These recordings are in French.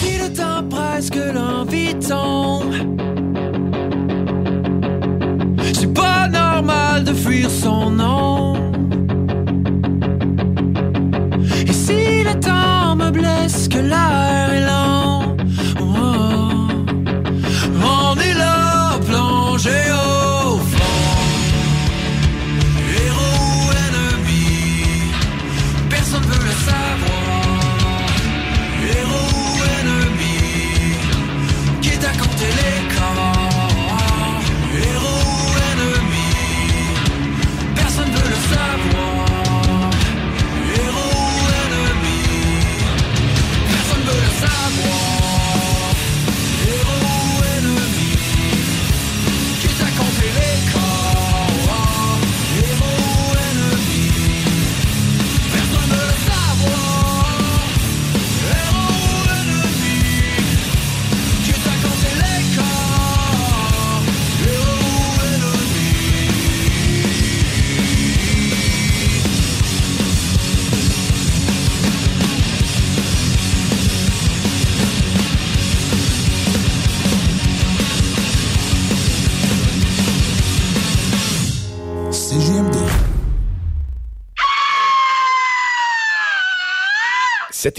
Si le temps presse que l'envie tombe C'est pas normal de fuir son nom Et si le temps me blesse que l'air est lent oh, On est là plongé au fond Héros ou ennemi Personne veut le savoir Héros ou ennemi, qui t'a compté les corps Héros ou ennemi, personne ne veut le savoir Héros ou ennemi, personne ne veut le savoir Héros ou ennemi, qui t'a compté les corps Héros ou ennemi, personne ne veut le savoir Cette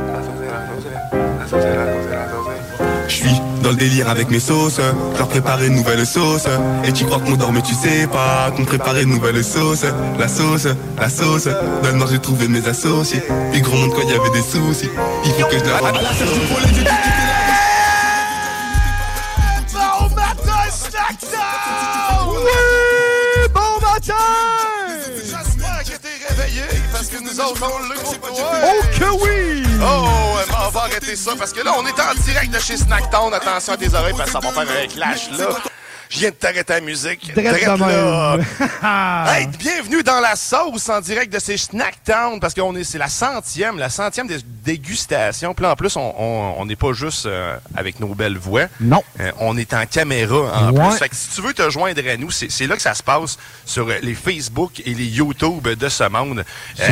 Je suis dans le délire avec mes sauces, je leur préparer une nouvelle sauce. Et tu crois qu'on dort mais tu sais pas qu'on préparait une nouvelle sauce. La sauce, la sauce, dans le noir j'ai trouvé mes associés. Des gros monde quand il y avait des soucis, il faut que je leur Bon matin, Snackdown Oui Bon matin J'espère que t'es réveillé parce que nous autres on le groupe. Oh que oui Oh, ouais, mais on va arrêter ça parce que là on est en direct de chez Snacktown. Attention à tes oreilles parce que ça va faire un clash là. Je viens de t'arrêter la musique. Drette Drette de là. même. Ah. Hey, bienvenue dans la sauce en direct de ces Snacktown parce qu'on est c'est la centième, la centième des dégustations. Puis là, en plus, on- on on n'est pas juste euh, avec nos belles voix. Non. Euh, on est en caméra en Ouais. plus. Fait que si tu veux te joindre à nous, c'est c'est là que ça se passe sur euh, les Facebook et les YouTube de ce monde. Euh,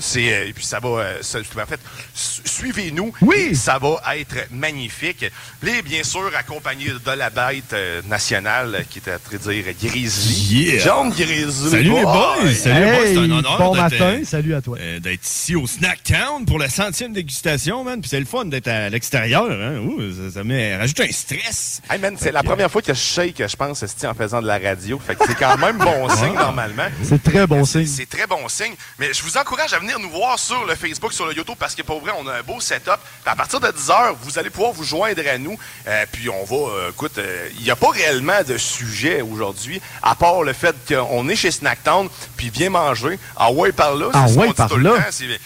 C'est, euh, et puis ça va, euh, ça- en fait, su- suivez-nous. Oui. Et Ça va être magnifique. Et bien sûr, accompagné de la bête euh, nationale, euh, qui est à très dire Grizzly. Yeah. John Grizzly. Salut les boys! Salut les boys, c'est Hey, un honneur bon d'être, matin, euh, salut à toi. euh, d'être ici au Snack Town pour la centième dégustation, man. Puis c'est le fun d'être à l'extérieur, hein. Ouh, ça, ça met, rajoute un stress. Hey man, c'est la première fois que je shake, je pense, esti, en faisant de la radio. Fait que c'est quand même bon signe, normalement. C'est très bon signe. C'est très bon signe. Mais je vous encourage à venir nous voir sur le Facebook, sur le YouTube, parce que pour vrai, on a un beau setup. Puis à partir de 10 heures, vous allez pouvoir vous joindre à nous. Euh, puis on va, euh, écoute, euh, il n'y a pas réellement de sujet aujourd'hui, à part le fait qu'on est chez Snacktown, puis viens manger. Ah ouais, par euh, là. Ah c'est ce ouais, qu'on dit par tout le là. temps, c'est-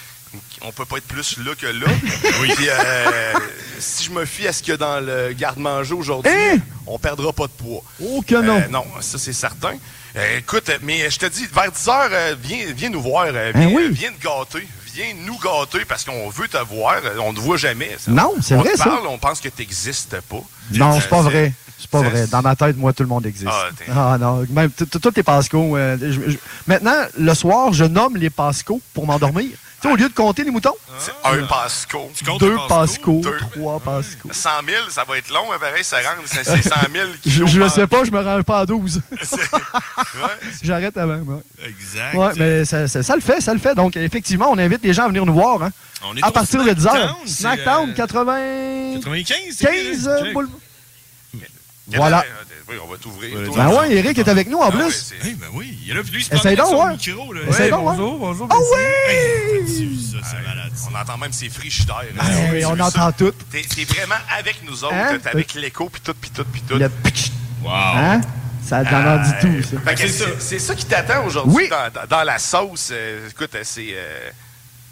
on peut pas être plus là que là. Puis, euh, si je me fie à ce qu'il y a dans le garde-manger aujourd'hui, on perdra pas de poids. Hein? Oh que non. Euh, non, ça c'est certain. Euh, écoute, euh, mais je te dis, vers 10 heures, euh, viens, viens nous voir. euh, Hein, viens, oui. euh, viens te gâter. Viens nous gâter parce qu'on veut te voir. euh, On ne te voit jamais. ça. Non, c'est on vrai, te ça. parle, on pense que tu n'existes pas. Non, Euh, c'est pas vrai. C'est pas c'est- vrai. Dans ma tête, moi, tout le monde existe. Ah, t'es- Ah, non, même t- t- tous les Pascos. euh, je- je- Maintenant, le soir, je nomme les Pascos pour m'endormir. Tu sais, au lieu de compter les moutons, C'est un Pasco. deux Pascos, Deux. trois Pascos. 100 000, ça va être long, hein, pareil, ça rentre. C'est c'est 100 000 Je, kilos. je le en- sais pas, je me rends pas à 12. Ouais. J'arrête avant, moi. Exact. Ah ben, bah Ouais, mais ça, ça- ça le fait, ça le fait. Donc, effectivement, on invite les gens à venir nous voir. hein. On est à au partir de 10 heures. Snacktown, c'est, Snacktown, euh, 80... 95, c'est 15 bien, là. boule- Voilà. Voilà. Eh Oui, on va t'ouvrir. Ben ouais, Eric est avec nous Ah en ouais, plus. c'est- Eh ben oui, il est là, puis lui, il se Essaye prend donc, son ouais. micro, là. Essaye donc, ouais. bonjour, Ah Hey, oui! ça, c'est malade. ça. On entend même ses frigidaires. Ah oui, on entend tout. T'es t'es vraiment avec nous autres. Hein? T'es avec l'écho, puis tout, puis tout, puis tout. Le pitch, Wow. hein? Ça donne Ah, du tout, ça. Fait que C'est C'est ça. c'est ça qui t'attend aujourd'hui Oui. dans, dans- dans la sauce. Euh, écoute, euh, c'est euh,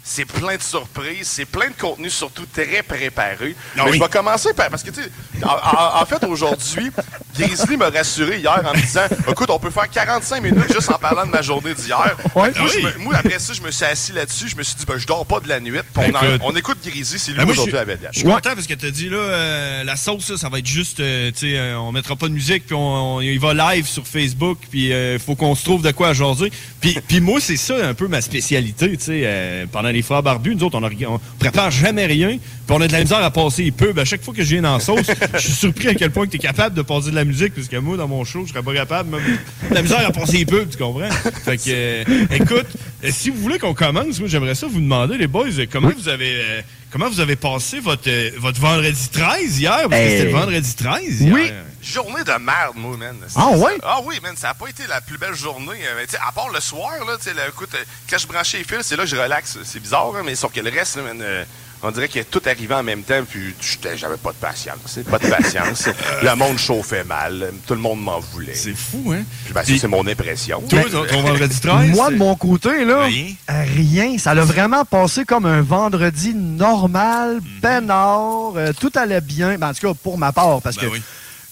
c'est plein de surprises, c'est plein de contenu, surtout très préparé. Ah Mais oui. je vais commencer par. Parce que, tu sais, en, en- en fait, aujourd'hui, Grizzly m'a rassuré hier en me disant Écoute, on peut faire 45 minutes juste en parlant de ma journée d'hier. Ouais. Fait que moi, je Ah oui. me- moi, après ça, je me suis assis là-dessus. Je me suis dit ben, Je dors pas de la nuit. Puis On, en- Écoute. on écoute Grizzly, c'est lui Ben, moi, je suis- aujourd'hui à Bédale. je suis content parce que t'as dit là, euh, la sauce, là, ça va être juste, euh, tu sais, euh, on mettra pas de musique, puis on, on- il va live sur Facebook, puis il faut qu'on se trouve de quoi aujourd'hui. Puis, puis moi, c'est ça un peu ma spécialité, tu sais, euh, pendant les frères barbus, nous autres, on, orga- on prépare jamais rien, puis on a de la misère à passer les pubs. À chaque fois que je viens dans la sauce, je suis surpris à quel point que t'es capable de passer de la musique, parce que moi, dans mon show, je serais pas capable, même, de la misère à passer les pubs, tu comprends? Fait que, euh, écoute, euh, si vous voulez qu'on commence, moi, j'aimerais ça vous demander, les boys, euh, comment vous avez... euh, Comment vous avez passé votre, euh, votre vendredi 13 hier? Parce que Hey. c'était le vendredi 13 hier. Euh, Oui. Journée de merde, moi, man. C'est- Ah ouais? Ah oui, man, ça a pas été la plus belle journée. euh, mais tu sais, à part le soir, là, tu sais, là, écoute, euh, quand je branchais les fils, c'est là que je relaxe. C'est bizarre, hein, mais sauf que le reste, là, man, euh, on dirait que tout arrivait en même temps, puis j'étais- j'avais pas de patience. Pas de patience. le monde chauffait mal. Tout le monde m'en voulait. C'est fou, hein? Puis, ben, ça, Puis- c'est mon impression. Toi, ton, ton vendredi 13? Moi, c'est- de mon côté, là, euh, Rien. rien. Ça l'a vraiment passé comme un vendredi normal, Mhm. peinard. euh, tout allait bien. Ben, en tout cas, pour ma part, parce Ben que oui.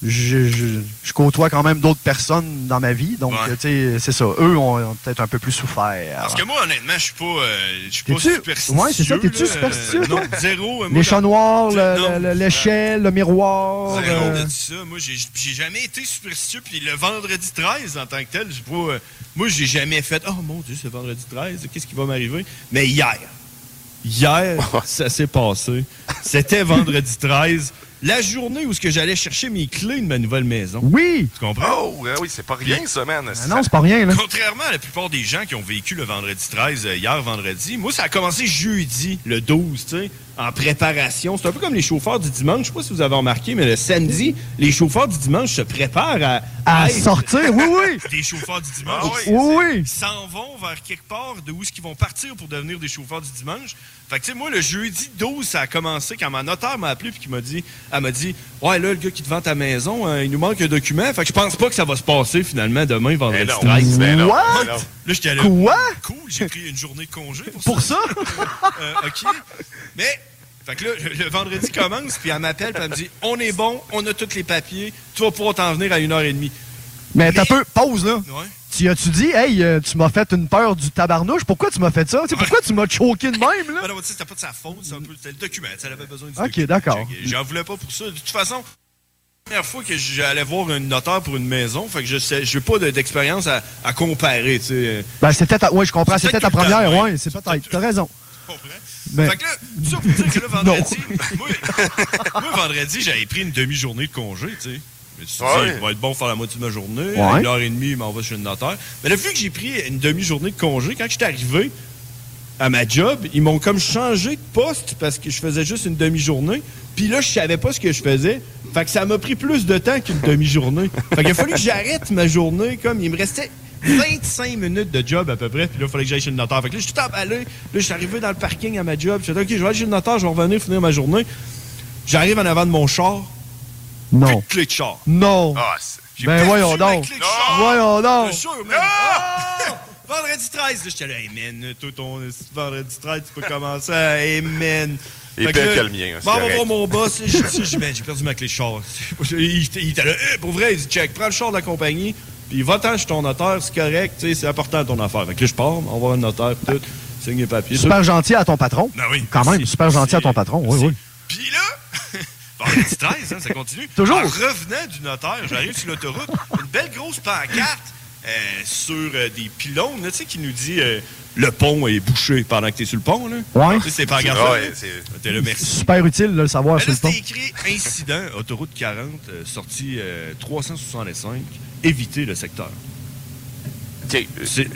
je, je- je côtoie quand même d'autres personnes dans ma vie. Donc, Ouais. tu sais, c'est ça. Eux ont, ont peut-être un peu plus souffert. Parce que moi, honnêtement, je suis pas, euh, je suis pas T'es-tu- superstitieux. Ouais, c'est ça, t'es-tu là. superstitieux, Euh, Non, toi? zéro. euh, moi, Les chats dans- noirs, tu- le- non, le- le- euh, l'échelle, le miroir. Zéro euh, de ça. Moi, j'ai j'ai jamais été superstitieux. Puis le vendredi 13, en tant que tel, j'ai pas, euh, moi, j'ai jamais fait « Oh mon Dieu, c'est vendredi 13, qu'est-ce qui va m'arriver? » Mais hier, hier, ça s'est passé. C'était vendredi 13, la journée où ce que j'allais chercher mes clés de ma nouvelle maison. Oui! Tu comprends? Oh, euh, oui, c'est pas rien, ça, man. Ah non, c'est pas rien, là. Contrairement à la plupart des gens qui ont vécu le vendredi 13, euh, hier vendredi, moi, ça a commencé jeudi, le 12, tu sais, en préparation. C'est un peu comme les chauffeurs du dimanche. Je sais pas si vous avez remarqué, mais le samedi, les chauffeurs du dimanche se préparent à, À être sortir, oui, oui! Des chauffeurs du dimanche. Ah oui, Oui, oui! Ils s'en vont vers quelque part de où est-ce qu'ils vont partir pour devenir des chauffeurs du dimanche. Fait que, tu sais, moi, le jeudi 12, ça a commencé quand ma notaire m'a appelé puis qui m'a dit, elle m'a dit, ouais, là, le gars qui te vend ta maison, euh, il nous manque un document. Fait que je pense pas que ça va se passer finalement demain, Ben vendredi non, 13. ben non, What? ben non. Là, j'étais là. Quoi? Cool, j'ai pris une journée de congé pour, Pour ça? Euh, OK. Mais, fait que là, le, le vendredi commence, puis elle m'appelle, puis elle me dit On est bon, on a tous les papiers, tu vas pouvoir t'en venir à une heure et demie. Mais t'as peu, pause, là. Ouais. Tu as-tu dit, hey, euh, tu m'as fait une peur du tabarnouche, pourquoi tu m'as fait ça? Tu sais, pourquoi tu m'as choqué de même, Ah là? non, tu sais, c'était pas de sa faute, c'est un peu. C'était le document, tu sais, elle avait besoin du Ok, document. d'accord. J'en voulais pas pour ça. De toute façon, première fois que j'allais voir un notaire pour une maison, fait que je sais, j'ai pas de- d'expérience à, à comparer, tu sais. Ben, c'était ta... Ouais, je comprends, C'est c'était ta peut-être que le première, temps, ouais, c'est peut-être. T'as raison. Mais- Fait que là, tout ça pour dire que là, vendredi, Non. moi, moi, vendredi, j'avais pris une demi-journée de congé, tu sais. Mais tu te dis, Ouais. il va être bon faire la moitié de ma journée. Ouais. À Une heure et demie, il m'en va chez le notaire. Mais là, vu que j'ai pris une demi-journée de congé, quand j'étais arrivé à ma job, ils m'ont comme changé de poste parce que je faisais juste une demi-journée. Puis là, je savais pas ce que je faisais. Fait que ça m'a pris plus de temps qu'une demi-journée. Fait qu'il a fallu que j'arrête ma journée. Comme il me restait 25 minutes de job à peu près. Puis là, il fallait que j'aille chez le notaire. Fait que là, je suis tout emballé. Là, je suis arrivé dans le parking à ma job. Je suis OK, je vais aller chez le notaire, je vais revenir finir ma journée. J'arrive en avant de mon char. Plus Non. de clé de char. Ah, Non. J'ai ben perdu voyons ma donc. clé de char. Voyons Je donc. te jure, man. Ah! Vendredi 13, là, j'étais là, hey man, toi ton euh, vendredi 13, tu peux commencer à hey man. Il Fait que pète là, que le mien, hein, c'est Bon, on va correct. voir mon boss. J'ai dit, j'ai- man, j'ai perdu ma clé de char. Il était il était là, Eh, pour vrai, il dit, check, prends le char de la compagnie, puis va-t'en chez ton notaire, c'est correct, tu sais, c'est important ton affaire. Fait que là, je pars, on va voir le notaire, puis tout, signe les papiers. Super tout. gentil à ton patron. Ben oui, Quand même, merci, super gentil à ton patron. Oui, oui. Vendredi 13, hein, ça continue. Toujours. En revenant du notaire, j'arrive sur l'autoroute, une belle grosse pancarte euh, sur euh, des pylônes, là, tu sais, qui nous dit euh, le pont est bouché pendant que t'es sur le pont, là. Ouais. Tu sais, Ah c'est pas grave. Ouais, là. T'es là, merci. Super utile de le savoir Mais sur là, le pont. c'était écrit incident, autoroute 40, euh, sortie euh, 365, évitez le secteur. C'est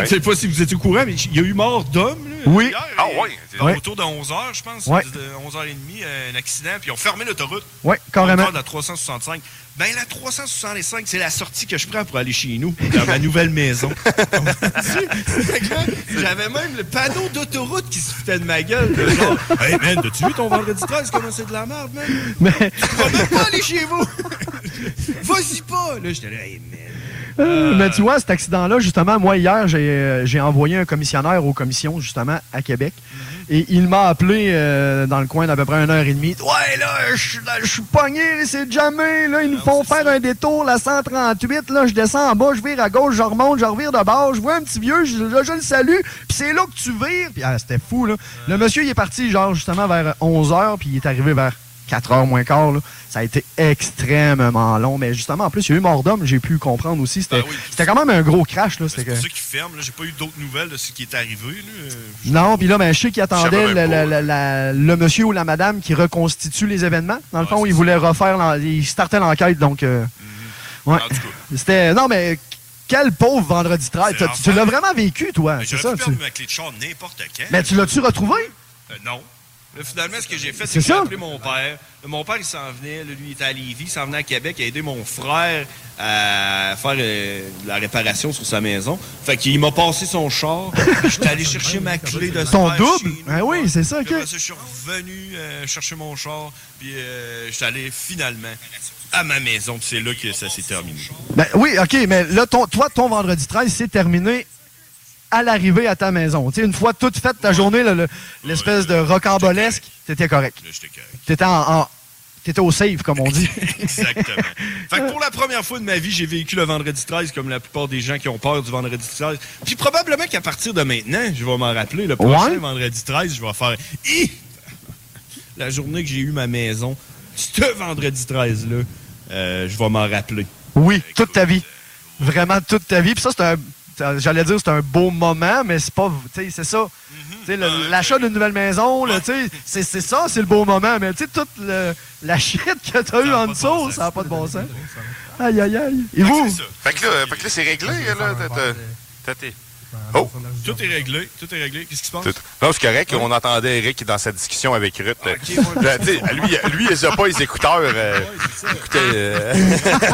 Je sais pas si vous étiez au courant, mais il y a eu mort d'homme. là, Oui. hier, Ah et- ouais. euh, Autour de 11h, je pense, Ouais. de 11h30, euh, un accident, puis ils ont fermé l'autoroute. Ouais, carrément. Autour de la 365. Ben, la 365, c'est la sortie que je prends pour aller chez nous, dans ma nouvelle maison. Fait que là, J'avais même le panneau d'autoroute qui se foutait de ma gueule. de genre, hey man, t'as-tu vu ton vendredi 13 comment c'est de la merde, man? Tu vas même pas aller chez vous! Vas-y pas! Là, j'étais là, hey man. Euh, Mais tu vois, cet accident-là, justement, moi, hier, j'ai, euh, j'ai envoyé un commissionnaire aux commissions, justement, à Québec. Et il m'a appelé euh, dans le coin d'à peu près une heure et demie. Ouais, là, je suis- là, je suis pogné, c'est jamais. Là, ils Ah, nous font faire un détour, la 138. Là, je descends en bas, je vire à gauche, je remonte, je revire de bord. Je vois un petit vieux, je, là, je le salue. Puis c'est là que tu vires. Puis ah, c'était fou, là. Le monsieur, il est parti, genre, justement, vers 11h, puis il est arrivé vers 4 heures moins quart, là. ça a été extrêmement long. Mais justement, en plus, il y a eu mort d'homme, j'ai pu comprendre aussi. C'était c'était quand même un gros crash. Là, c'était Ben C'est pour ça que- qu'ils ferment. là. J'ai pas eu d'autres nouvelles de ce qui est arrivé. là. Euh, Non, puis là, ben, je sais qu'il attendait savais le, même pas, hein. le- le- la- le monsieur ou la madame qui reconstitue les événements. Dans le fond, il voulait refaire, l'en- il startait l'enquête, donc... euh, Mm-hmm. ouais. C'était... Non, mais quel pauvre vendredi 13. C'est Tu- Tu l'as vraiment vécu, toi, c'est J'aurais ça? pu tu- perdre ma clé de char n'importe quand. Mais tu l'as-tu retrouvé? Euh, non. Là, finalement, ce que j'ai fait, c'est C'est que j'ai ça? appelé mon père. Là, mon père, il s'en venait. là, lui, il était à Lévis. Il s'en venait à Québec. Il a aidé mon frère à faire euh, la réparation sur sa maison. Fait qu'il m'a passé son char. J'étais allé chercher ma clé de Ton spare double? Ben oui, c'est ça, Puis que... après ça, je suis revenu euh, chercher mon char, puis euh, je suis allé finalement à ma maison, puis c'est là que ça s'est terminé. Ben oui, OK, mais là, ton, toi, ton vendredi 13, c'est terminé à l'arrivée à ta maison. Tu sais, une fois toute faite ta journée, là, le- l'espèce de rocambolesque, t'étais correct. T'étais en, en- t'étais au safe, comme on dit. Exactement. Fait que pour la première fois de ma vie, j'ai vécu le vendredi 13 comme la plupart des gens qui ont peur du vendredi 13. Puis probablement qu'à partir de maintenant, je vais m'en rappeler, le prochain Ouais. vendredi 13, je vais faire Hi! la journée que j'ai eu ma maison, ce vendredi 13-là, euh, je vais m'en rappeler. Oui, toute ta vie. Vraiment toute ta vie. Puis ça, c'est un. ça, J'allais dire c'est un beau moment, mais c'est pas. Tu sais, c'est ça. Tu sais, le- L'achat d'une nouvelle maison, là, tu sais, c'est c'est ça, c'est le beau moment. Mais tu sais, toute le- la shit que t'as eu en dessous, ça n'a pas de bon sens. Aïe, aïe, aïe. Et vous? Fait que là, fait que là, c'est réglé, là. t'as- t'as- t'as tes- Oh! Tout est réglé, tout est réglé. Qu'est-ce qui se passe? Tout- Non, c'est correct. On entendait Eric dans sa discussion avec Ruth. Ah, Ben, tu sais, lui, lui, il n'a pas les écouteurs. euh, écoutez, euh,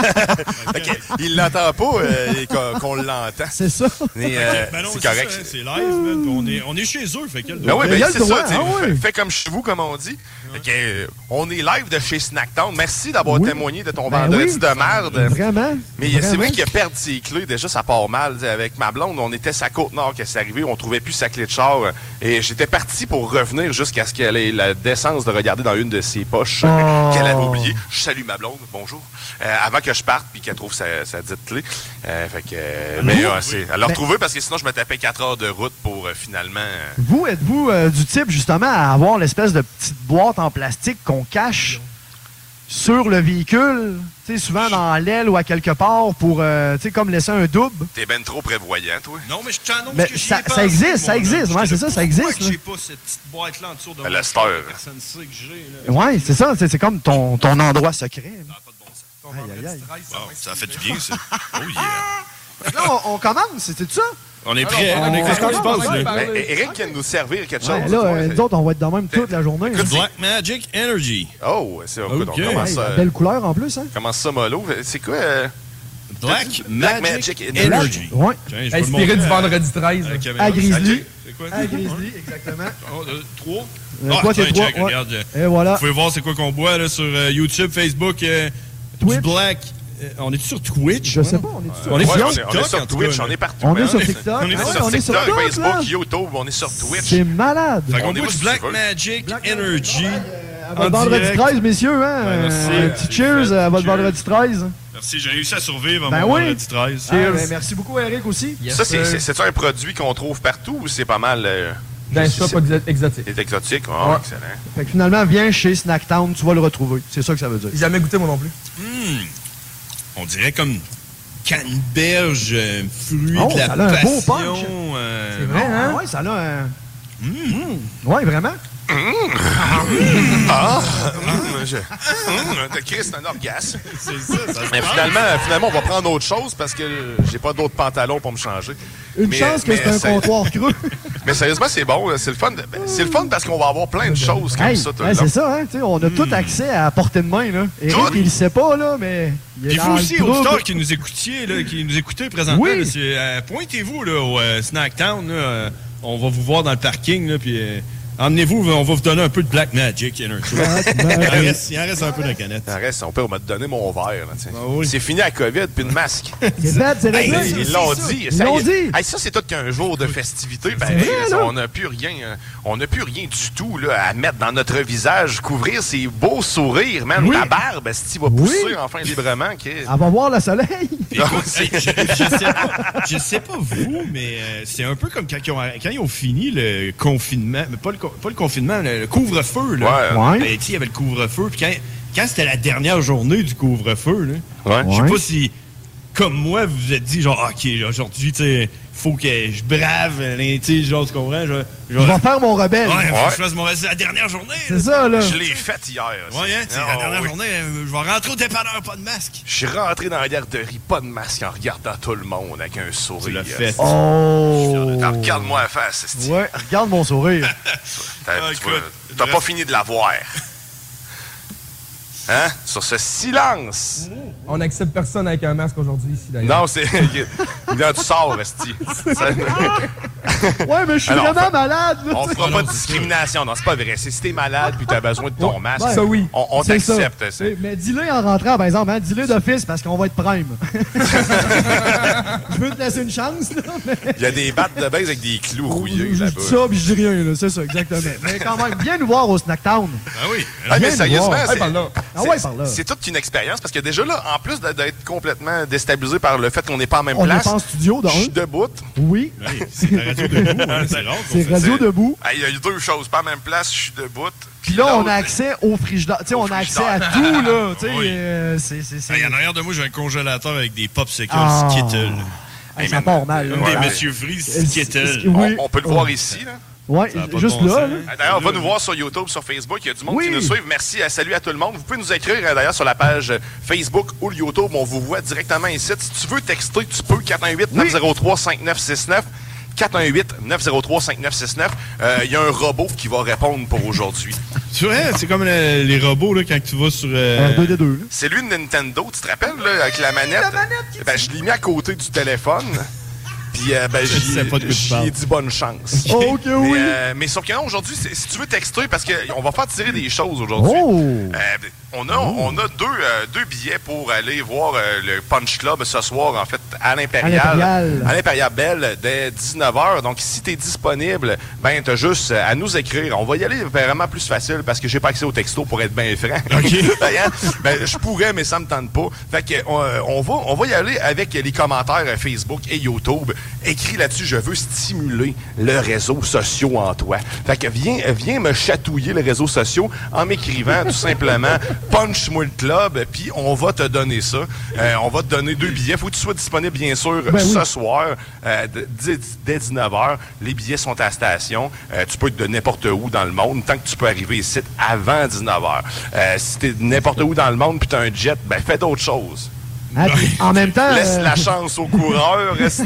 fait que il l'entend pas euh, et qu'on qu'on l'entend. C'est ça. Mais, euh, Ben non, c'est correct. ça, hein, C'est live, man, puis on est, on est chez eux, fait qu'elle Ben oui, ben, c'est ça. hein, tu sais, ouais. fait, fait comme chez vous, comme on dit. Fait que, euh, on est live de chez Snacktown. Merci d'avoir témoigné de ton Ben vendredi oui. de merde. Vraiment? Mais c'est vrai Vraiment? qu'il a perdu ses clés. Déjà, ça part mal. Tu sais, Avec ma blonde, on était sa côte nord qu'elle s'est arrivée. On trouvait plus sa clé de char. Et j'étais parti pour revenir jusqu'à ce qu'elle ait la décence de regarder dans une de ses poches Oh. qu'elle avait oubliée. Je salue ma blonde. Bonjour. Euh, avant que je parte puis qu'elle trouve sa, sa dite clé. Euh, fait que, euh, mais euh, c'est- elle l'a Ben- retrouvée parce que sinon, je me tapais 4 heures de route pour euh, finalement. euh, Vous, êtes-vous euh, du type, justement, à avoir l'espèce de petite boîte en plastique qu'on cache? sur le véhicule, tu sais, souvent dans l'aile ou à quelque part pour, euh, tu sais, comme laisser un double. T'es ben trop prévoyant, toi. Non, mais je t'annonce Mais que j'y ai Ben, ça, pensé, ça existe, mon ça homme. existe, ouais, c'est ça, ça existe. Pourquoi que j'ai pas cette petite boîte-là en dessous de Le moi? star. Personne ne sait que j'ai, là. Ouais, c'est ça, c'est c'est comme ton, ton endroit secret. Wow, ça fait du bien, ça. Oh Fait que Là, on, on commence, c'était ça? On est prêt. on- On est on- qu'est-ce qui se on- passe, on- Ah, là? on- Eh, Eric vient de nous servir quelque chose. Ouais, là, euh, nous autres, on va être de même toute la journée. hein. Black Magic Energy. Oh, c'est écoute, Ok. on commence euh, Hey, ça. la belle couleur en plus, hein? Comment ça, mollo? C'est quoi? euh, Black Black Magic Magic Energy. Ouais. Tiens, je vais le Inspiré montrer du à- vendredi 13. à la caméra. À Grizzly. Ok, C'est quoi? Ah, À Grizzly, exactement. Un, deux, trois. Euh, Ah, toi, t'es tiens, trois, check, ouais. regarde. euh, Et voilà. Vous pouvez voir c'est quoi qu'on boit là, sur euh, YouTube, Facebook, euh, Twitch. du Black. Euh, on est sur Twitch? Je sais pas, on est-tu sur Euh, On ouais, est sur on est- on est TikTok, en sur tout Twitch, cas, on est partout. On man. est sur TikTok. on est Ah ouais, sur On est sur TikTok, Facebook, TikTok, là. YouTube, on est sur Twitch. C'est malade. Fait qu'on On est boit pas du sur Black Facebook. Magic Energy. À en votre vendredi direct. 13, messieurs, hein? Ouais, Ben, merci. Un petit cheers à votre Cheers. vendredi 13. Merci, j'ai réussi à survivre à Ben mon oui. vendredi 13. Ah, ben, merci beaucoup, Eric, aussi. Ça, c'est- c'est c'est-tu un produit qu'on trouve partout ou c'est pas mal. euh, Ben, Dans c'est- shop exo- exotique. C'est exotique? Ah, Ouais. excellent. Fait que finalement, viens chez Snacktown, tu vas le retrouver. C'est ça que ça veut dire. J'ai jamais goûté, moi non plus. Hmm. On dirait comme canneberge, euh, fruit Oh, de la ça a un passion. beau punch. euh, C'est vrai, hein? Ah ouais, ça a un... Mm. Ouais, vraiment. Hum, je- hum, t'as créé, c'est un orgasme. c'est ça, ça se Mais mange. finalement, euh, finalement, on va prendre autre chose parce que euh, j'ai pas d'autres pantalons pour me changer. Une Mais, chance que mais c'est un ça- comptoir creux. Mais sérieusement, c'est bon. là. C'est le fun. de- ben, C'est le fun parce qu'on va avoir plein de choses comme Hey, ça. tout le ouais, long. c'est ça, hein? tu sais, on a tout accès à la portée de main, là. Eric, Tout. il le sait pas, là, mais. Il est Puis dans vous le aussi, trouble. auditeurs qui nous écoutiez, là, qui nous écoutez présentement, Oui. là, c'est, euh, pointez-vous là, au euh, Snack Town. là, euh, on va vous voir dans le parking. Là, puis euh, emmenez-vous, on va vous donner un peu de Black Magic Energy. il, en reste, il en reste un peu dans la canette. Ça reste, on peut me donner mon verre. là, tu sais. Ah oui. Ben C'est fini à COVID, puis le masque. C'est fait, c'est Hey, réglé. ils l'ont dit. Ils ça y l'ont est. dit. Hey, ça, c'est tout qu'un jour de festivité. Ben, vrai, hey, là. on n'a plus rien. euh, On n'a plus rien du tout là, à mettre dans notre visage, couvrir ces beaux sourires, même Oui. la barbe, si va Oui. pousser enfin librement. que- Elle va voir le soleil. Puis écoute, hey, je, je sais pas, je sais pas vous, mais euh, c'est un peu comme quand ils, ont, quand ils ont fini le confinement, mais pas le, con- pas le confinement, le, le couvre-feu. Là. Ouais. Ouais. Ben, tu sais, il y avait le couvre-feu, puis quand, quand c'était la dernière journée du couvre-feu, là, Ouais. je sais Ouais. pas si, comme moi, vous vous êtes dit, genre, OK, aujourd'hui, tu sais, faut que je brave, euh, tu sais, genre, tu comprends? Je, je- Je vais faire mon rebelle. Ouais, faut que Ouais. je fasse mon reste de la dernière journée. C'est ça, là. Je l'ai faite hier. ça. Ouais, hein, tu sais, Ah, la dernière oui. journée, euh, je vais rentrer au dépanneur, pas de masque. Je suis rentré dans la garderie, pas de masque, en regardant tout le monde avec un Tu l'as sourire. fait. Oh. T'en Regarde-moi la face, esti. Ouais, regarde mon sourire. T'as Ah, tu écoute, vois, t'as le pas reste- fini de la voir. Hein? Sur ce silence. On n'accepte personne avec un masque aujourd'hui ici, d'ailleurs. Non, c'est. Non, tu sors, Esti. Ça- Ouais, mais je suis Alors, vraiment on fait- malade. là, On tu sais. fera pas de discrimination. Non, c'est pas vrai. C'est si t'es malade puis t'as besoin de ton masque. ouais. Ça, oui. On, on Ben C'est ça. t'accepte, ça. Oui, Mais dis-le en rentrant, par exemple, hein, dis-le d'office parce qu'on va être prime. je peux te laisser une chance, là, mais. Il y a des battes de baise avec des clous rouillés Oh, Je dis là-bas. ça, puis je dis rien, là, c'est ça, exactement. Mais quand même, viens nous voir au Snacktown. Ah oui. Ah, mais Viens sérieusement, nous voir. c'est- Hey, par là. Ah c'est- ouais, par là. c'est toute une expérience parce que déjà là, en plus de- d'être complètement déstabilisé par le fait qu'on n'est pas en même On est place, pas en studio, je suis donc. debout. Oui, Hey, c'est la radio debout, hein, c'est rare. qu'on c'est fait Radio c'est- Debout. Ah, Il y a eu deux choses. Pas en même place, je suis debout. Puis là, on l'autre- a accès au frigidaire. Tu sais, on a accès à tout, là. Tu sais, Oui. euh, c'est. c'est- c'est- Hey, en arrière de moi, j'ai un congélateur avec des popsicles Ah. Skittles. Hey, ça part mal, là. Comme Voilà. des Monsieur Freeze Euh, c'est- c'est- Skittles. On, Oui. on peut le voir ici. Là. Ouais, Ça a pas de juste bon là, sens. là. Ah, D'ailleurs, on va nous voir sur YouTube, sur Facebook. Il y a du monde Oui. qui nous suit. Merci. euh, Salut à tout le monde. Vous pouvez nous écrire euh, d'ailleurs sur la page euh, Facebook ou le YouTube. On vous voit directement ici. Si tu veux texter, tu peux. 418-903-5969. 418-903-5969. Euh, Il y a un robot qui va répondre pour aujourd'hui. Tu vois, c'est comme le- les robots là, quand tu vas sur. euh, R2D2, là. C'est lui de Nintendo, tu te rappelles, là, avec la manette? ben, je l'ai mis à côté du téléphone. Puis, euh, ben, j'y sais pas de quoi tu j'y parles. ai dit bonne chance. Oh, que Mais, oui! euh, mais sauf que non, aujourd'hui, c'est- si tu veux texter, parce qu'on va faire tirer des choses aujourd'hui. Oh! Euh, on a, on a deux, euh, deux billets pour aller voir euh, le Punch Club ce soir, en fait, à À l'Impérial. l'Impérial. À l'Impérial Belle, dès 19h. Donc, si tu es disponible, ben, t'as juste euh, à nous écrire. On va y aller vraiment plus facile parce que j'ai pas accès au texto pour être bien franc. Ben, hein, ben, je pourrais, mais ça me tente pas. Fait que, euh, on, va, on va y aller avec les commentaires euh, Facebook et YouTube. écrit là-dessus, je veux stimuler le réseau social en toi. Fait que viens, viens me chatouiller les réseaux sociaux en m'écrivant tout simplement punch-moi le club, puis on va te donner ça. Euh, on va te donner deux billets. Faut que tu sois disponible, bien sûr, Ben oui. ce soir, euh, d- dix- dès 19h. Les billets sont à la station. Euh, tu peux être de n'importe où dans le monde, tant que tu peux arriver ici avant 19h. Euh, si t'es de n'importe où dans le monde, puis t'as un jet, ben fais d'autres choses. Ah, puis en même temps. Laisse euh, la chance aux coureurs, esti.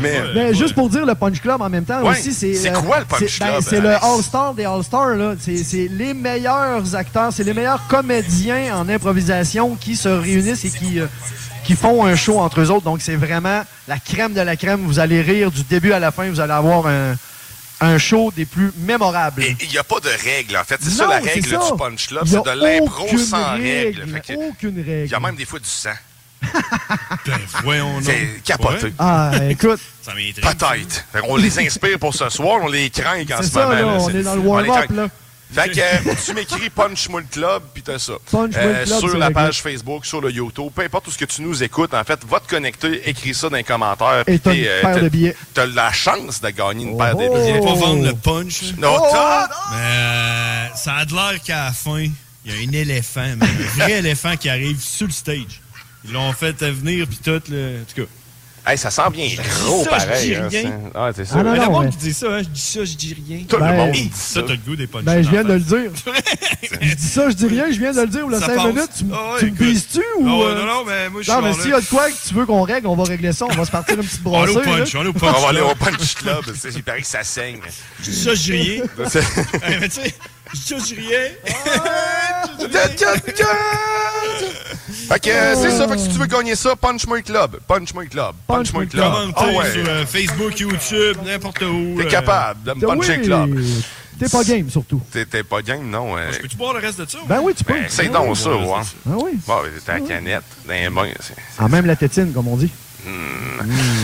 Mais Ben, Juste pour dire le Punch Club en même temps Euh, Ouais. aussi, c'est. C'est euh, quoi le Punch c'est- ben, Club, C'est le Alex? All-Star des All-Stars, là. C'est c'est les meilleurs acteurs, c'est les meilleurs comédiens en improvisation qui se réunissent et qui, euh, qui font un show entre eux autres. Donc, c'est vraiment la crème de la crème. Vous allez rire du début à la fin, vous allez avoir un, un show des plus mémorables. il n'y a pas de règle, en fait. C'est ça Non, la c'est règle ça. du punch club. Il y a C'est de l'impro aucune sans règle, règle. Fait que- aucune règle. Ben, Il y a même des fois du sang. voyons C'est capoté. Ah, écoute. Ça m'intrigue. Peut-être. Fait qu'on les inspire pour ce soir, on les craint en C'est ce ça, moment. là, là. on C'est- est dans le warm-up, on les là. craint. Fait que euh, tu m'écris Punch Moi le Club, puis t'as ça. Euh, Punch Moi le Club, sur c'est la le page Facebook, sur le YouTube, peu importe où ce que tu nous écoutes, en fait, va te connecter, écris ça dans les commentaires. Et puis t'as une t'es, euh, paire t'as- de billets. T'as la chance de gagner une paire de oh. billets. Viens pas vendre le punch. Non, Oh. t'as- Mais euh, ça a de l'air qu'à la fin, il y a un éléphant, mais un vrai éléphant qui arrive sur le stage. Ils l'ont fait venir, puis tout, le... en tout cas. Hey, ça sent bien gros, ça, pareil. Je hein, dis rien. ça. Ah, c'est ça. Mais non, le non, monde mais- qui dit ça, hein, je dis ça, je dis rien. Tout le Ben, monde dit ça. t'as le goût des punchs. Ben, je viens de le dire. je dis ça, je dis rien, je viens de le dire. Là, Ça 5 passe. minutes, tu, m- Ah ouais, tu me écoute. bises-tu ou. Ah ouais, euh, non, non, mais moi, je Non, suis mais en s'il y a de quoi que tu veux qu'on règle, on va régler ça. On va se partir une petite On brassée. va aller au là. punch, on va aller au punch. On va aller au punch club. c'est- Il paraît que ça saigne. Je dis ça, je dis rien. C'est- Hey, mais tu sais, je dis ça, je dis rien. Fait que euh, c'est ça, fait que si tu veux gagner ça, punch moi club. Punch moi club. Punch moi club. Commentez Ah ouais. sur euh, Facebook, YouTube, n'importe où. T'es euh, capable de me puncher Ben oui. club. T'es pas game, surtout. T'es t'es pas gang, non? euh, Peux-tu boire le reste de ça? ou- Ben oui, tu peux. Ben, c'est donc ça, ouais. Ah oui. Bon, ben, t'es à la canette, dans les mains, c'est- hmm. Ah, même la tétine, comme on dit.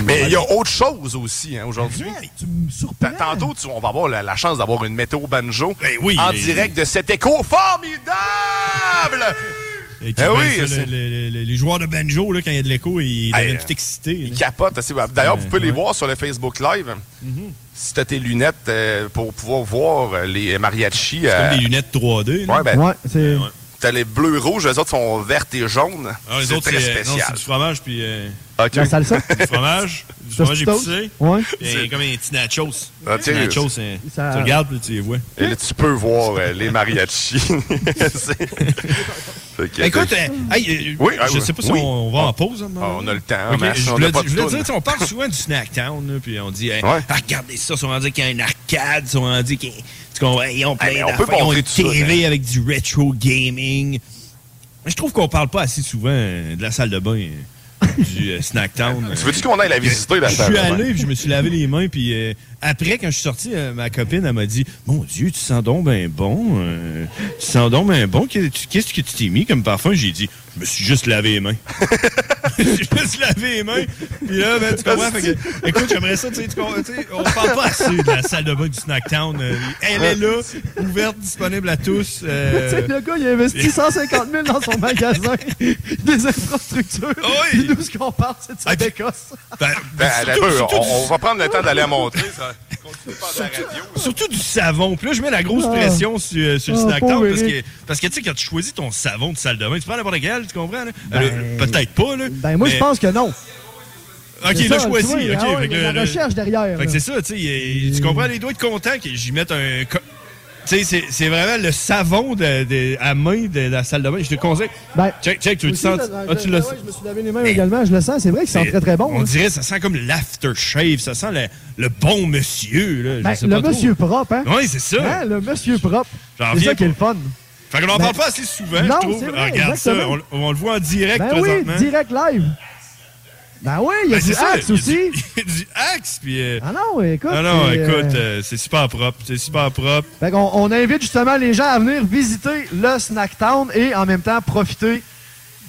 Mais il y a autre chose aussi hein, aujourd'hui. T- Tantôt, tu- on va avoir la, la chance d'avoir une météo banjo Ben oui, en mais- direct de cet écho formidable! Et qui Eh ben, oui, ça, c'est- le- le- le- les joueurs de banjo, là, quand il y a de l'écho, ils Hey, deviennent euh, tout excités. là. Ils capotent. assez. D'ailleurs, vous pouvez les ouais. voir sur le Facebook Live. Si t'as tes lunettes euh, pour pouvoir voir euh, les mariachis. C'est euh, comme des lunettes 3D. là. Ouais, ben, Ouais, c'est. t'as les bleus rouges, les autres sont vertes et jaunes. Ah, les c'est autres, très c'est euh, non, spécial. Ah, c'est du fromage, puis. euh, Ok. La salsa? Du fromage. Du fromage Tostitos? épicé. Ouais. Et comme un petit nachos. Ah, Petit tiens, nachos, hein. ça- tu regardes, puis tu les vois. Et là, tu peux voir euh, les mariachis. C'est- Fait que- Écoute, euh, hey, euh, Oui, ah, je oui. sais pas si Oui. on va en pause. hein, Ah, on a le temps. Ok, mais je on voulais n'a pas dire- je voulais de dire, toune. tu sais, on parle souvent du Snacktown, là, puis on dit, hey, Ouais. ah, regardez ça, on dit qu'il y a une arcade, on dit qu'il y a hey, ils ont plein Ah, mais on peut d'affaires, ils ont montrer une tout ça, TV hein. avec du retro gaming. Mais Je trouve qu'on parle pas assez souvent euh, de la salle de bain euh, du euh, Snacktown. Tu veux-tu qu'on aille la visiter, la Je salle suis de bain? allé, puis je me suis lavé les mains, puis euh, après, quand je suis sorti, euh, ma copine, elle m'a dit « Mon Dieu, tu sens donc ben bon, euh, tu sens donc ben bon, qu'est- tu- qu'est-ce que tu t'es mis comme parfum? » J'ai dit « Je me suis juste lavé les mains. » Je me suis juste lavé les mains, puis là, ben, tu comprends, fait que, écoute, j'aimerais ça, tu sais, tu comprends, tu sais, on parle pas assez de la salle de bain du Snacktown. Euh, elle est là, ouverte, disponible à tous. Tu sais, euh, le gars, il a investi 150 000 dans son magasin, des infrastructures. Ah Et nous, ce qu'on parle, c'est de sa décosse. ben, Ben, à la surtout- peu, surtout on, du- on va prendre le temps d'aller la montrer. Ça. Ah, Surtout du savon. Puis là, je mets la grosse Ah. pression sur, euh, sur le Ah, snack pauvre town parce que, Eric. parce que tu sais, quand tu choisis ton savon de salle de bain, tu prends n'importe quel, tu comprends? là? Ben, Euh, Peut-être pas, là. Ben, moi, je mais- pense que non. Ok, C'est là, ça, je tu vois, choisis. ok, ah ouais, fait il que y a là, la là- recherche derrière, Fait que là. c'est ça, tu sais. il- Tu comprends les doigts de content que j'y mette un. co- Tu sais, c'est- c'est vraiment le savon de, de- à main de la salle de bain. Je te conseille. Ben, check, check, tu le Aussi, sens. là, dans- ben Ah, tu le ouais, Je me suis lavé les mains également, je le sens. C'est vrai qu'il sent Mais très, très bon. On hein. dirait, ça sent comme l'aftershave. Ça sent le, le bon monsieur, là. je Ben, sais le pas trop. monsieur propre, hein? Oui, c'est ça. Hein, le monsieur propre. J'en C'est reviens ça qui est le fun. Fait qu'on en Ben, parle pas assez souvent, non, je trouve. c'est vrai, Ah, regarde exactement. ça, on, on le voit en direct Ben oui, présentement. direct live. Ben oui, il y a Ben, du c'est ça, axe il y a aussi. du- il y a du axe, puis... euh, Ah non, écoute. ah non, c'est, euh, écoute, euh, c'est super propre, c'est super propre. Fait qu'on on invite justement les gens à venir visiter le Snack Town et en même temps profiter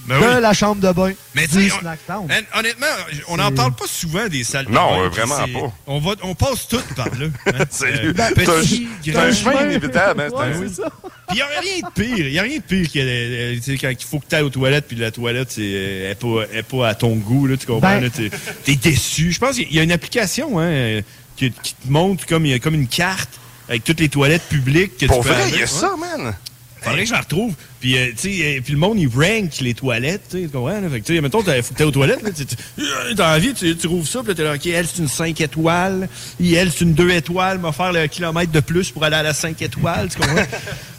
Ben de oui. la chambre de bain Mais tu du sais, on- Snack Town. Man, honnêtement, on n'en parle pas souvent des salles de Non, bain, euh, puis vraiment c'est- pas. On, va, on passe toutes par là. hein. Sérieux. Euh, T'as un- petit, t'as grand. un chemin inévitable. hein, c'est Ben, Ouais, un- c'est ça. Puis il n'y a rien de pire. Il n'y a rien de pire que euh, tu sais, quand il faut que tu ailles aux toilettes, puis la toilette, c'est euh, est pas, est pas à ton goût, là, tu comprends? Ben- Tu es, déçu. Je pense qu'il y a une application hein, euh, qui, qui te montre comme, il y a comme une carte avec toutes les toilettes publiques que Pour tu peux vrai, aller. il y a ça, Ouais. man. Faudrait que je la retrouve. Puis, euh, tu sais, euh, puis le monde, il rank les toilettes, tu sais, tu comprends? là? Fait que, tu sais, mettons, t'as- faut que t'ailles aux toilettes, là, tu- tu- euh, t'as envie, tu, tu rouvres ça, puis là, t'es là, OK, elle, c'est une 5 étoiles, Et elle, c'est une 2 étoiles, m'a faire le kilomètre de plus pour aller à la 5 étoiles, tu comprends?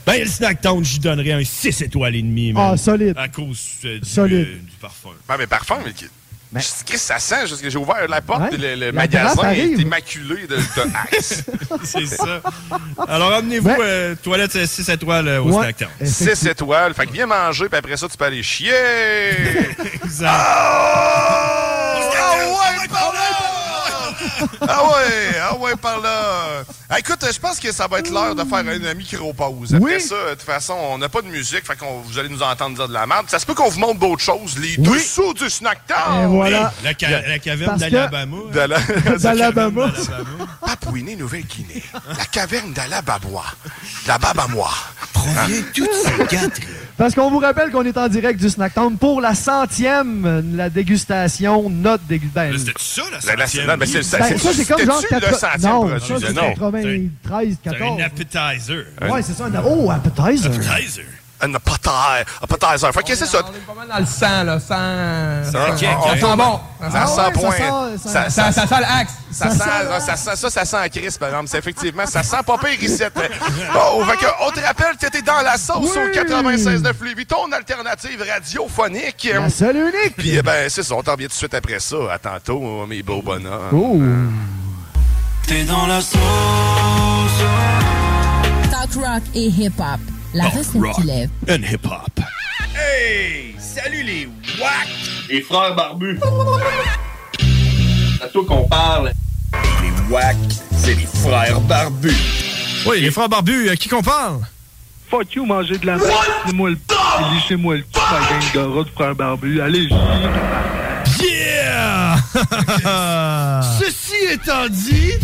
ben, le snack town, j'y donnerais un 6 étoiles et demi, man. Ah, solide. À cause euh, du, Solide. euh, du parfum. Ben, mais parfum, mais qui- Qu'est-ce que ça sent? Juste que J'ai ouvert la porte, puis le, le la magasin grappe est arrive. immaculé de, de ice. c'est ça. Alors, amenez-vous euh, toilettes 6 étoiles euh, au Ouais, snack town. 6 étoiles. Fait que viens manger, puis après ça, tu peux aller chier. Exact. Ah ouais, par là! Ah ouais, ah ouais, par là! Ah, écoute, je pense que ça va être l'heure de faire une micro-pause. Après Oui. ça, de toute façon, on n'a pas de musique, fait qu'on vous allez nous entendre dire de la merde. Ça se peut qu'on vous montre d'autres choses, les dessous du snack town! Et voilà. La, ca- la caverne Parce que- d'Alabama. D'Ala- D'Alabama. Papouiné, Nouvelle-Guinée. La caverne d'Alababois. La Babamois. Hein? Provient toute sa gâterie. Parce qu'on vous rappelle qu'on est en direct du Snack Town pour la centième, euh, la dégustation, notre dégustation. Ça, la La- la- centième. non, mais c'est- c'est- Ben, c'est- Ça, c'est comme genre C'était-tu le quatre- centième non, produit, ça, c'est non. 93, T'as un 14. appetizer. Ouais, c'est ça. un- Oh, appetizer. Appetizer. Un appetizer. Appetizer. Fait que c'est ça. Dans le sang, là, sang. Ça sang- sent Ça sent bon. Ah, Ah Ça sent point. point. Ça ça- ça sent l'axe. Ça sent, là, ça sent, ça, ça sent la crise, par exemple. C'est effectivement, ça sent pas pire ici. Bon, fait que, on te rappelle que t'étais dans la sauce Oui. au 96 de Lévis, ton alternative radiophonique. La seule et unique. Puis, eh ben, c'est ça, on t'en revient tout de suite après ça. À tantôt, mes beaux bonhommes. Oh. T'es dans la sauce. Talk rock et hip-hop. La Talk racine rock. qui lève. Un hip-hop. Hey! Salut les WAC! Les frères barbus. à toi qu'on parle. Les WAC, c'est les frères barbus. Oui, les frères barbus, à euh, qui qu'on parle? Fuck you, mangez de la merde. Moi le p. Lichez-moi le p. La gang de rats de frères barbus. Allez, Yeah! Ceci étant dit.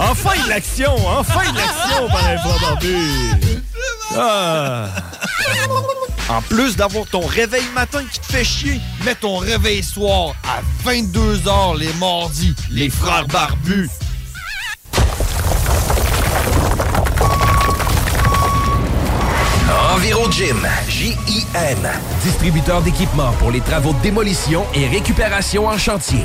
enfin de l'action! Enfin de l'action par les frères barbus! Ah. En plus d'avoir ton réveil matin qui te fait chier, mets ton réveil soir à 22h les mardis. Les frères barbus. Enviro Gym, J-I-M, distributeur d'équipements pour les travaux de démolition et récupération en chantier.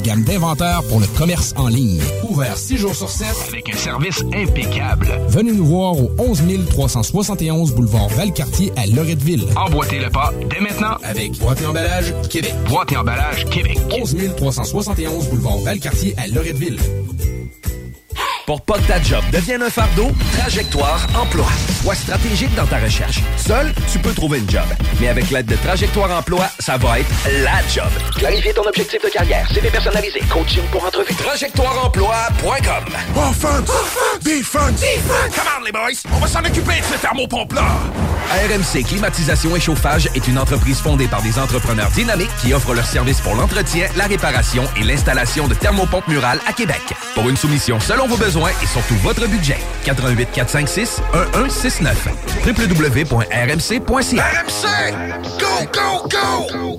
gamme d'inventaires pour le commerce en ligne. Ouvert 6 jours sur 7 avec un service impeccable. Venez nous voir au 11 371 boulevard Valcartier à Loretteville. Emboîtez le pas dès maintenant avec Boîte et Emballage Québec. Boîte et Emballage Québec. 11 371 boulevard Valcartier à Loretteville. pour pas que ta job devienne un fardeau, Trajectoire Emploi. Sois stratégique dans ta recherche. Seul, tu peux trouver une job. Mais avec l'aide de Trajectoire Emploi, ça va être la job. Clarifier ton objectif de carrière, CV personnalisé, coaching pour entrevue. TrajectoireEmploi.com Offense! Defense! Defense! Come on, les boys! On va s'en occuper de ce thermopompe-là! RMC Climatisation et Chauffage est une entreprise fondée par des entrepreneurs dynamiques qui offrent leurs services pour l'entretien, la réparation et l'installation de thermopompes murales à Québec. Pour une soumission selon vos besoins et surtout votre budget, 88 456 1169 www.rmc.ca RMC! Go, go, go!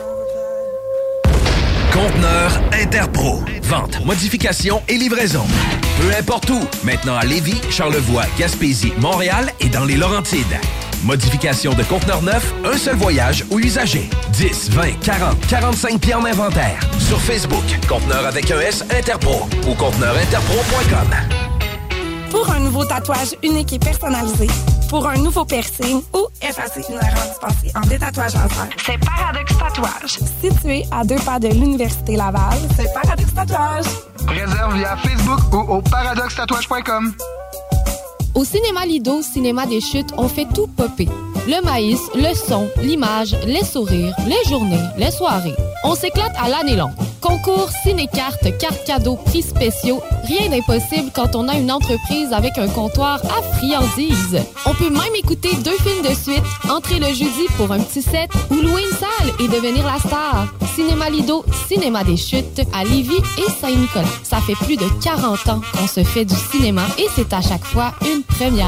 Conteneur Interpro. Vente, modification et livraison. Peu importe où, maintenant à Lévis, Charlevoix, Gaspésie, Montréal et dans les Laurentides. Modification de conteneur neuf, un seul voyage ou usager. 10, 20, 40, 45 pieds en inventaire. Sur Facebook, conteneur avec un S Interpro ou conteneurinterpro.com. Pour un nouveau tatouage unique et personnalisé, pour un nouveau piercing ou effacer une erreur dispensée en détatouage laser, c'est Paradox Tatouage. Situé à deux pas de l'Université Laval, c'est Paradox Tatouage. Réserve via Facebook ou au paradoxtatouage.com. Au cinéma Lido, cinéma des chutes, on fait tout popper. Le maïs, le son, l'image, les sourires, les journées, les soirées. On s'éclate à l'année longue. Concours, ciné-cartes, cartes cadeaux, prix spéciaux, rien n'est possible quand on a une entreprise avec un comptoir à friandises. On peut même écouter deux films de suite, entrer le jeudi pour un petit set ou louer une salle et devenir la star. Cinéma Lido, cinéma des chutes, à Lévis et Saint-Nicolas. Ça fait plus de 40 ans qu'on se fait du cinéma et c'est à chaque fois une première.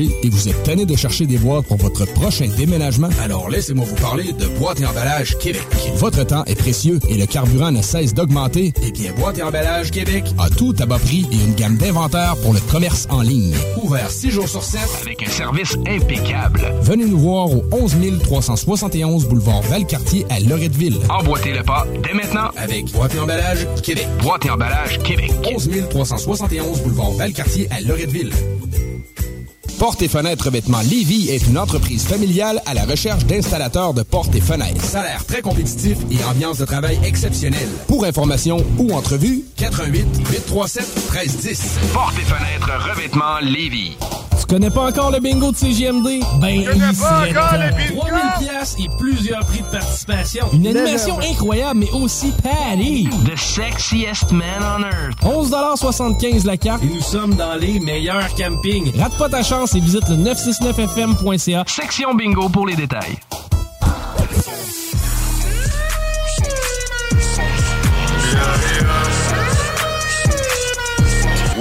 et vous êtes tanné de chercher des boîtes pour votre prochain déménagement? Alors laissez-moi vous parler de Boîte et Emballage Québec. Votre temps est précieux et le carburant ne cesse d'augmenter. Eh bien, Boîte et Emballage Québec a tout à bas prix et une gamme d'inventaires pour le commerce en ligne. Ouvert 6 jours sur 7 avec un service impeccable. Venez nous voir au 11 371 boulevard Valcartier à Loretteville. Emboîtez le pas dès maintenant avec Boîte et Emballage Québec. Boîte et Emballage Québec. 11 371 boulevard Valcartier à Loretteville. Porte et fenêtres revêtement Lévy est une entreprise familiale à la recherche d'installateurs de portes et fenêtres. Salaire très compétitif et ambiance de travail exceptionnelle. Pour information ou entrevue, 88 837 1310. Porte et fenêtres revêtement Lévis. Tu connais pas encore le bingo de CGMD? Ben, connais pas ici, encore attends. le bingo? 3000 piastres et plusieurs prix de participation. Une animation incroyable, mais aussi Patty. The sexiest man on earth. 11,75 la carte. Et nous sommes dans les meilleurs campings. Rate pas ta chance et visite le 969fm.ca. Section bingo pour les détails.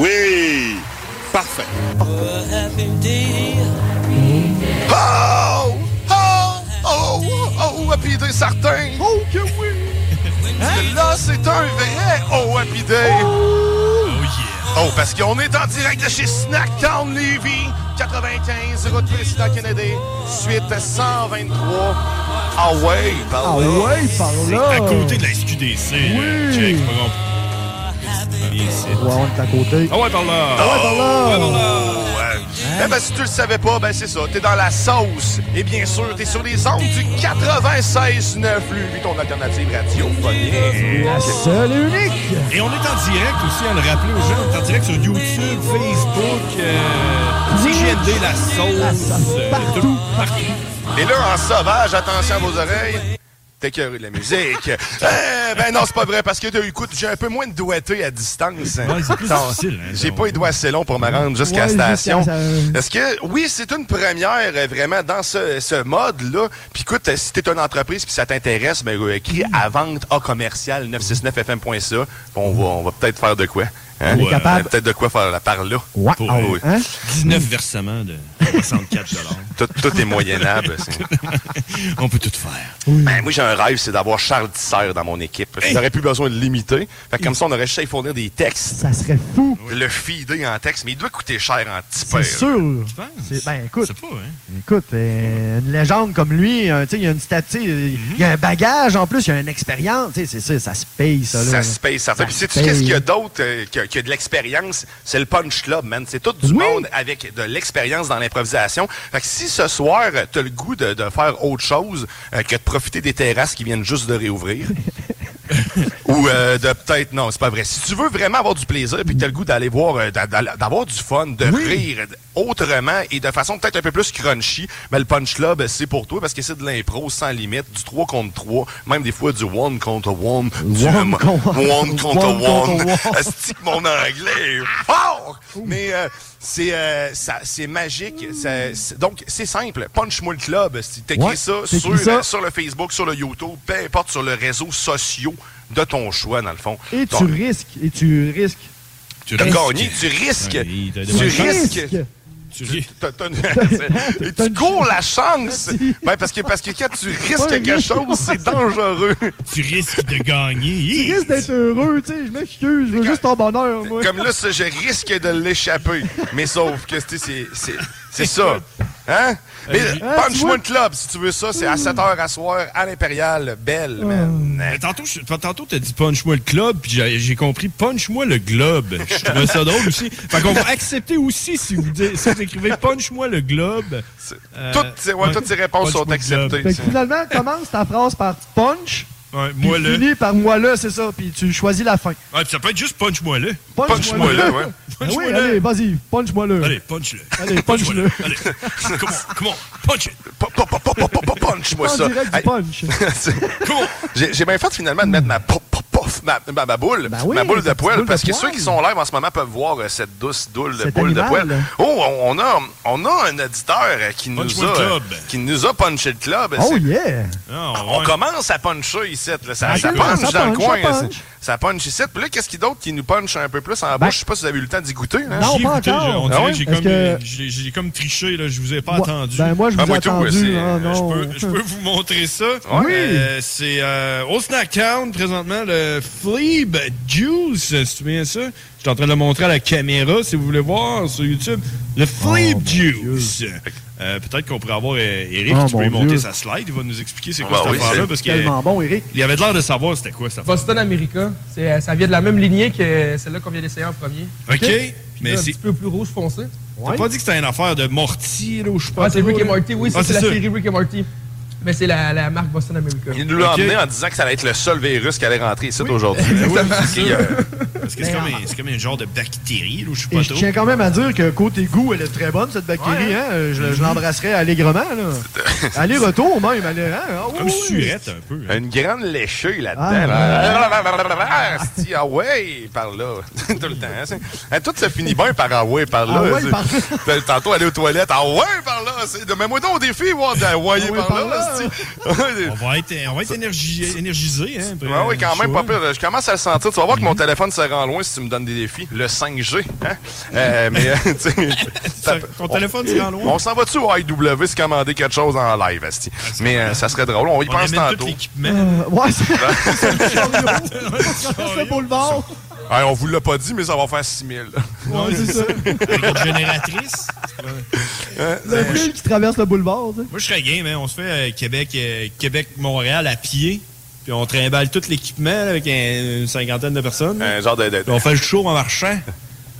La Parfait. Oh! Oh! Oh! Oh! Happy Day certain! Oh que oui! Là, c'est un vrai Oh Happy Day! Oh, parce qu'on est en direct de chez Snacktown Levy, 95, route Président Kennedy, suite 123. Ah ouais, par là. par C'est à côté de la SQDC. euh, check, par exemple. Ici. Ouais, on est à côté. Ah ouais, par là. Ah ouais, par là. Oh, ouais. Eh ben, si tu le savais pas, ben c'est ça. T'es dans la sauce. Et bien sûr, t'es sur les ondes du 96.9 Lui, ton alternative radiophonique. La seule et unique. Et on est en direct aussi, à le rappeler aux gens, on est en direct sur YouTube, Facebook, euh, CGND, la sauce, euh, tout, partout. Et là, en sauvage, attention à vos oreilles. T'es curieux de la musique. eh, ben non, c'est pas vrai, parce que t'as eu- écoute, j'ai un peu moins de doigté à distance. Ouais, c'est plus Non, difficile, hein, J'ai pas les doigts assez longs pour me rendre jusqu'à Ouais, la station. jusqu'à la- Parce que, oui, c'est une première euh, vraiment dans ce, ce mode-là. Puis écoute, euh, si t'es une entreprise puis ça t'intéresse, ben euh, écris à vente à commercial 969fm.ca. On va, on va peut-être faire de quoi. hein? On est capable. Hein? On a Peut-être de quoi faire la part là. Pour- Ah oui. hein? 19 versements de 64 Tout, tout est moyenable. c'est- On peut tout faire. Ben, moi, j'ai un rêve, c'est d'avoir Charles Tisser dans mon équipe. J'aurais plus besoin de l'imiter. Fait que comme ça, on aurait juste à y fournir des textes. Ça serait fou. Le feeder en texte, mais il doit coûter cher en petit C'est sûr. C'est- Ben écoute, écoute, euh, une légende comme lui, euh, tu sais, il y a une statue, il y a un bagage en plus, il y a une expérience, tu sais, c'est ça, ça se paye ça. Là. Ça se paye, ça. Puis, se sais-tu qu'est-ce paye. qu'il y a d'autre euh, que, que de l'expérience? C'est le Punch Club, man. C'est tout du monde avec de l'expérience dans l'improvisation. Fait que si ce soir, euh, t'as le goût de, de faire autre chose euh, que de profiter des terrasses qui viennent juste de réouvrir. ou euh, de peut-être non c'est pas vrai si tu veux vraiment avoir du plaisir puis que t'as le goût d'aller voir euh, d'a- d'a- d'avoir du fun de rire autrement et de façon peut-être un peu plus crunchy mais le punch club c'est pour toi parce que c'est de l'impro sans limite du 3 contre 3 même des fois du one contre one du One m- contre- one contre one one, contre one. Asti que mon anglais est fort mais euh, c'est euh, ça c'est magique Ça- c'est- donc c'est simple punch moi le club si t'écris Ouais, ça t'écris sur ça. sur le Facebook, sur le YouTube, peu importe sur le réseau sociaux de ton choix, dans le fond. Et tu Donc, risques, et tu risques. tu de gagner, tu risques. Oui, t'as des tu bonnes risques. chances. T'as- t'as une- Et tu cours la chance. Ben, parce, que, parce que quand tu risques Ouais, quelque oui. chose, c'est dangereux. tu risques de gagner. Tu risques d'être heureux, tu sais, je m'excuse, je veux juste ton bonheur, moi. Comme là, ça, je risque de l'échapper. Mais sauf que tu sais, c'est c'est- c'est ça. Hein? Mais Euh, ah, tu Punch vois- Moon Club, si tu veux ça, c'est à 7h à soir à l'Impérial. Belle, man. Mais tantôt, je- tantôt, t'as dit punch-moi le club, puis j'ai j'ai compris punch-moi le globe. Je trouvais ça drôle aussi. Fait qu'on va accepter aussi si vous, dites- si vous écrivez punch-moi le globe. Euh, toutes ces- ouais, toutes ces réponses punch-moi sont le globe. acceptées. Fait que finalement, commence ta phrase par punch, Ouais, puis moi le. finis par moi là, c'est ça, puis tu choisis la fin. Ouais, puis ça peut être juste punch-moi le. Punch-moi là, ouais. Ah oui, Punch-moi allez, le. vas-y, punch-moi là. Allez, punch-le. Allez, punch-le. Allez, come on, come on, punch it. Punch-moi En ça. direct du Hey, punch. C'est- J'ai j'ai bien fait finalement de mettre ma pop, pop, pof, ma, ma- ma boule, ma boule de Ben ta petite poêle, boule de parce que poêle. ceux qui sont en live en ce moment peuvent voir euh, cette douce doule de Cet boule de poêle. animal, là. Oh, on on a, on a un auditeur euh, qui nous, Punch-moi a, le euh, club. qui nous a punché le club. Oh Ben, C'est- yeah! on commence à puncher ici. là. Ça, Ah, ça c'est punch vrai, ça dans le punch, coin. ça là. punch. C'est- Ça punch ici. Puis là, qu'est-ce qu'il y a d'autre qui nous punche un peu plus en bouche? Je sais pas si vous avez eu le temps d'y goûter. hein. Ben Non, J'y ai pas goûté, encore. je- on dirait Ah que ouais? j'ai Est-ce comme- que- J'ai j'ai comme triché, là, je vous ai pas Moi- attendu. Ben moi, je vous Ah, ai moi, tout, attendu, c'est- hein, je non. Je peux vous montrer ça. Oui. Euh, c'est euh, au Snacktown, présentement, le Fleeb Juice, si tu te souviens de ça. Je suis en train de le montrer à la caméra, si vous voulez voir sur YouTube. Le Oh, Fleeb Juice. Euh, Peut-être qu'on pourrait avoir euh, Eric, Oh, tu peux lui mon monter Dieu. sa slide. Il va nous expliquer c'est Ah, quoi bah cette oui, affaire-là. c'est Parce que, Tellement bon, Eric. Il avait l'air de savoir c'était quoi cette affaire. Boston America, c'est, euh, ça vient de la même lignée que celle-là qu'on vient d'essayer en premier. OK, Puis mais là, un c'est- petit peu plus rouge foncé. T'as pas dit que c'était une affaire de Morty, là, ou je sais pas. Ah, c'est trop, Rick là. et Morty, oui, ça, Ah, c'est la ça. série Rick et Morty. Mais c'est la, la marque Boston America. Il nous l'a emmené en disant que ça allait être le seul virus qui allait rentrer ici aujourd'hui. Ben Parce qu'il y a- Parce que c'est comme, un- c'est comme un genre de bactérie, là, ou je sais Et pas je trop. tiens quand même à dire que côté goût, elle est très bonne, cette bactérie. hein. Euh, Je, Mm-hmm. je l'embrasserais allègrement. Là. Aller-retour, même. Allez, hein? Ah, oui, Comme oui. surette, un peu. hein. Une grande léchée là-dedans. Ah, Ah, asti, ah ouais, par là. Tout le temps. hein, c'est- Hein, tout se finit bien par ah ouais, par là. Ah ouais, c'est- par Tantôt aller aux toilettes, ah ouais, par là. c'est- Mets-moi donc au défi, voir du ah ouais, par, là. on va être, on va être énergi- énergisé. Hein, après Ouais, Ah oui, quand le même, pas show. pire. Je commence à le sentir. Tu vas voir Mm-hmm. que mon téléphone se rend loin si tu me donnes des défis. Le 5G. Hein? Euh, mais, euh, tu sais, ça- Ton on- téléphone se rend loin. Ah, On s'en va-tu au IW se commander quelque chose en live, Asti? Mais euh, ça serait drôle. On y On pense amène tout tantôt. Euh, ouais, c'est le boulevard. Hey, on vous l'a pas dit, mais ça va faire 6 000. Ouais, c'est ça. Une génératrice. Hein? Le fil qui traverse le boulevard. tu sais. Moi, je serais game, hein. On se fait euh, Québec, euh, Québec-Montréal à pied. Puis on trimballe tout l'équipement là, avec un- une cinquantaine de personnes. Un genre de. on fait le show en marchant.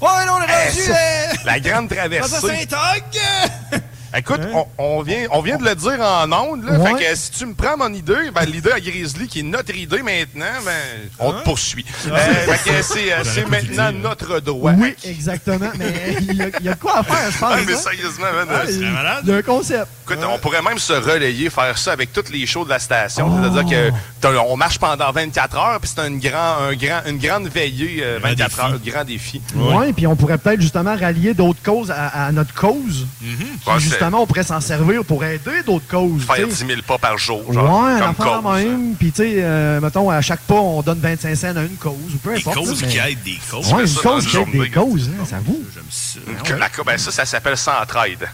Ouais, non, on est Eh, rendu. ça, euh, La grande dans un traversée. Saint-Og. Écoute, on, on vient, on vient de le dire en ondes. Là, Ouais. Fait que si tu me prends mon idée, ben, l'idée à Grizzly, qui est notre idée maintenant, ben, on te poursuit. Euh, fait que c'est, euh, c'est maintenant notre droit. Oui, exactement. Mais il y, a- il y a de quoi à faire, je pense. Ouais, mais hein. sérieusement, man, Ouais, c'est il- malade. Il y a un concept. Écoute, on pourrait même se relayer, faire ça avec toutes les shows de la station. Oh. C'est-à-dire que t'as- on marche pendant 24 heures, puis c'est un grand, un grand, une grande veillée euh, 24 heures, grand défi. Oui, puis on pourrait peut-être justement rallier d'autres causes à, à notre cause. Puis Ouais, c'est- Mhm. justement, on pourrait s'en servir pour aider d'autres causes. Faire tu 10 sais. 000 pas par jour, Ouais, genre, un comme affaire cause. de même. Puis, tu sais, euh, mettons, à chaque pas, on donne 25 cents à une cause, ou peu Des importe. causes là, qui mais- aident des causes. Ouais, Tu une fais ça dans cause une qui aide des journée, causes, hein, ça vous. J'aime ça. Que la co- ben, ça, ça s'appelle s'entraide.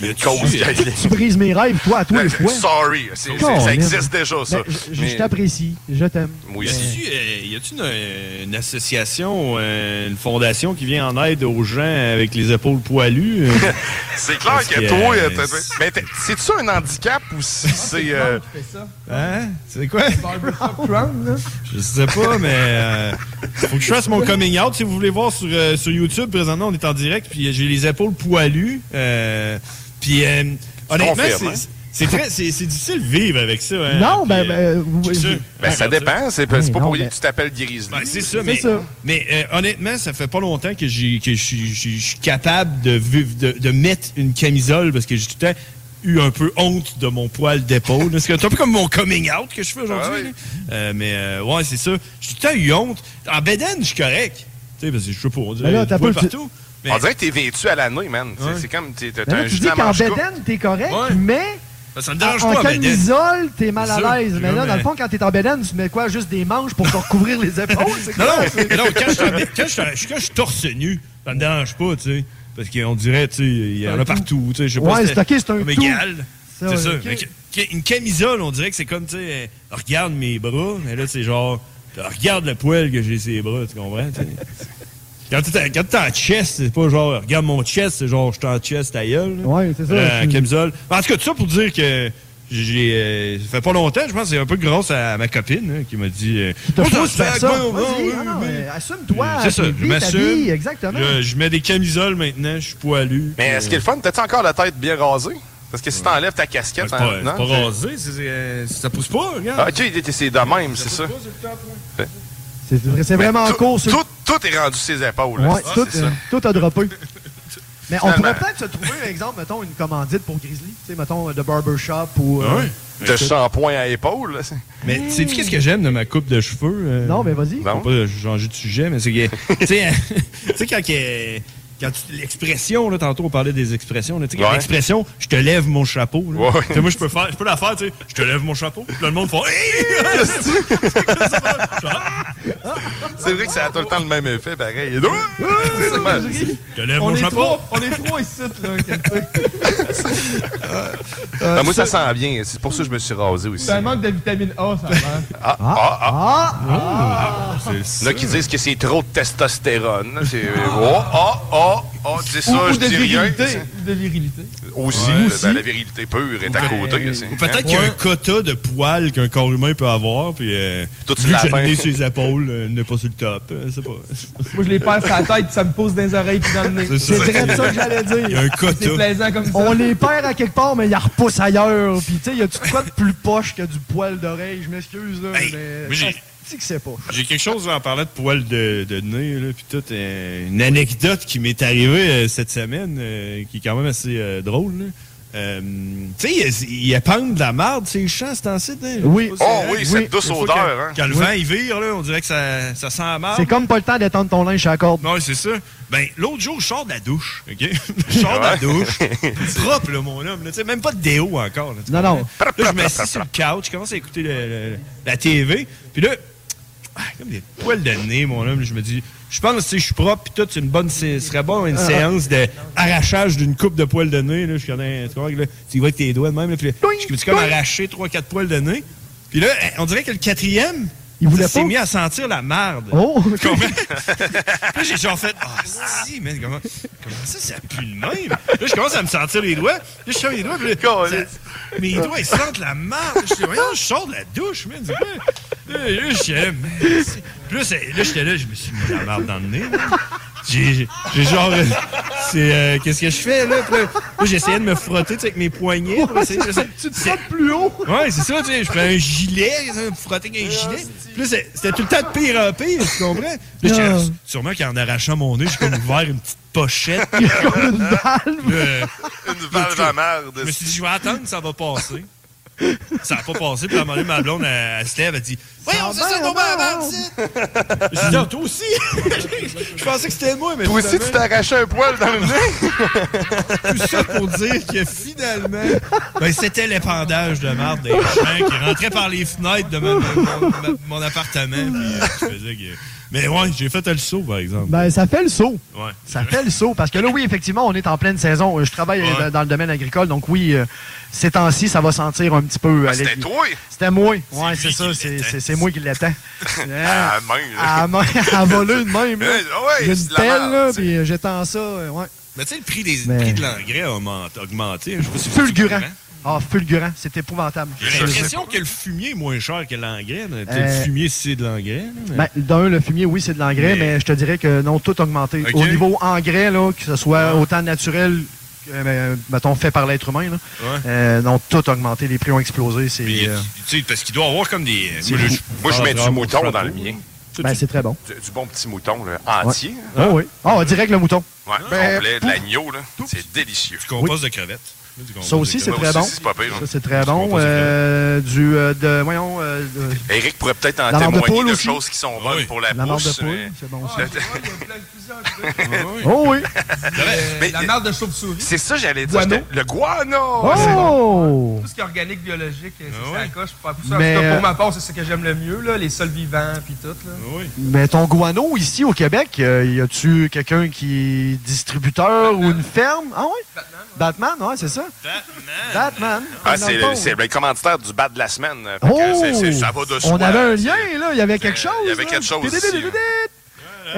Il y a une cause qui aide. Tu brises mes rêves, toi, à tous les fois. Sorry, c'est- c'est- Colin. ça existe déjà, ça. Ben, je- je Mais- t'apprécie, je t'aime. Y a-tu, euh, y a-tu une, euh, une association, euh, une fondation qui vient en aide aux gens avec les épaules poilues? euh? C'est clair Parce que, que, toi, euh, t'as- t'as- mais t'as- c'est-tu un handicap ou si c'est... euh, hein? C'est quoi? Barbershop Crown, là. Je sais pas, mais euh, faut que je fasse mon coming out. Si vous voulez voir sur, euh, sur YouTube, présentement, on est en direct, puis euh, j'ai les épaules poilues. euh, puis euh, honnêtement, confirmes, c'est- hein? c'est très- c'est c'est difficile de vivre avec ça. hein. Non, ben, Puis, euh, ben, oui, c'est sûr. oui. Ben, ça dépend. C'est pas c'est pas non, pour rien ben- que tu t'appelles Grizzly. Ben, c'est ça, C'est mais, ça. mais euh, honnêtement, ça fait pas longtemps que j'ai- que je suis- je suis je suis capable de, vivre, de, de mettre une camisole parce que j'ai tout le temps eu un peu honte de mon poil d'épaule. là. C'est un peu comme mon coming out que je fais aujourd'hui. là. Euh, mais euh, ouais, c'est ça. J'ai tout le temps eu honte. En bédaine, je suis correct. Tu sais, parce que je sais pas, on dirait Ben là, du t'as poil pas le- partout. On dirait que t'es vêtu à l'année, man. C'est- Ouais. C'est comme... t'es- T'as Mais t'as Ben là, un tu dis gilet à qu'en manches courtes. bédaine, t'es correct, mais Ben, ça me dérange en, en pas, en bédaine. camisole, t'es mal C'est à sûr, l'aise. Mais là, là, dans mais- le fond, quand t'es en bédaine, tu mets quoi? Juste des manches pour te recouvrir les épaules? c'est Non, clair, non, c'est- mais non, quand je suis en bé- quand je suis en- quand je suis torse nu, ça me dérange pas, tu sais. Parce qu'on dirait, tu sais, il y en a partout, tu sais. je sais pas Ouais, si c'est ok, c'est un comme tout. égal. Ça, C'est ça. ok. Mais que- que- Une camisole, on dirait que c'est comme, tu sais, euh, regarde mes bras, mais là, c'est genre, euh, regarde le poil que j'ai sur les bras, tu comprends? tu sais. Quand t'es en- quand t'es en chest, c'est pas genre, regarde mon chest, c'est genre, je suis en chest ta gueule. là. Ouais, c'est ça. Euh, tu- camisole. En tout cas, tout ça pour dire que j'ai. euh, ça fait pas longtemps, je pense que c'est un peu grâce à ma copine hein, qui m'a dit. euh, T'as Moi, pas dans de le faire sac, ça. bon, bon, Vas-y, hein, oui, non, non, oui. mais Assume-toi. C'est ça, puis je vis ta vie, m'assume. Exactement. Je, je mets des camisoles maintenant, je suis poilu. Mais est-ce qu'il est le fun? T'as-tu encore la tête bien rasée? Parce que si t'enlèves ta casquette, C'est pas, c'est hein, pas non? rasé, c'est- c'est, euh, ça pousse pas, regarde. Ah, ok, c'est de même, c'est ça. C'est vrai- c'est vraiment Mais tout- court. ce- Tout, tout est rendu ses épaules. Ouais, hein, c'est tout, ça. euh, tout a droppé. Mais on Finalement. pourrait peut-être se trouver, par exemple, mettons, une commandite pour Grizzly, tu sais, mettons, de barbershop ou... Ah euh, ouais? De shampoing à épaule. là, c'est- Mais tu sais qu'est-ce que j'aime de ma coupe de cheveux? euh, Non, mais vas-y. Faut pas changer de sujet, mais c'est que. Tu sais, tu sais, quand, que- quand tu- l'expression, là, tantôt, on parlait des expressions, là, tu sais, quand Ouais. l'expression, je te lève mon chapeau, là. Ouais. Tu sais, moi, je peux faire, je peux la faire, tu sais, je te lève mon chapeau, puis là, le monde fait, Hey! C'est vrai que ça a tout le temps le même effet, pareil. Et donc, c'est mal. Je te lève On Eh, mon est, chapeau. trois, on est trois ici, là. Ah, moi, ça sent bien. C'est pour ça que je me suis rasé aussi. C'est un manque de vitamine A, ça va. Ah, ah, ah. C'est Là, qui disent que c'est trop de testostérone. là, c'est- Oh, Ah. oh, oh, oh, dis ça, ou je de dis rien. virilité. Ou de virilité. Aussi, Ouais. là, Aussi. ben, la virilité pure est à Ben, côté. là, c'est- Ou peut-être qu'il y a un quota de poils qu'un corps humain peut avoir, puis euh, Toi, tu vu que l'as je le peint. nez sur les épaules, euh, n'est pas sur le top, euh, c'est pas... Moi, je les perds sur la tête, ça me pose dans les oreilles puis dans le nez. C'est C'est vrai ça que j'allais Il y a un dire. quota. C'est plaisant comme ça. euh, On les perd à quelque part, mais ils la repoussent ailleurs. Puis, tu sais, y a-tu de quoi de plus poche que du poil d'oreille? Je m'excuse, là, mais... moi, j'ai- Tu que c'est poche. J'ai quelque chose en parlant de poils de, de nez, là, puis tout. euh, une anecdote qui m'est arrivée euh, cette semaine, euh, qui est quand même assez euh, drôle. là. euh, tu sais, ils ils épandent de la marde, ces champs, c'est en site. hein? Oui. Oh oui, cette douce odeur, hein. Quand le Oui. vent, il vire, là, on dirait que ça, ça sent la marde. C'est comme pas le temps d'étendre ton linge à la corde. Non, c'est ça. Ben, l'autre jour, je sors de la douche, OK? Je sors de la Ouais. douche. propre, là, mon homme. là, tu sais, même pas de déo encore. Là, tu Non, non. comprends? Là, je m'assis sur le couch, je commence à écouter le- le- la TV. Puis là, ah, comme des poils de nez, mon homme. là, Je me dis, je pense que je suis propre, puis tout, c'est une bonne, sé- ce serait bon une Ah. séance d'arrachage d'une coupe de poils de nez. Là, je suis en train- tu comprends que là, tu y vas avec tes doigts de même. Là, puis là, je me suis comme arraché 3-4 poils de nez. Puis là, eh, on dirait que le quatrième, Il voulait ça s'est pas? mis à sentir la marde. Oh! Tu comprends? Puis là, j'ai genre fait, ah, si, mais comment, comment ça, ça pue le même? Là, je commence à me sentir les doigts. Là, je sens les doigts, puis là, ça- mes doigts, ils sentent la marde. Je dis, voyons, je sors de la douche, man. c'est quoi? Là, là, je suis là, mais c'est- Puis là, c'est- là, j'étais là, je me suis mis la marde dans le nez, man. J'ai j'ai genre, euh, c'est, euh, qu'est-ce que je fais, là? Puis là, là, j'essayais de me frotter, tu sais, avec mes poignets. pour essayer de- Tu te sens plus haut. Ouais, c'est ça, tu sais, je fais un gilet, me frotter Ah, avec un gilet. Puis là, c'est- c'était tout le temps de pire en pire, tu comprends? Là, j'étais- Ah. sûrement qu'en arrachant mon nez, j'ai comme ouvert une petite pochette. comme une valve. Une valve à marde. Je me suis dit, je vais attendre, ça va passer. Ça n'a pas passé, puis à un moment donné, ma blonde, elle, elle se lève, elle dit Ah. Voyons, c'est ça, tombé à marde, ici. Je dis, Ah, toi aussi Je pensais que c'était moi, mais. Toi aussi, tu t'es arraché un poil dans le nez? Tout ça pour dire que finalement, ben, c'était l'épandage de marde des chiens qui rentraient par les fenêtres de ma- ma- mon, ma- mon appartement. puis, euh, je faisais que- Mais ouais, j'ai fait le saut, par exemple. Ben, ça fait le saut. Ouais. Ça fait le saut. Parce que là, oui, effectivement, on est en pleine saison. Je travaille Ouais. euh, dans le domaine agricole, donc oui, euh, ces temps-ci, ça va sentir un petit peu. euh, Ah, c'était les- toi? C'était moi. Ouais, c'est ça. c'est- C'est c'est moi qui l'étends. Ah, la main, là. À main, à voler ah, de même. là. Ouais, ah ouais, J'ai une c'est de la pelle, merde, là, puis j'étends ça. euh, Ouais. Mais tu sais, le prix, des, Mais- prix de l'engrais a augment- augmenté. hein, Je sais pas si vous êtes au Fulgurant. courant. Ah, fulgurant. C'est épouvantable. J'ai l'impression que le fumier est moins cher que l'engrais. mais peut-être Euh, Le fumier, c'est de l'engrais. là, mais- Ben, d'un, le fumier, oui, c'est de l'engrais, mais... je te dirais que non, tout a augmenté. Ok. Au niveau engrais, là, que ce Ah. soit autant naturel que, euh, mettons, fait par l'être humain, là, Ah. Ouais. euh, non, tout a augmenté. Les prix ont explosé. C'est euh, Tu sais, parce qu'il doit avoir comme des. C'est fou. Moi, je mets du Ah, mouton bravo, dans le mien. ben, c'est très bon. Du, du bon petit mouton, là, entier. hein. Ah oui. Ah, direct le mouton. Ouais, Ben, complet, de pouf. l'agneau, là. C'est délicieux. Tu composes de crevettes. Ça aussi, c'est très bon. C'est pas pire. hein. Ça, c'est très bon. Euh, du, euh, de, voyons, euh, de- Eric pourrait peut-être en La marde de témoigner poule de, aussi. choses qui Ah sont bonnes pour la, Ah, La marde bouche. de poule, c'est bon aussi. Oh oui. la marde de chauve-souris. C'est ça, j'allais dire. Guano. j'étais- Le guano. Oh! Tout ce qui est organique, biologique, c'est Ah ça coche. Pour, pour, Mais, ça, en tout cas, euh, pour ma part, c'est ce que j'aime le mieux, là, les sols vivants puis tout. Là. Ah Mais ton guano, ici, au Québec, euh, y a-tu quelqu'un qui est distributeur ou une ferme? Ah oui? Batman. Batman, ouais, c'est ça? Batman. Ah, Batman. c'est c'est le commanditaire du bat de la semaine. Euh, Fait que Oh! c'est- c'est- ça va de soi. On avait un lien, là. Il y avait quelque chose. Il y avait là. quelque chose ici,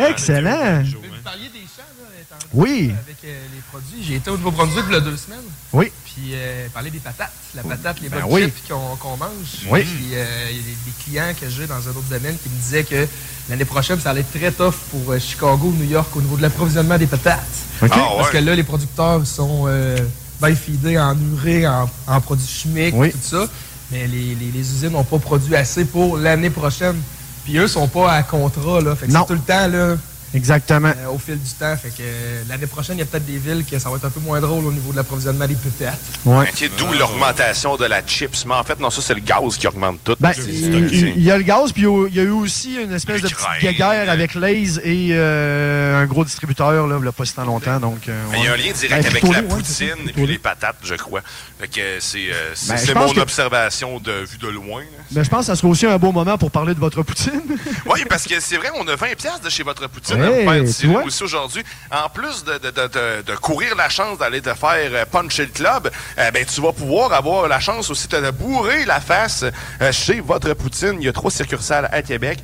Excellent. Vous parliez des champs là, étant donné Oui. avec euh, les produits. J'ai été au Nouveau-Brunswick il y a deux semaines. Oui. Puis euh, parler des patates, Oh. la patate, les Ben bonnes oui. chips qu'on qu'on mange. Oui. Puis euh, il y a des, des clients que j'ai dans un autre domaine qui me disaient que l'année prochaine, ça allait être très tough pour euh, Chicago, New York au niveau de l'approvisionnement des patates. OK. Ah Parce que ouais. là, les producteurs sont euh, bien feedés en urée, en, en produits chimiques, Oui. tout ça. Mais les, les- les usines n'ont pas produit assez pour l'année prochaine. Puis eux sont pas à contrat, là. Fait que c'est Non. tout le temps, là. Exactement. Euh, au fil du temps. Fait que euh, l'année prochaine, il y a peut-être des villes que ça va être un peu moins drôle au niveau de l'approvisionnement des patates. Ok, D'où l'augmentation de la chips. Mais en fait, non, ça, c'est le gaz qui augmente tout. Ben, C'est- c'est- il c'est- il y a le gaz, puis il y a eu aussi une espèce de L'Ukraine. petite guerre avec Lays et euh, un gros distributeur, là, il n'y a pas si tant longtemps. Donc, euh, Mais Il y a un ouais. lien Ben, direct avec plutôt la lui, ouais, c'est ça. poutine et puis les patates, je crois. Fait que c'est euh, c'est- Ben, je c'est pense mon que- observation de vue de loin. là. Mais Ben, je pense que ça serait aussi un beau moment pour parler de votre poutine. Oui, parce que c'est vrai, on a 20 piastres de chez votre poutine Hey, à vous faire tu tirer vois? aussi aujourd'hui. En plus de, de- de- de- de courir la chance d'aller te faire euh, puncher le club, euh, ben, tu vas pouvoir avoir la chance aussi de te bourrer la face euh, chez votre poutine. Il y a trois succursales à Québec.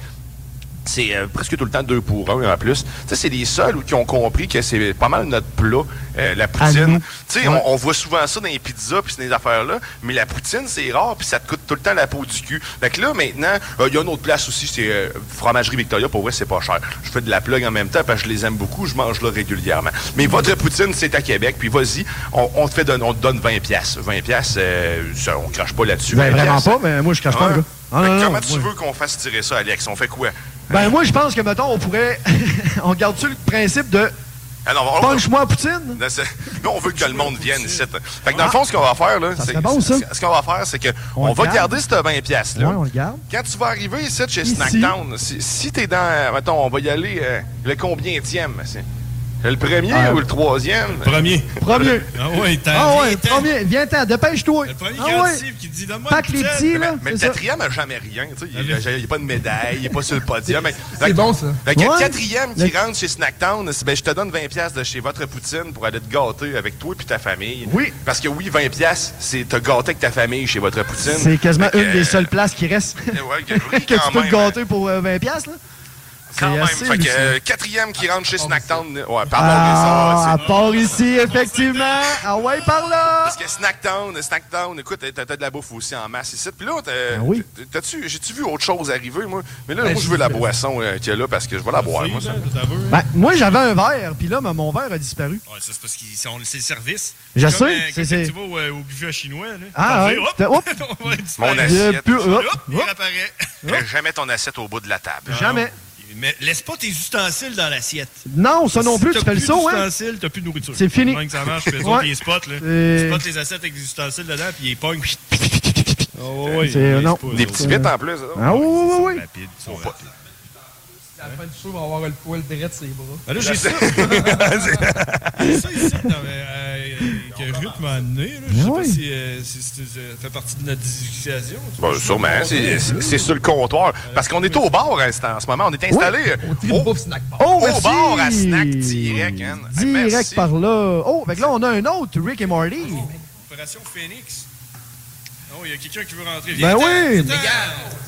C'est euh, presque tout le temps deux pour un en plus. Tu sais, c'est les seuls où- qui ont compris que c'est pas mal notre plat, euh, la poutine. Tu sais, on- Ouais. on, voit souvent ça dans les pizzas puis dans les affaires-là, mais la poutine, c'est rare puis ça te coûte tout le temps la peau du cul. Fait que là, maintenant, euh, il y a une autre place aussi, c'est euh, Fromagerie Victoria. Pour vrai, c'est pas cher. Je fais de la plug en même temps parce que je les aime beaucoup, je mange là régulièrement. Mais votre poutine, c'est à Québec, puis vas-y, on, on te fait don- on te donne 20 pièces 20 pièces euh, ça, on crache pas là-dessus. 20 Ben, vraiment piastres. pas, mais moi, je crache pas, Ouais. le gars. Ah, Fait que non, non, comment non, tu ouais. veux qu'on fasse tirer ça, Alex? On fait quoi? Ben moi, je pense que, mettons, on pourrait... on garde-tu le principe de Ah non, on- Punch-moi, Poutine! Non, c'est- Nous, on veut que le monde vienne ici. Fait que dans le fond, ce qu'on va faire, là, c'est- serait bon, ça. ce qu'on va faire, c'est que On on, le va garde. garder cette 20 pièces là. Ouais, on le garde. Quand tu vas arriver ici chez Snacktown, si, si t'es dans, euh, mettons, on va y aller euh, le combien tième Le premier Ah. ou le troisième Premier. Premier. Ah ouais, Ah ouais, premier, viens-t'en, dépêche-toi. premier Ah ouais. qui dit Pack les petits, là. Mais le c'est ça. quatrième n'a jamais rien. tu sais. Il n'y a, il y a pas de médaille, il n'est pas sur le podium. Ah, C'est bon, ça. le Ouais. quatrième qui rentre chez Snacktown, c'est, ben, je te donne 20$ piastres de chez votre Poutine pour aller te gâter avec toi et ta famille. Oui. Parce que oui, 20$, piastres, c'est te gâter avec ta famille chez votre Poutine. C'est quasiment Fait que, une des euh, seules places qui reste ouais, que oui, tu quand peux te même. hein. gâter pour euh, 20$. piastres, Là. Quand c'est même. assez Fait que, euh, hallucinant. quatrième qui rentre chez Snacktown. Ouais, Ah, pardon, mais ça, Ah, c'est- à part ici, effectivement. Ah ouais, par là. Parce que Snacktown, Snacktown, écoute, t'as t'as de la bouffe aussi en masse ici. Puis là, t'as- t'as-tu, j'ai-tu vu autre chose arriver, moi? Mais là, Ben, moi, je j'ai veux la vu, là. boisson euh, qu'il y a là parce que je vais la boire, moi. ça. Ben, moi, j'avais un verre, puis là, ben, mon verre a disparu. Ouais, ça, c'est parce que c'est on- c'est le service. Je Comme, sais, euh, c'est- quand c'est- Tu vas au, euh, au buffet chinois, là. Ah, T'en ouais, fais, t'as- hop, hop. on va être- Mon Il y a assiette. plus- hop, Hop, il réapparaît. Jamais ton assiette au bout de la table. Jamais. Mais laisse pas tes ustensiles dans l'assiette. Non, ça non plus, t'as tu fais le saut, hein. d'ustensiles, t'as plus de nourriture. C'est fini. Même que ça marche, fais Ouais. ça, puis ils spotent, là. Euh. Ils spotent les assiettes avec des ustensiles dedans, puis ils pognent. Ah Oh, C'est- non. Des petits bits en plus. hein. Ah oui, oui, Oh, oui. ben, Rapide, ils sont rapides. À la fin du show, on va avoir le poil direct de ses bras. Ah, là, j'ai ça. J'ai ça ici, non, mais, euh, que Ruth m'a amené. Ah Là. Je sais pas si, euh, si, si, si ça fait partie de notre discussion. Bon, Bah, Ben, sûrement, c'est, c'est- c'est sur le comptoir. Parce qu'on est au bar hein, c'est en ce moment. On est installé euh, au, Oh, au merci. bar à snack direct. hein. Hey, Direct merci. Oh, par là. Oh, fait que là, on a un autre, Rick et Marty. Opération Phoenix. Oh, il y a quelqu'un qui veut rentrer. Ben oui.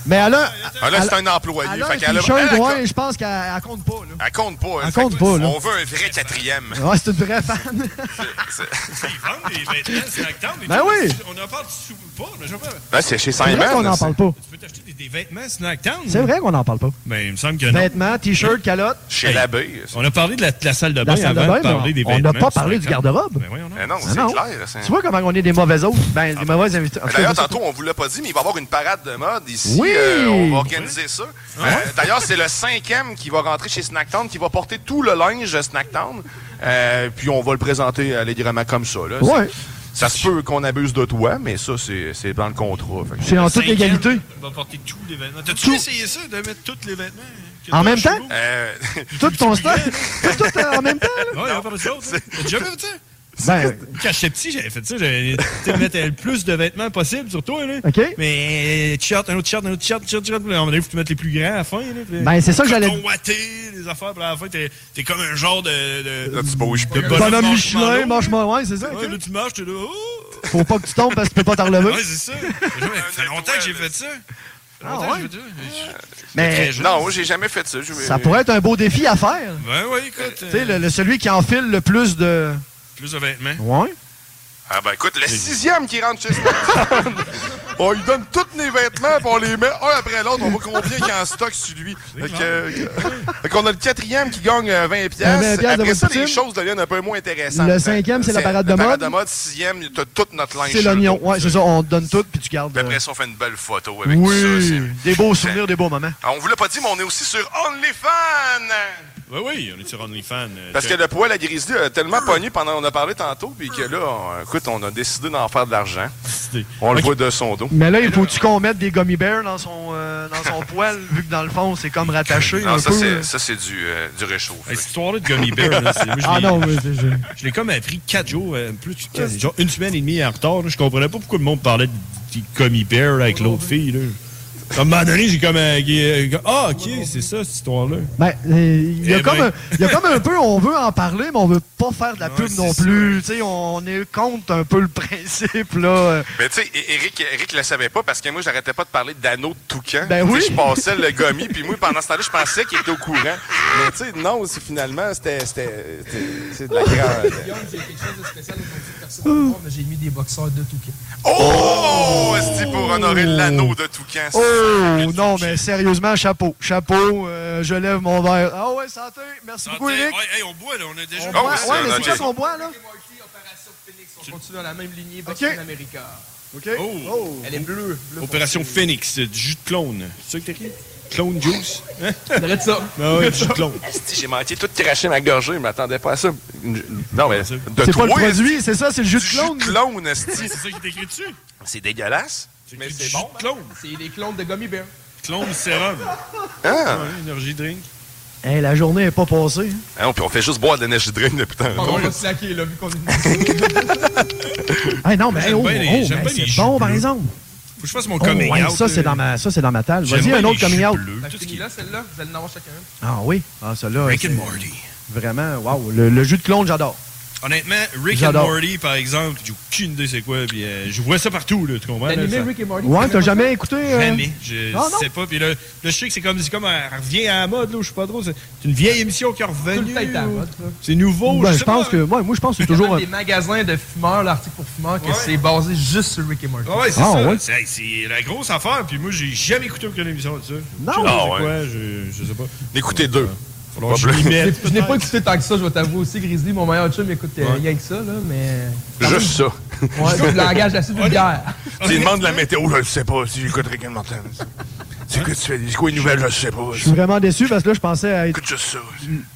Mais elle a... Ah, là, c'est elle- un employé. elle a fait un qu'elle a- Ah, t-shirt, elle, ouais, je pense qu'elle elle compte pas, là. Oh, elle compte pas. Elle Fait compte que, pas, là. On veut un vrai quatrième. Ouais, c'est une vraie fan. C'est- Ils vendent Ah, des vêtements Snackdown. et Ben tout. oui. On en parle sous pas. mais je sais pas. Ben, c'est chez C'est vrai Simon. qu'on là, n'en c'est- parle pas. Tu peux t'acheter des, des vêtements Snackdown. C'est vrai qu'on n'en parle pas. Mais Ben, il me semble que non. Vêtements, t-shirts, calottes. Chez l'abbé. On a parlé de la, de la salle de bain La salle de avant bain, de parler mais des on- on vêtements. n'a pas parlé du Snackdown. garde-robe. Ben voyons donc. Ben non, Ah c'est non. clair. c'est- Ah, Tu vois comment on est des mauvais hôtes? Ben, des mauvais invités. En tout cas, D'ailleurs, moi, tantôt, on vous l'a pas dit, mais il va y avoir une parade de mode ici. euh, Oui! Hein? on va organiser ça. Euh, D'ailleurs, c'est le cinquième qui va rentrer chez Snacktown, qui va porter tout le linge de Snacktown. Euh, puis on va le présenter allégrément comme ça. Là. Ouais. C'est- Ça se peut qu'on abuse de toi, mais ça, c'est c'est dans le contrat. Fait que- C'est en toute Cinquième. égalité. On va porter tous les vêtements. T'as-tu Tout. essayé ça, de mettre tous les vêtements? que En t'as même chez temps? vous? Euh, Tout ton stock? Tout euh, en même temps? là? Ouais, on va parler de ça. hein. T'as déjà fait ça? Ben, Quand j'étais petit, j'avais fait ça. J'avais tu sais, mettre le plus de vêtements possible sur toi. Là. OK. Mais euh, t-shirt, un autre t-shirt, un autre t-shirt, t-shirt, t-shirt. Puis là, À un moment donné, faut que tu mettes les plus grands à la fin. Là, Puis, Ben, c'est ça que j'allais- coton ouaté, les affaires. Puis à la fin, t'es t'es comme un genre de... de, Là, tu bouges plus. de Bonhomme marshmallow. Michelin, mange-moi, ouais, c'est ça. Ouais, ok. là, tu marches, t'es là... Oh! Faut pas que tu tombes parce que tu peux pas t'en relever. Ouais, c'est ça. Ça fait longtemps que j'ai fait ça. Ah, Longtemps que ouais? j'ai fait ça. Mais non, moi, j'ai jamais fait ça. Je- ça pourrait être un beau défi à faire. Ben oui, écoute. Tu sais, euh, le, le- celui qui enfile le plus de. Plus de vêtements. Ouais. Ah ben écoute, le sixième qui rentre chez Snacktown, on lui donne tous les vêtements, puis on les met un après l'autre, on voit combien il y a en stock sur lui. Fait que, euh, fait qu'on a le quatrième qui gagne euh, 20 Un 20 piastres. piastres de Après votre ça, les poutine. choses deviennent un peu moins intéressantes. Le cinquième, c'est la parade de La mode. parade de mode, sixième, t'as toute notre linge. C'est sur le l'oignon. dos. Ouais, c'est ça. On te donne tout puis tu gardes. Puis euh, après ça, on fait une belle photo avec ça. Oui. c'est- Des beaux souvenirs, des beaux moments. Ah, On vous l'a pas dit, mais on est aussi sur OnlyFans! Oui, oui, on est sur OnlyFans. euh, Parce que check. le poil à grizzly a tellement pogné pendant on a parlé tantôt, puis que là, on- écoute, on a décidé d'en faire de l'argent. On le voit de son dos. Mais là, il faut-tu qu'on mette des gummy bears dans son, euh, dans son poil, vu que dans le fond, c'est comme rattaché Non, un ça peu. c'est, ça, c'est du, euh, du réchauffe. Hey, cette histoire-là de Gummy Bear, là, c'est- moi, je Ah l'ai- non, oui, c'est- je- Je l'ai comme appris quatre jours, euh, plus que quatre- genre une semaine et demie en retard. là. Je comprenais pas pourquoi le monde parlait de du Gummy Bear avec l'autre fille. Là. À un moment donné, j'ai comme... euh, euh, euh, ah, OK, c'est ça, cette histoire-là. Ben, euh, il y, a Eh comme ben. un- il y a comme un peu, on veut en parler, mais on veut pas faire de la pub non c'est plus. Tu sais, on est contre un peu le principe, là. euh, Mais tu sais, É- Eric, Eric le savait pas parce que moi, j'arrêtais pas de parler d'anneaux de toucan. Ben Tu sais, oui. Je passais le gommi, puis moi, pendant ce temps-là, je pensais qu'il était au courant. Mais tu sais, non, c'est- finalement, c'était, c'était, c'était- c'est de la grande. Guillaume, j'ai quelque chose de spécial aujourd'hui. Personne ne va voir, mais j'ai mis des boxeurs de toucan. Oh! C'est pour honorer l'anneau de toucan. ça. Oh non, mais sérieusement, chapeau. Chapeau, euh, je lève mon verre. Ah ouais, santé. Merci beaucoup, Eric. Ouais, hey, on boit, là, on a déjà... On Oh, boit- c'est ouais, un mais c'est objet. quoi qu'on boit, là? On continue dans la même lignée, Ok. Boston America. OK. Oh. Elle est bleue. bleue Opération Phoenix, euh, du jus de clone. C'est ça que t'as écrit? Clone juice. Arrête ça. Ah ouais, du clone. Esti, J'ai manqué tout cracher ma gorgée, je m'attendais pas à ça. Une- Non, mais. de C'est pas le toi, produit, c'est ça, c'est le jus de du clone. clone, esti. ça qui est écrit dessus. C'est dégueulasse. Mais c'est bon. Clone. C'est des clones de Gummy Bear. Clone sérum. Ah. Ouais, energy drink. Hey, la journée est pas passée. Hein, puis on fait juste boire de l'énergie drink depuis tantôt. On va se laquer, là, vu qu'on est Hey, non, mais J'aime oh, oh, bien les- mais j'aime bien les c'est jus bon, par bleus. exemple. Faut que je fasse mon Oh, coming ouais, out. euh. ça, c'est dans ma, ça, c'est dans ma table. J'aime Vas-y, bien un les autre coming jus out. bleus. Tout ce qui là, celle-là, vous allez en avoir chacun. une. Ah oui, ah, celle-là. Rick and c'est Morty. Vraiment, waouh, le, le jus de clone, j'adore. Honnêtement, Rick and J'adore. Morty, par exemple, j'ai aucune idée c'est quoi, puis euh, je vois ça partout, là, tu comprends? là, L'animé ça- Rick et Morty, Ouais, t'as t'as jamais jamais écouté, euh? Jamais, je Ah, non? sais pas, puis là, là, je sais que c'est comme, c'est comme, elle revient à la mode, là, je sais pas trop, c'est c'est une vieille émission qui est revenue. temps, hein. à la mode, ou- C'est nouveau, Ben, je je sais pas. pense que, ouais, moi, je pense que Ah, c'est Il y a toujours. même des magasins de fumeurs, l'article pour fumeurs, que Ouais. c'est basé juste sur Rick et Morty. Ouais, c'est Ah, ça, ouais. c'est c'est la grosse affaire, puis moi, j'ai jamais écouté aucune émission de ça. Je sais Non. Ah, pas ouais. c'est quoi, je, je sais pas. Écoutez deux. Falloir que je m'y mette. Je n'ai pas écouté tant que ça, je vais t'avouer aussi, Grizzly, mon meilleur chum, il écoute euh, rien que ça, là, mais... Juste ça. Ouais, c'est du langage assez vulgaire. Tu demandes la météo, je le sais pas. Si j'écoute Rick and Morty. C'est quoi tu fais? C'est quoi une nouvelle? Je sais pas. Je suis vraiment déçu parce que là, je pensais à être Écoute juste ça.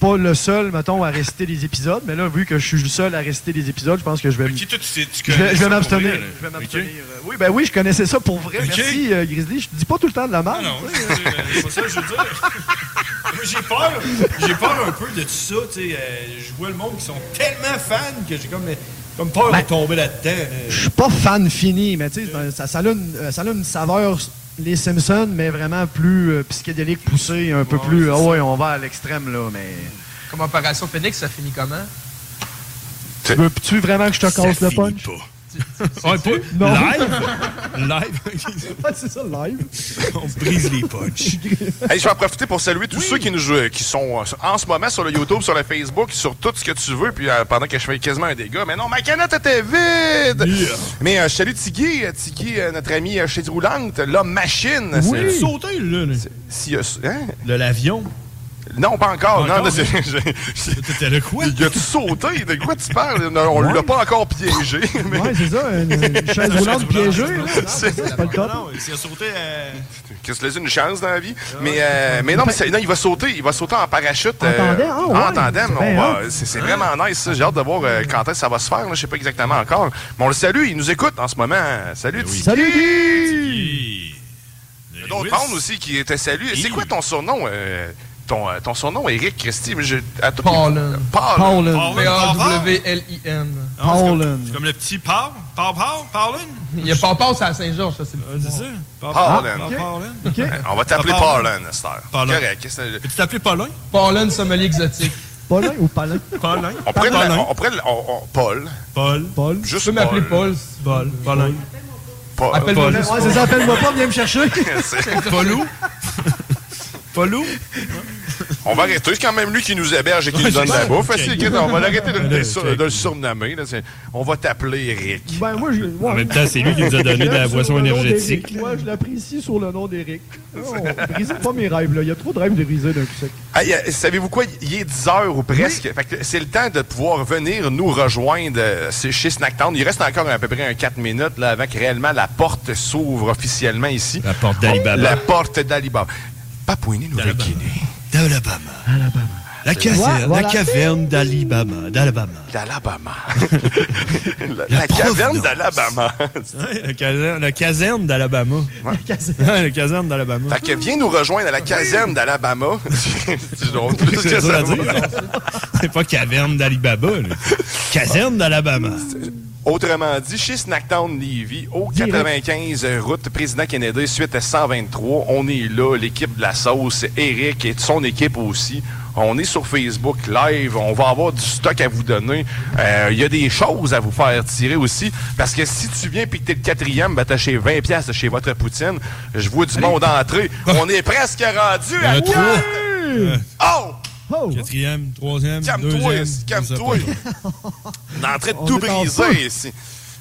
pas le seul, mettons, à réciter les épisodes. Mais là, vu que je suis le seul à réciter les épisodes, je pense que je vais. me- Qui toi, tu sais, tu Je connais vais, ça je vais pour m'abstenir. vrai, là? Je vais m'abstenir. Ok. Euh, Oui, ben oui, je connaissais ça pour vrai. Ok. Merci, euh, Grizzly. Je dis pas tout le temps de la merde. euh. Non, non, c'est pas ça que je veux dire. Moi, J'ai peur, j'ai peur un peu de tout ça, tu sais. euh, je vois le monde qui sont tellement fans que j'ai comme, euh, comme peur de tomber là-dedans. euh. Ben, Je suis pas fan fini, mais tu sais, ben, ça, ça, a une, euh, ça a une saveur les Simpsons, mais vraiment plus euh, psychédélique, poussée, un peu plus. Ah ouais, on va à l'extrême, là, mais. Comme Opération Phoenix, ça finit comment? Tu veux-tu vraiment que je te casse le punch? Ouais, pas- Non. Live? Live? Ouais, c'est ça, live. On brise les punchs. Hey, je vais en profiter pour saluer tous ceux qui nous jouent- qui sont euh, en ce moment sur le YouTube, sur le Facebook, sur tout ce que tu veux, puis euh, pendant que je fais quasiment un dégât. Mais non, ma canette était vide! Mais euh, je salue Tiggy, euh, Tiggy, euh, notre ami euh, chez Roulante, l'homme machine. Oui. C'est- Sauter, là. là. Si, euh, hein? De l'avion. Non, pas encore. Pas non, non, encore, hein? T'étais le quoi? Il a-tu sauté? De quoi tu parles? Non, on Ouais. l'a pas encore piégé. mais- Ouais, c'est ça, une, une chaise roulante piégée, là. C'est pas le top. Non, il a sauté euh, Qu'il se laisse une chance dans la vie. Mais, euh, mais non, mais c'est- non, il va sauter. Il va sauter en parachute. euh, En tandem, ah ouais, en tandem. c'est On bien va- hot. C'est c'est vraiment nice. ça. J'ai hâte de voir euh, quand est-ce que ça va se faire. là. Je ne sais pas exactement encore. Mais on le salue. Il nous écoute en ce moment. Salut. Tiki. Salut, Il y a d'autres membres aussi qui étaient salués. C'est quoi ton surnom? euh, ton, euh, ton surnom, Eric Christie? Mais je- à tout- Paulin. Paul. Paulin. Paulin. E P-A-W-L-I-N. Paulin. C'est comme le petit Paul. Paul, Paul, Paulin. Il y a Paul à Saint-Georges, ça, c'est le C'est ça? Paul, Paulin. Paul, Paulin. OK. On va t'appeler Ah, Paul, Paulin. à cette heure. Paulin. Correct. Qu'est-ce que- Peux-tu t'appeler Paulin? Paulin, sommelier exotique. Paulin ou Palin? Paulin. On prend Paulin. on prend on- on- Paul. Paul. Paul. Juste Tu peux m'appeler Paul. Paul. Paul. Paulin. Paul. Appelle-moi Paul. juste Ouais, c'est ça, appelle-moi pas, viens me chercher. C'est- Paulou. Paulou. On va arrêter. C'est quand même lui qui nous héberge et qui Ouais, nous donne c'est la ça. bouffe. Ok. C'est- On va l'arrêter de, de- Ouais, sur- ok. de le surnommer. là. C'est- On va t'appeler Eric. Ben, moi, je. ouais. En même temps, c'est lui qui nous a donné de la Sur boisson le nom énergétique. d'Éric. Ouais, je l'apprécie sur le nom d'Éric. Oh, brisez pas mes rêves, là. Il y a trop de rêves de briser d'un coup sec. Hey, euh, Savez-vous quoi? Il est 10 heures ou presque. Fait que c'est le temps de pouvoir venir nous rejoindre euh, c'est chez Snacktown. Il reste encore à peu près un 4 minutes là, avant que réellement la porte s'ouvre officiellement ici. La porte d'Alibaba. La porte d'Alibaba. Papouini nous D'Alibaba. requiné. D'Alabama. La Ouais, caverne, voilà. la caverne d'Alibaba, d'Alabama. D'Alabama. la La la caverne provenance. d'Alabama. Ouais, la caserne, la caserne d'Alabama. Ouais. Ouais, la caserne d'Alabama. Fait que viens nous rejoindre à la caserne d'Alabama. C'est drôle. Plus que C'est dur ça à va. dire, C'est pas caverne d'Alibaba, là. Caserne d'Alabama. Autrement dit, chez Snacktown Levy, au Direct. 95 route Président Kennedy, suite à 123, on est là, l'équipe de la sauce, Eric et son équipe aussi. On est sur Facebook Live, on va avoir du stock à vous donner. Euh, Il y a des choses à vous faire tirer aussi, parce que si tu viens et que t'es le quatrième, ben t'as chez 20 pièces chez votre poutine. Je vois du monde entrer. On est presque rendu à a trois. quatre. Euh. Oh! Oh! Quatrième, troisième, Calme-toi, deuxième. ici, je sais calme-toi. pas. On est en train de On tout est en feu. briser ici.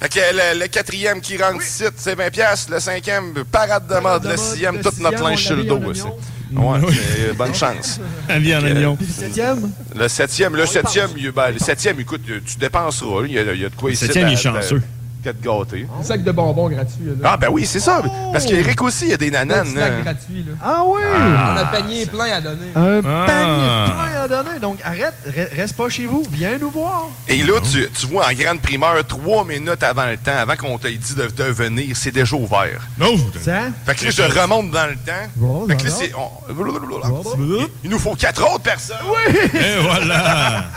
Fait que le, le quatrième qui rentre ici, c'est 20 pièces. Le cinquième, parade de mode. Le mode, sixième, le toute notre sixième, linge on sur le l'avait dos. en aussi. oignon. Ouais, mais bonne chance. La vie en avion. Puis le septième? Le septième, le septième, il- ben, le septième, écoute, euh, tu dépenseras. là. Il y a, il y a de quoi Le ici. septième, ben, il est chanceux. ben, T'es gâté. Un sac de bonbons gratuit. Là. Ah, ben oui, c'est ça. Parce qu'Éric aussi, il y a des Un petit nananes. sac là. gratuit. Là. Ah oui! On a un panier plein à donner. Un Ah. panier plein à donner. Donc, arrête, re- reste pas chez vous. Viens nous voir. Et là, tu, tu vois en grande primeur, trois minutes avant le temps, avant qu'on t'ait dit de, de venir, c'est déjà ouvert. Non, Fait que là, je remonte dans le temps. Bon, fait que là, alors. c'est. on- Il nous faut quatre autres personnes. Oui! Et voilà!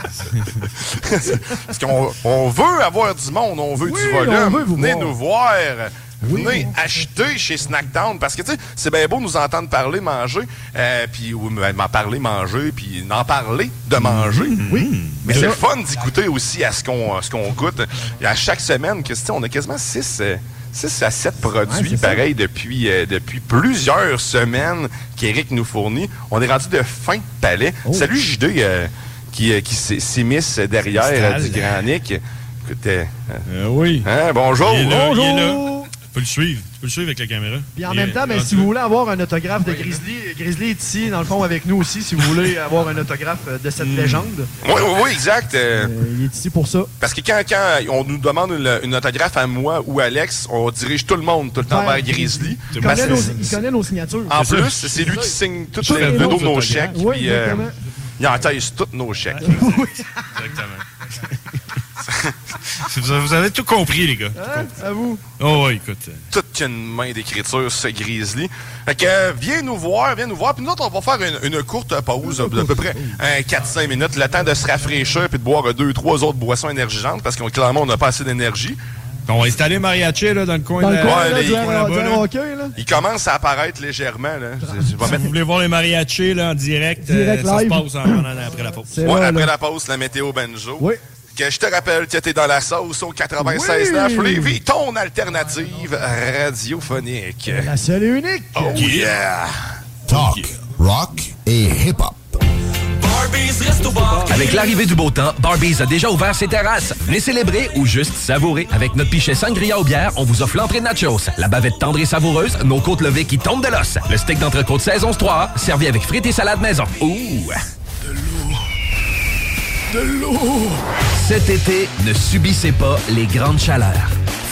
Parce qu'on on veut avoir du monde, on veut Oui, du volume. on veut vous Venez voir. nous voir. Venez acheter chez Snackdown parce que tu sais, c'est bien beau nous entendre parler, manger, euh, puis ou, ben, m'en parler, manger, puis n'en parler de manger. Oui. Mais c'est le fun d'écouter aussi à ce qu'on ce qu'on goûte. Et à chaque semaine, que, tu sais, on a quasiment 6 à 7 produits pareils depuis, euh, depuis plusieurs semaines qu'Éric nous fournit. On est rendu de fin de palais. Salut JD euh, qui, euh, qui s- s'immisce derrière euh, du S'installe. grand Nick. Écoute, euh, oui. hein, bonjour. Il est là, il est là. Bonjour. Tu peux le suivre. Tu peux le suivre avec la caméra. Puis en Il même est temps, ben, rendu- si vous voulez avoir un autographe de Grizzly, Grizzly est ici, dans le fond, avec nous aussi, si vous voulez avoir un autographe euh, de cette Hmm. légende. Oui, oui, oui, exact. euh, Il est ici pour ça. parce que quand, quand on nous demande une, une autographe à moi ou à Alex, on dirige tout le monde tout le temps Ouais. vers Grizzly. Il Parce connaît, que nos, c'est- il connaît nos signatures. En plus, c'est lui qui signe tous Tous les les le dos autres de nos autographes. chèques. Oui, puis, euh, exactement. il entaille tous nos chèques. Exactement. vous, avez- vous avez tout compris, les gars. Hein? À vous. Oh, ouais, écoute. Toute une main d'écriture, ce Grizzly. Fait que, euh, viens nous voir, viens nous voir. Puis nous autres, on va faire une, une courte pause, à peu près hein, 4-5 minutes, le temps de se rafraîchir puis de boire euh, deux, trois autres boissons énergisantes parce qu'on clairement, on n'a pas assez d'énergie. On va installer Mariachi là, dans le coin Dans de le la- coin, Ouais, là, les- du- coin là-bas, du- là. Il commence à apparaître légèrement. Là. Je- je vais Si mettre- vous voulez voir les mariachis là, en direct, Direct Euh, ça se live. passe en, en- après la pause. Ouais, après la pause, la météo banjo. Que je te rappelle que t'es dans la sauce au 96 Oui. Nef Lévis, ton alternative radiophonique. La seule et unique. Oh yeah! Talk, rock et hip-hop. Avec l'arrivée du beau temps, Barbies a déjà ouvert ses terrasses. Venez célébrer ou juste savourer. Avec notre pichet sangria au bière, on vous offre l'entrée de nachos, la bavette tendre et savoureuse, nos côtes levées qui tombent de l'os, le steak d'entrecôte saison 3, servi avec frites et salade maison. Ouh! De l'eau. Cet été, ne subissez pas les grandes chaleurs.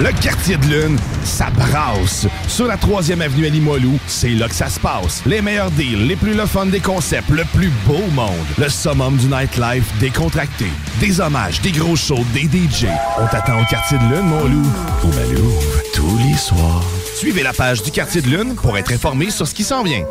Le quartier de lune, ça brasse. Sur la 3e avenue à Limoilou, c'est là que ça se passe. Les meilleurs deals, les plus le fun des concepts, le plus beau monde. Le summum du nightlife décontracté. Des hommages, des gros shows, des DJ. On t'attend au quartier de lune, mon loup. Au Malou, tous les soirs. Suivez la page du quartier de lune pour être informé sur ce qui s'en vient.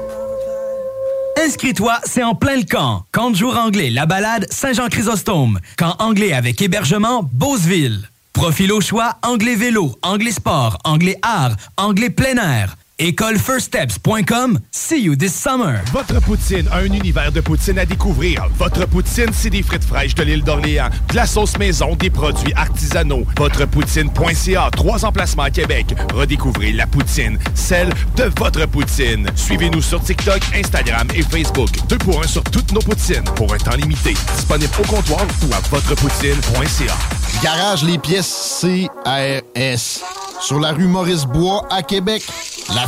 Inscris-toi, c'est en plein le camp. Camp de jour anglais, la balade, Saint-Jean-Chrysostome. Camp anglais avec hébergement, Beauceville. Profil au choix, anglais vélo, anglais sport, anglais art, anglais plein air. École firststeps.com. See you this summer. Votre poutine, un univers de poutine à découvrir. Votre poutine, c'est des frites fraîches de l'île d'Orléans, de la sauce maison, des produits artisanaux. Votrepoutine.ca, trois emplacements à Québec. Redécouvrez la poutine, celle de votre poutine. Suivez-nous sur TikTok, Instagram et Facebook. Deux pour un sur toutes nos poutines, pour un temps limité. Disponible au comptoir ou à votrepoutine.ca. Garage les pièces CRS. Sur la rue Maurice-Bois à Québec. La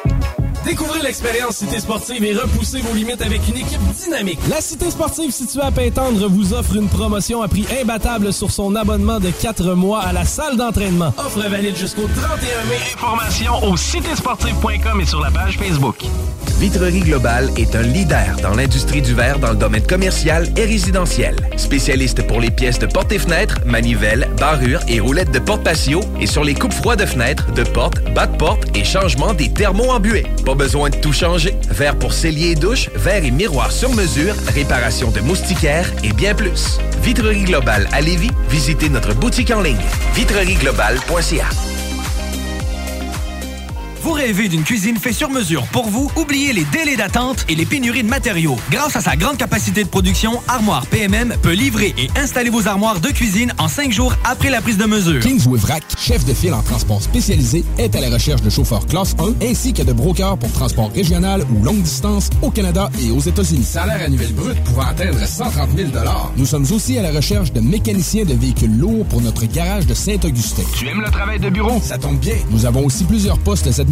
Découvrez l'expérience Cité Sportive et repoussez vos limites avec une équipe dynamique. La Cité sportive située à Pintendre vous offre une promotion à prix imbattable sur son abonnement de 4 mois à la salle d'entraînement. Offre valide jusqu'au 31 mai. Information au citésportive.com et sur la page Facebook. Vitrerie Globale est un leader dans l'industrie du verre dans le domaine commercial et résidentiel. Spécialiste pour les pièces de portes et fenêtres, manivelles, barrures et roulettes de porte patio et sur les coupes froides de fenêtres, de portes, bas de porte et changement des thermos embués. Pas besoin de tout changer. Verre pour cellier et douche, verre et miroir sur mesure, réparation de moustiquaires et bien plus. Vitrerie Globale à Lévis, visitez notre boutique en ligne vitrerieglobale.ca. Vous rêvez d'une cuisine faite sur mesure pour vous? Oubliez les délais d'attente et les pénuries de matériaux. Grâce à sa grande capacité de production, Armoire PMM peut livrer et installer vos armoires de cuisine en cinq jours après la prise de mesure. Kings Wavrac, chef de file en transport spécialisé, est à la recherche de chauffeurs classe 1 ainsi que de brokers pour transport régional ou longue distance au Canada et aux États-Unis. Salaire annuel brut pouvant atteindre 130 000 Nous sommes aussi à la recherche de mécaniciens de véhicules lourds pour notre garage de Saint-Augustin. Tu aimes le travail de bureau? Ça tombe bien. Nous avons aussi plusieurs postes administratifs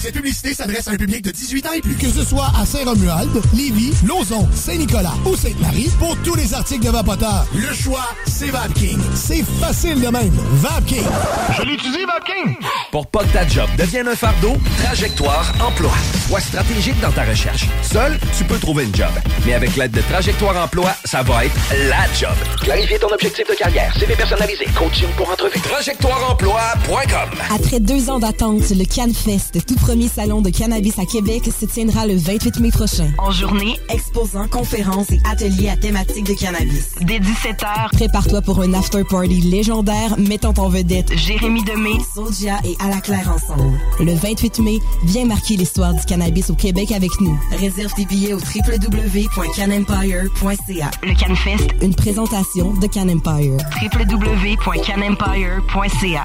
Cette publicité s'adresse à un public de 18 ans et plus. Que ce soit à Saint-Romuald, Lévis, Lauson, Saint-Nicolas ou Sainte-Marie, pour tous les articles de Vapoteur, Le choix, c'est Vapking. c'est facile de même. Vapking. Je l'utilise, Vapking! Pour pas que ta job devienne un fardeau, Trajectoire Emploi. Sois stratégique dans ta recherche. Seul, tu peux trouver une job. Mais avec l'aide de Trajectoire Emploi, ça va être la job. Clarifier ton objectif de carrière, CV personnalisé, coaching pour entrevue. TrajectoireEmploi.com Après deux ans d'attente, le CanFest, tout premier salon de cannabis à Québec, se tiendra le 28 mai prochain. En journée, exposants, conférences et ateliers à thématique de cannabis. Dès 17h, prépare-toi pour un after-party légendaire mettant en vedette Jérémy Demé, Soldia et À la Claire ensemble. Le 28 mai, viens marquer l'histoire du cannabis au Québec avec nous. Réserve tes billets au www.canempire.ca. Le CanFest, Une présentation de Can Empire. www.canempire.ca.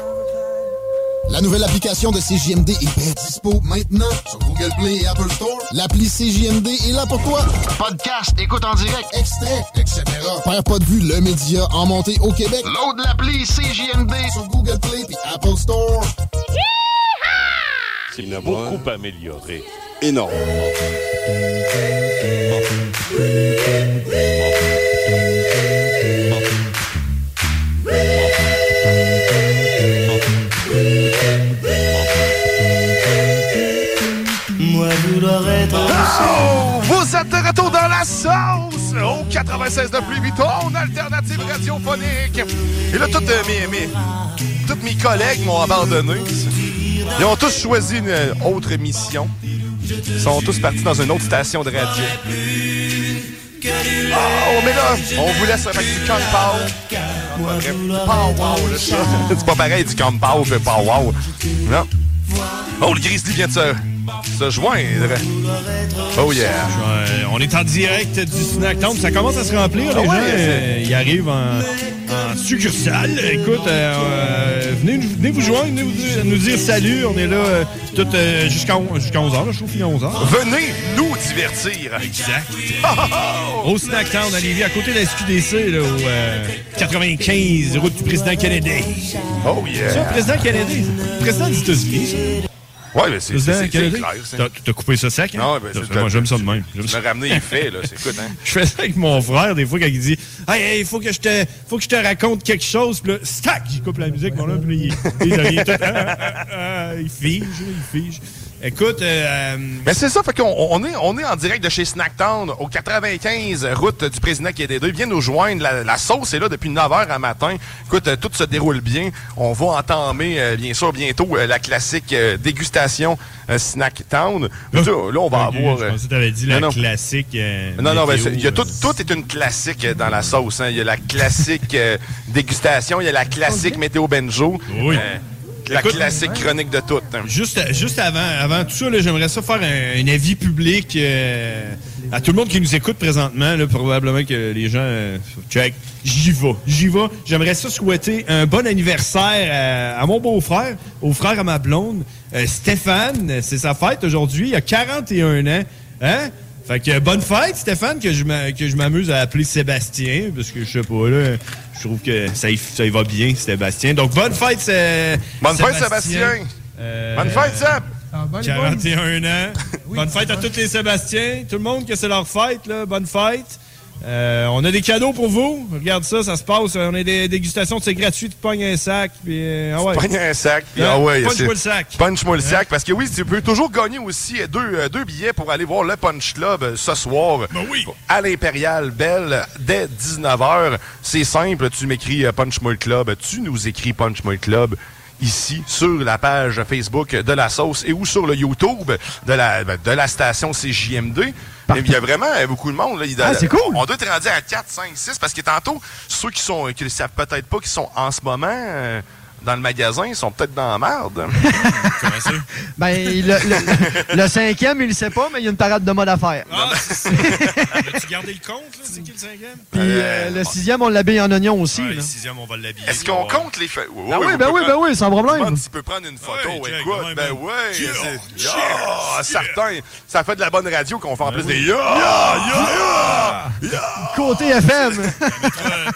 La nouvelle application de CJMD est bien dispo maintenant sur Google Play et Apple Store. L'appli CJMD est là pour toi. Podcast, écoute en direct, extrait, etc. Père pas de vue, le média en montée au Québec. Load l'appli CJMD sur Google Play et Apple Store. C'est beaucoup amélioré. Énorme. Moi, vouloir être oh! Vous êtes de retour dans la sauce! Au 96 de plus vite, en alternative radiophonique! Et là, toutes euh, mes, mes- tous mes collègues m'ont abandonné. Ils ont tous choisi une euh, autre émission. Ils sont tous partis dans une autre station de radio. Oh, mais là, on vous laisse avec du Kung Pao. Pow wow, le chat. C'est pas pareil du Kung Pao que Pow wow. Non. Oh, le grizzly vient de se, se joindre. Oh yeah. Ouais, on est en direct du Snack Town. Ça commence à se remplir. Ah ouais, les gens, c'est- euh, ils arrivent en, en succursale. Écoute, euh, euh, venez, nous- venez vous joindre, venez vous dire- nous dire salut. On est là euh, tout, euh, jusqu'à 11h. Le show finit à 11h. Venez nous divertir. Exact. Au Snack Town, à Lévis, à côté de la SQDC, là, au euh, 95, route du président Kennedy. Oh C'est ça, le président Kennedy. Le président des États-Unis, ça. Ouais, mais c'est- Président c'est- c'est Kennedy. clair, ça. T'as- T'as coupé ça sec? hein? Non, ben, Ça, c'est- moi, j'aime ça de même. J'aime Je ça. me ramener les faits, là. C'est écoute, hein. Je fais ça avec mon frère des fois quand il dit Hey, hey, faut que je te, faut que je te raconte quelque chose. Puis là, stack, il coupe la musique. Mon là, puis là, il, il devient tout. Ah, ah, ah, il fige, il fige. Écoute, euh, Mais c'est ça, fait qu'on on est, on est en direct de chez Snacktown, au 95, route du président qui est des deux. Viens nous joindre. La, la sauce est là depuis 9h à matin. Écoute, euh, tout se déroule bien. On va entamer, euh, bien sûr, bientôt euh, la classique euh, dégustation euh, Snacktown. Là, on va ok, avoir. Je euh, pensais que t'avais dit la non, non. classique. euh, Non, non, ben, météo, c'est- il y a euh, tout, tout est une classique euh, dans la sauce. hein. Il y a la classique euh, dégustation, il y a la classique météo benjo. Oui. Euh, La Écoute, classique chronique de toutes. hein. Juste, juste avant, avant tout ça, là, j'aimerais ça faire un, un avis public euh, à tout le monde qui nous écoute présentement. là, probablement que les gens euh, check. J'y vais, j'y vais. J'aimerais ça souhaiter un bon anniversaire à, à mon beau-frère, au frère à ma blonde, euh, Stéphane. C'est sa fête aujourd'hui. Il a 41 ans. Hein? Fait que euh, bonne fête, Stéphane, que je m'a- que je m'amuse à appeler Sébastien, parce que je sais pas, là, je trouve que ça y, ça y va bien, Sébastien. Donc, bonne fête, euh, c'est Bonne fête, Sébastien. Euh, Bonne fête, Seb. Ah, 41 ans. bonne fête à tous les Sébastiens. Tout le monde, que c'est leur fête, là. Bonne fête. Euh, on a des cadeaux pour vous. Regarde ça, ça se passe. On a des dégustations, c'est gratuit. Tu pognes un sac. Puis, euh, ah ouais. Pogne un sac. puis Hein? ah ouais, Punch-moi c'est- le sac. Punch-moi le Hein? sac. Parce que oui, tu peux toujours gagner aussi euh, deux, euh, deux billets pour aller voir le Punch Club euh, ce soir à l'Impérial Belle dès 19h. C'est simple, tu m'écris euh, Punch-moi le Club, tu nous écris Punch-moi le Club ici sur la page Facebook de la sauce et ou sur le YouTube de la, ben, de la station CJMD. Il y a vraiment euh, beaucoup de monde. Là. Il y a- Ah, c'est cool! on doit être rendu à 4, 5, 6, parce que tantôt, ceux qui sont euh, qui le savent peut-être pas, qui sont en ce moment euh, dans le magasin, ils sont peut-être dans la merde. Ben, le, le- le cinquième, il le sait pas, mais il y a une parade de mode à faire. Ah, ben, As-tu gardé le compte, là? C'est qui le cinquième? Puis euh, le sixième, on l'habille en oignon aussi. Ouais, là. sixième, on va l'habiller. Est-ce qu'on compte les faits? Ben oui, ben oui, ben oui, sans problème. Tu peux prendre une photo, écoute, ben oui, c'est- Yeah, certain. Ça fait de la bonne radio qu'on fait en plus des yeah, yeah, yeah, yeah. Côté Ah, FM.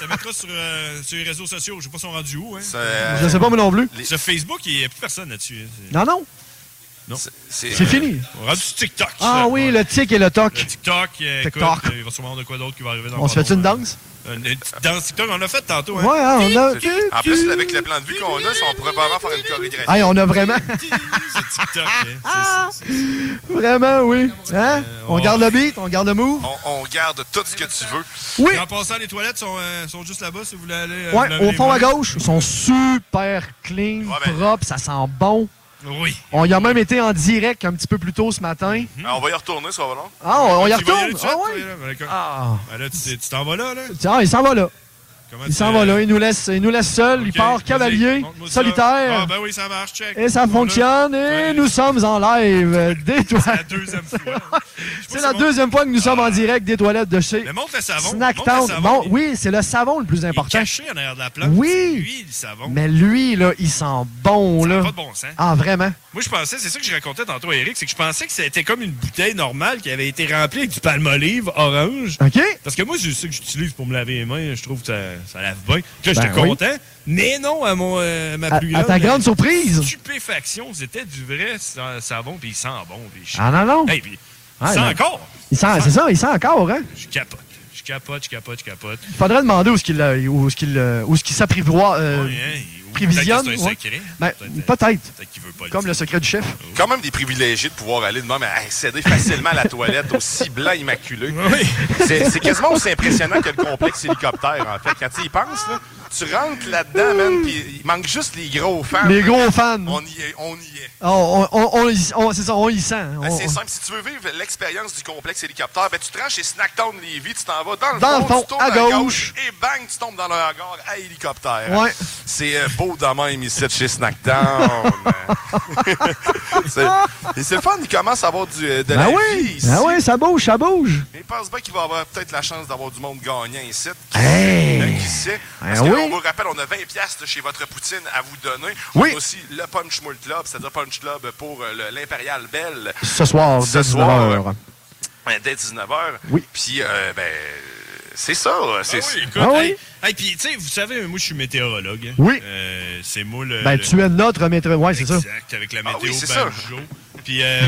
Tu mettras sur, euh, sur les réseaux sociaux. Je sais pas son rendu où. Hein. Je sais pas, moi non plus. Sur Facebook, il n'y a plus personne là-dessus. Non, non. Non. C'est fini. On rendu sur TikTok. Ah ça. oui, le tic et le toc. Le TikTok, euh, écoute, TikTok. euh, il va sûrement avoir de quoi d'autre qui va arriver dans hein. On se fait une danse? une... une petite danse TikTok, on l'a fait tantôt. Hein? Ouais, hein, on a- En plus, avec le plan de vue qu'on a, ça, on pourrait vraiment faire une chorégraphie. Hey, on a vraiment. C'est TikTok, hein. Vraiment, oui. Euh, Hein? On garde le beat, on garde le move. On, on garde tout ce que tu veux. Oui. Et En passant, les toilettes sont, euh, sont juste là-bas si vous voulez aller. euh, vous Ouais, laver au les fond mains. ben. à gauche, ils sont super clean, propres, ça sent bon. Oui. On y a même été en direct un petit peu plus tôt ce matin. Ah, on va y retourner, ça va long. Ah, on, on y Tu vas aller retourne. tout de suite, Ah toi, ouais. Ah. là? Ben, d'accord. Ben là, tu t'es- tu t'en vas là, là? Tiens, ah, il s'en va là. Comment Il tu- s'en va là, il nous laisse, il nous laisse seul, il part cavalier, Montre-moi ça. solitaire. Ah, ben oui, ça marche, check. Et ça On l'a. fonctionne et nous sommes en live des toilettes. La deuxième fois. C'est la deuxième fois que nous sommes en direct des toilettes de chez Ah. Mais montre le savon. Snack montre le Town. savon. Bon, oui, c'est le savon le plus important. Caché en arrière de la plante. Oui. C'est Lui, le savon. Mais lui, là, il sent bon, Ça a là. pas de bon sens. Ah, vraiment? Moi, je pensais, c'est ça que je racontais tantôt à Eric, c'est que je pensais que c'était comme une bouteille normale qui avait été remplie avec du palmolive orange. OK. Parce que moi, c'est ça que j'utilise pour me laver les mains. Je trouve que ça, ça lave bien. Que j'étais Ben oui. content. Mais non, à, mon, euh, ma À- plus à grande, ta grande euh, surprise. Stupéfaction, c'était du vrai sa- savon, puis il sent bon. Puis je- Ah, non, Ah, non. Hey, puis, il Ouais, sent mais- encore. Il sent, c'est ça, il sent encore, hein? Je capote. Je capote, je capote, je capote. Il faudrait demander où ce qu'il a- où ce qu'il euh, où ce qu'il s'apprivoit euh, prévisionne. hein, peut-être euh, que c'est un ouais. secret. Ben, peut-être. Comme le secret du chef. Quand même des privilégiés de pouvoir aller de même à accéder facilement à la toilette aussi blanc immaculé. C'est c'est quasiment aussi impressionnant que le complexe hélicoptère, en fait. Quand tu y penses, là, tu rentres là-dedans, man, puis il manque juste les gros fans. Les gros fans. On y est, on y est. Oh, on, on- on y- on- c'est ça, on y sent. hein. Ben, On- c'est simple, si tu veux vivre l'expérience du complexe hélicoptère, ben, tu te rends chez Snacktown Lévis, tu t'en vas dans le Dans le fond, fond, tu tournes à gauche. et bang, tu tombes dans le hangar à hélicoptère. Ouais. C'est euh, beau de même ici de chez Snacktown. c'est et c'est le fun, il commence à avoir du, euh, de la Ben vie oui, ici. ben oui, ça bouge, ça bouge. Mais pense bien qu'il va avoir peut-être la chance d'avoir du monde gagnant ici. Qui, sait, Hey! hein, qui sait? Parce Ben que, oui. on vous rappelle, on a 20 piastres de chez votre poutine à vous donner. Oui. On a aussi le Punch Moule Club, c'est-à-dire Punch Club pour euh, le- l'Impérial Belle. Ce soir, Ce dès soir, 19h. euh, dès 19h. Oui. Puis, euh, ben, c'est ça. euh, C'est Ah Oui, écoute, hey, hey, puis, tu sais, vous savez, moi, je suis météorologue. hein. Ah Oui. Euh, c'est moi le. Ben, le- tu es notre maître. Ouais, c'est ça. Exact, avec la météo Ah oui, c'est ça. banjo. Puis, euh,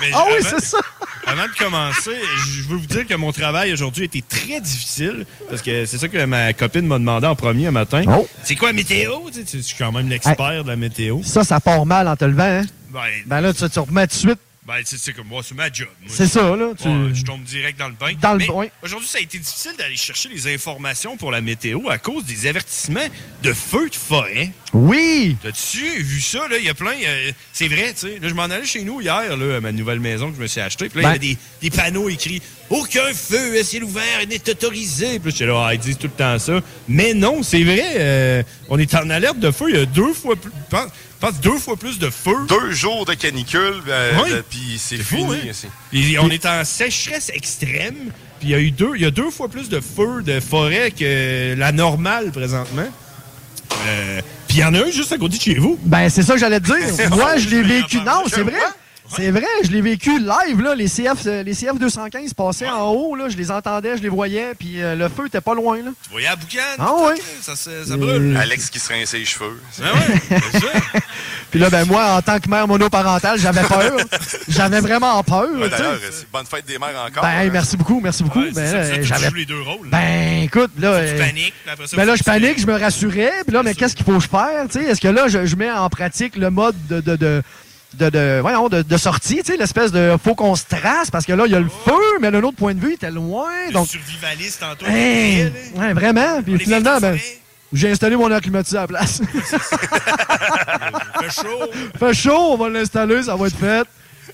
mais Ah oui, avant- c'est ça. Avant de commencer, je veux vous dire que mon travail aujourd'hui a été très difficile parce que c'est ça que ma copine m'a demandé en premier un matin. Oh. C'est quoi la météo? Tu sais, tu- Je suis quand même l'expert de la météo. Ça, ça part mal en te levant, hein? Ben, Ben là, tu, tu remets tout de suite. ben, tu sais, c'est comme moi, c'est ma job. Moi, C'est je- ça, là, tu- Ouais, je tombe direct dans le bain. Dans le Mais bain. Aujourd'hui, ça a été difficile d'aller chercher les informations pour la météo à cause des avertissements de feux de forêt. Oui! T'as-tu vu ça, là? Il y a plein. euh, c'est vrai, tu sais. Là, je m'en allais chez nous hier, là, à ma nouvelle maison que je me suis achetée. Puis là, Ben. il y a des, des panneaux écrits Aucun feu, à ciel ouvert n'est autorisé. Puis là, j'étais là, ah, ils disent tout le temps ça. Mais non, c'est vrai. euh, on est en alerte de feu. Il y a deux fois plus. Pense, pense deux fois plus de feu. Deux jours de canicule, euh, Oui. de- puis c'est fou, fini. hein? c'est- Et on est en sécheresse extrême, puis il y a eu deux, il y a deux fois plus de feux de forêt que la normale présentement. Euh, puis il y en a un juste à côté de chez vous. Ben, c'est ça que j'allais te dire. Moi, je l'ai vécu. Non, c'est vrai. C'est vrai, je l'ai vécu live, là. Les CF, euh, les CF 215 passaient en haut, là. Je les entendais, je les voyais, puis euh, le feu était pas loin, là. Vous voyez à boucan? Ah Euh. oui. Ça, se- ça brûle. Ben Alex qui se rinçait les cheveux. Puis là, ben, moi, en tant que mère monoparentale, j'avais peur. J'avais vraiment peur, Ouais, tu sais. D'ailleurs, c'est bonne fête des mères encore. hein. Ben, merci beaucoup, merci beaucoup. ben, là, ça, faut que tu j'avais- joues les deux rôles, là. Ben, écoute, là. Faut que tu euh, paniques, puis après ça, ben faut là, que je tu- panique, je me rassurais, puis là, mais qu'est-ce qu'il faut que je fasse, tu sais? Est-ce que là, je, je mets en pratique le mode de. de, de de, de, voyons, de, de sortie, tu sais, l'espèce de faut qu'on se trace parce que là, il y a le feu, mais d'un autre point de vue, il était loin. donc, survivaliste en toi. Hey, ouais, vraiment. Puis finalement, ben, j'ai installé mon air climatisé à la place. Fait chaud. Fait chaud, on va l'installer, ça va être fait.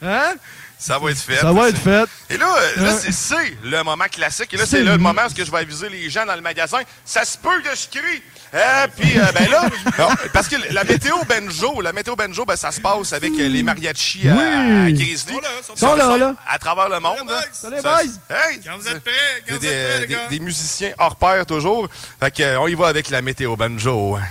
Hein? Ça va être fait. Ça va être fait. Et là, euh, là, Hein? c'est- c'est le moment classique. Et là, C'est c'est là le lui. moment où est-ce que je vais aviser les gens dans le magasin. Ça se peut que je crie. Euh, puis, euh, ben là, non, parce que la météo banjo, la météo banjo, ben, ça se passe avec euh, les mariachis à, à Oui. Grizzly. Ils sont là, là. À travers le monde. hein. Salut, Ça- boys. Hey! Des, euh, des- des- des musiciens hors pair, toujours. Fait que, euh, on y va avec la météo banjo. hein.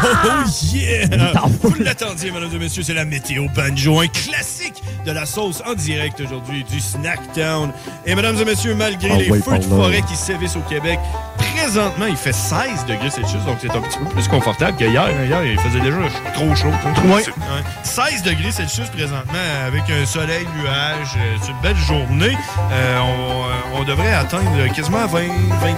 Oh Ah. yeah! Vous l'attendiez, mesdames et messieurs, c'est la météo banjo, un classique de la sauce en direct aujourd'hui du Snack Town. Et mesdames et messieurs, malgré Ah les oui, feux de pardon. forêt qui sévissent au Québec, présentement, il fait 16 degrés Celsius, donc c'est un petit peu plus hein. confortable que hier. Hier, il faisait déjà trop chaud. Oui. Ouais. 16 degrés Celsius présentement, avec un soleil, nuage, euh, c'est une belle journée. Euh, on, euh, on devrait atteindre quasiment 20,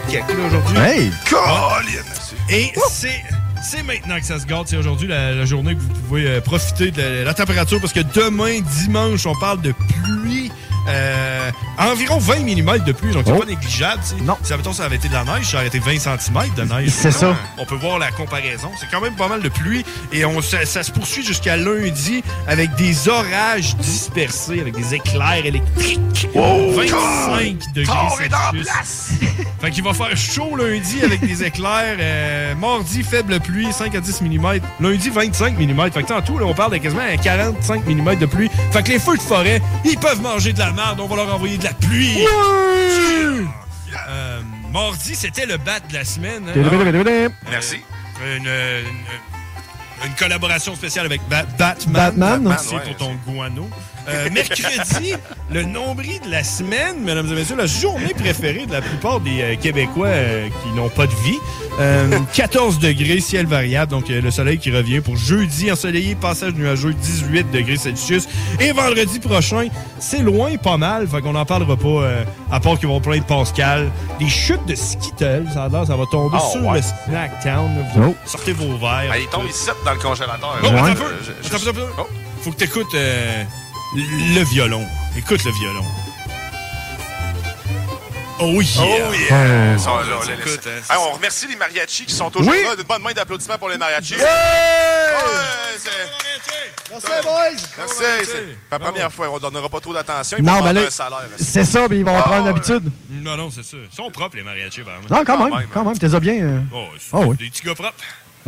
24 là, aujourd'hui. Hey! Colin! Et c'est. C'est maintenant que ça se garde. C'est aujourd'hui la, la journée que vous pouvez euh, profiter de la, la température parce que demain, dimanche, on parle de pluie. euh, environ 20 mm de pluie, donc c'est Oh. pas négligeable. tu sais. Si, admettons, ça avait été de la neige, ça aurait été 20 cm de neige. C'est ça. On peut voir la comparaison. C'est quand même pas mal de pluie et on, ça, ça se poursuit jusqu'à lundi avec des orages dispersés, avec des éclairs électriques. Oh, Wow! 25 degrés Thor est dans la Celsius. Fait qu'il va faire chaud lundi avec des éclairs. euh, mardi, faible pluie, 5 à 10 mm. Lundi, 25 mm. Fait que en tout, là, on parle de quasiment à 45 mm de pluie. Fait que les feux de forêt, ils peuvent manger de la merde. On va leur envoyer de la pluie. Euh, mardi, c'était le bat de la semaine. hein. Merci. Euh, une, euh, une- une collaboration spéciale avec Ba- Batman. Batman, hein? hein? ouais. Merci pour ton guano. Euh, mercredi, le nombril de la semaine, mesdames et messieurs, la journée préférée de la plupart des euh, Québécois euh, qui n'ont pas de vie. Euh, 14 degrés, ciel variable, donc euh, le soleil qui revient pour jeudi ensoleillé, passage nuageux, 18 degrés Celsius. Et vendredi prochain, c'est loin pas mal, fait qu'on n'en parlera pas, euh, à part qu'ils vont plein de Pascal. Des chutes de Skittles, ça a l'air, ça va tomber Ah, Oh, sur ouais. le Snack Town. là. Vous- Oh. Sortez vos verres. Ben, il tombe ici dans le congélateur. Oh, attends un Euh, peu. je- je- Attends, attends, attends. Oh. Faut que t'écoutes euh, le violon. Écoute le violon. Oh yeah! Oh yeah! Oh. Ça, là, on, Ça l'a laissé. coûte, hein, Hey, on remercie les mariachis qui sont toujours Oui. là. Une bonne main d'applaudissements pour les mariachis. Yeah! Ouais, c'est- Merci, boys! Merci. C'est la première fois. On ne donnera pas trop d'attention. Ils Non, vont mais là, prendre un salaire. Ah, c'est ça, puis ils Ah, vont prendre l'habitude. Non, non, c'est ça. Ils sont propres, les mariachis, vraiment. Non, Ah, quand même, quand même, t'es ça bien. euh. Oh, c'est Ah oui. Des petits gars propres.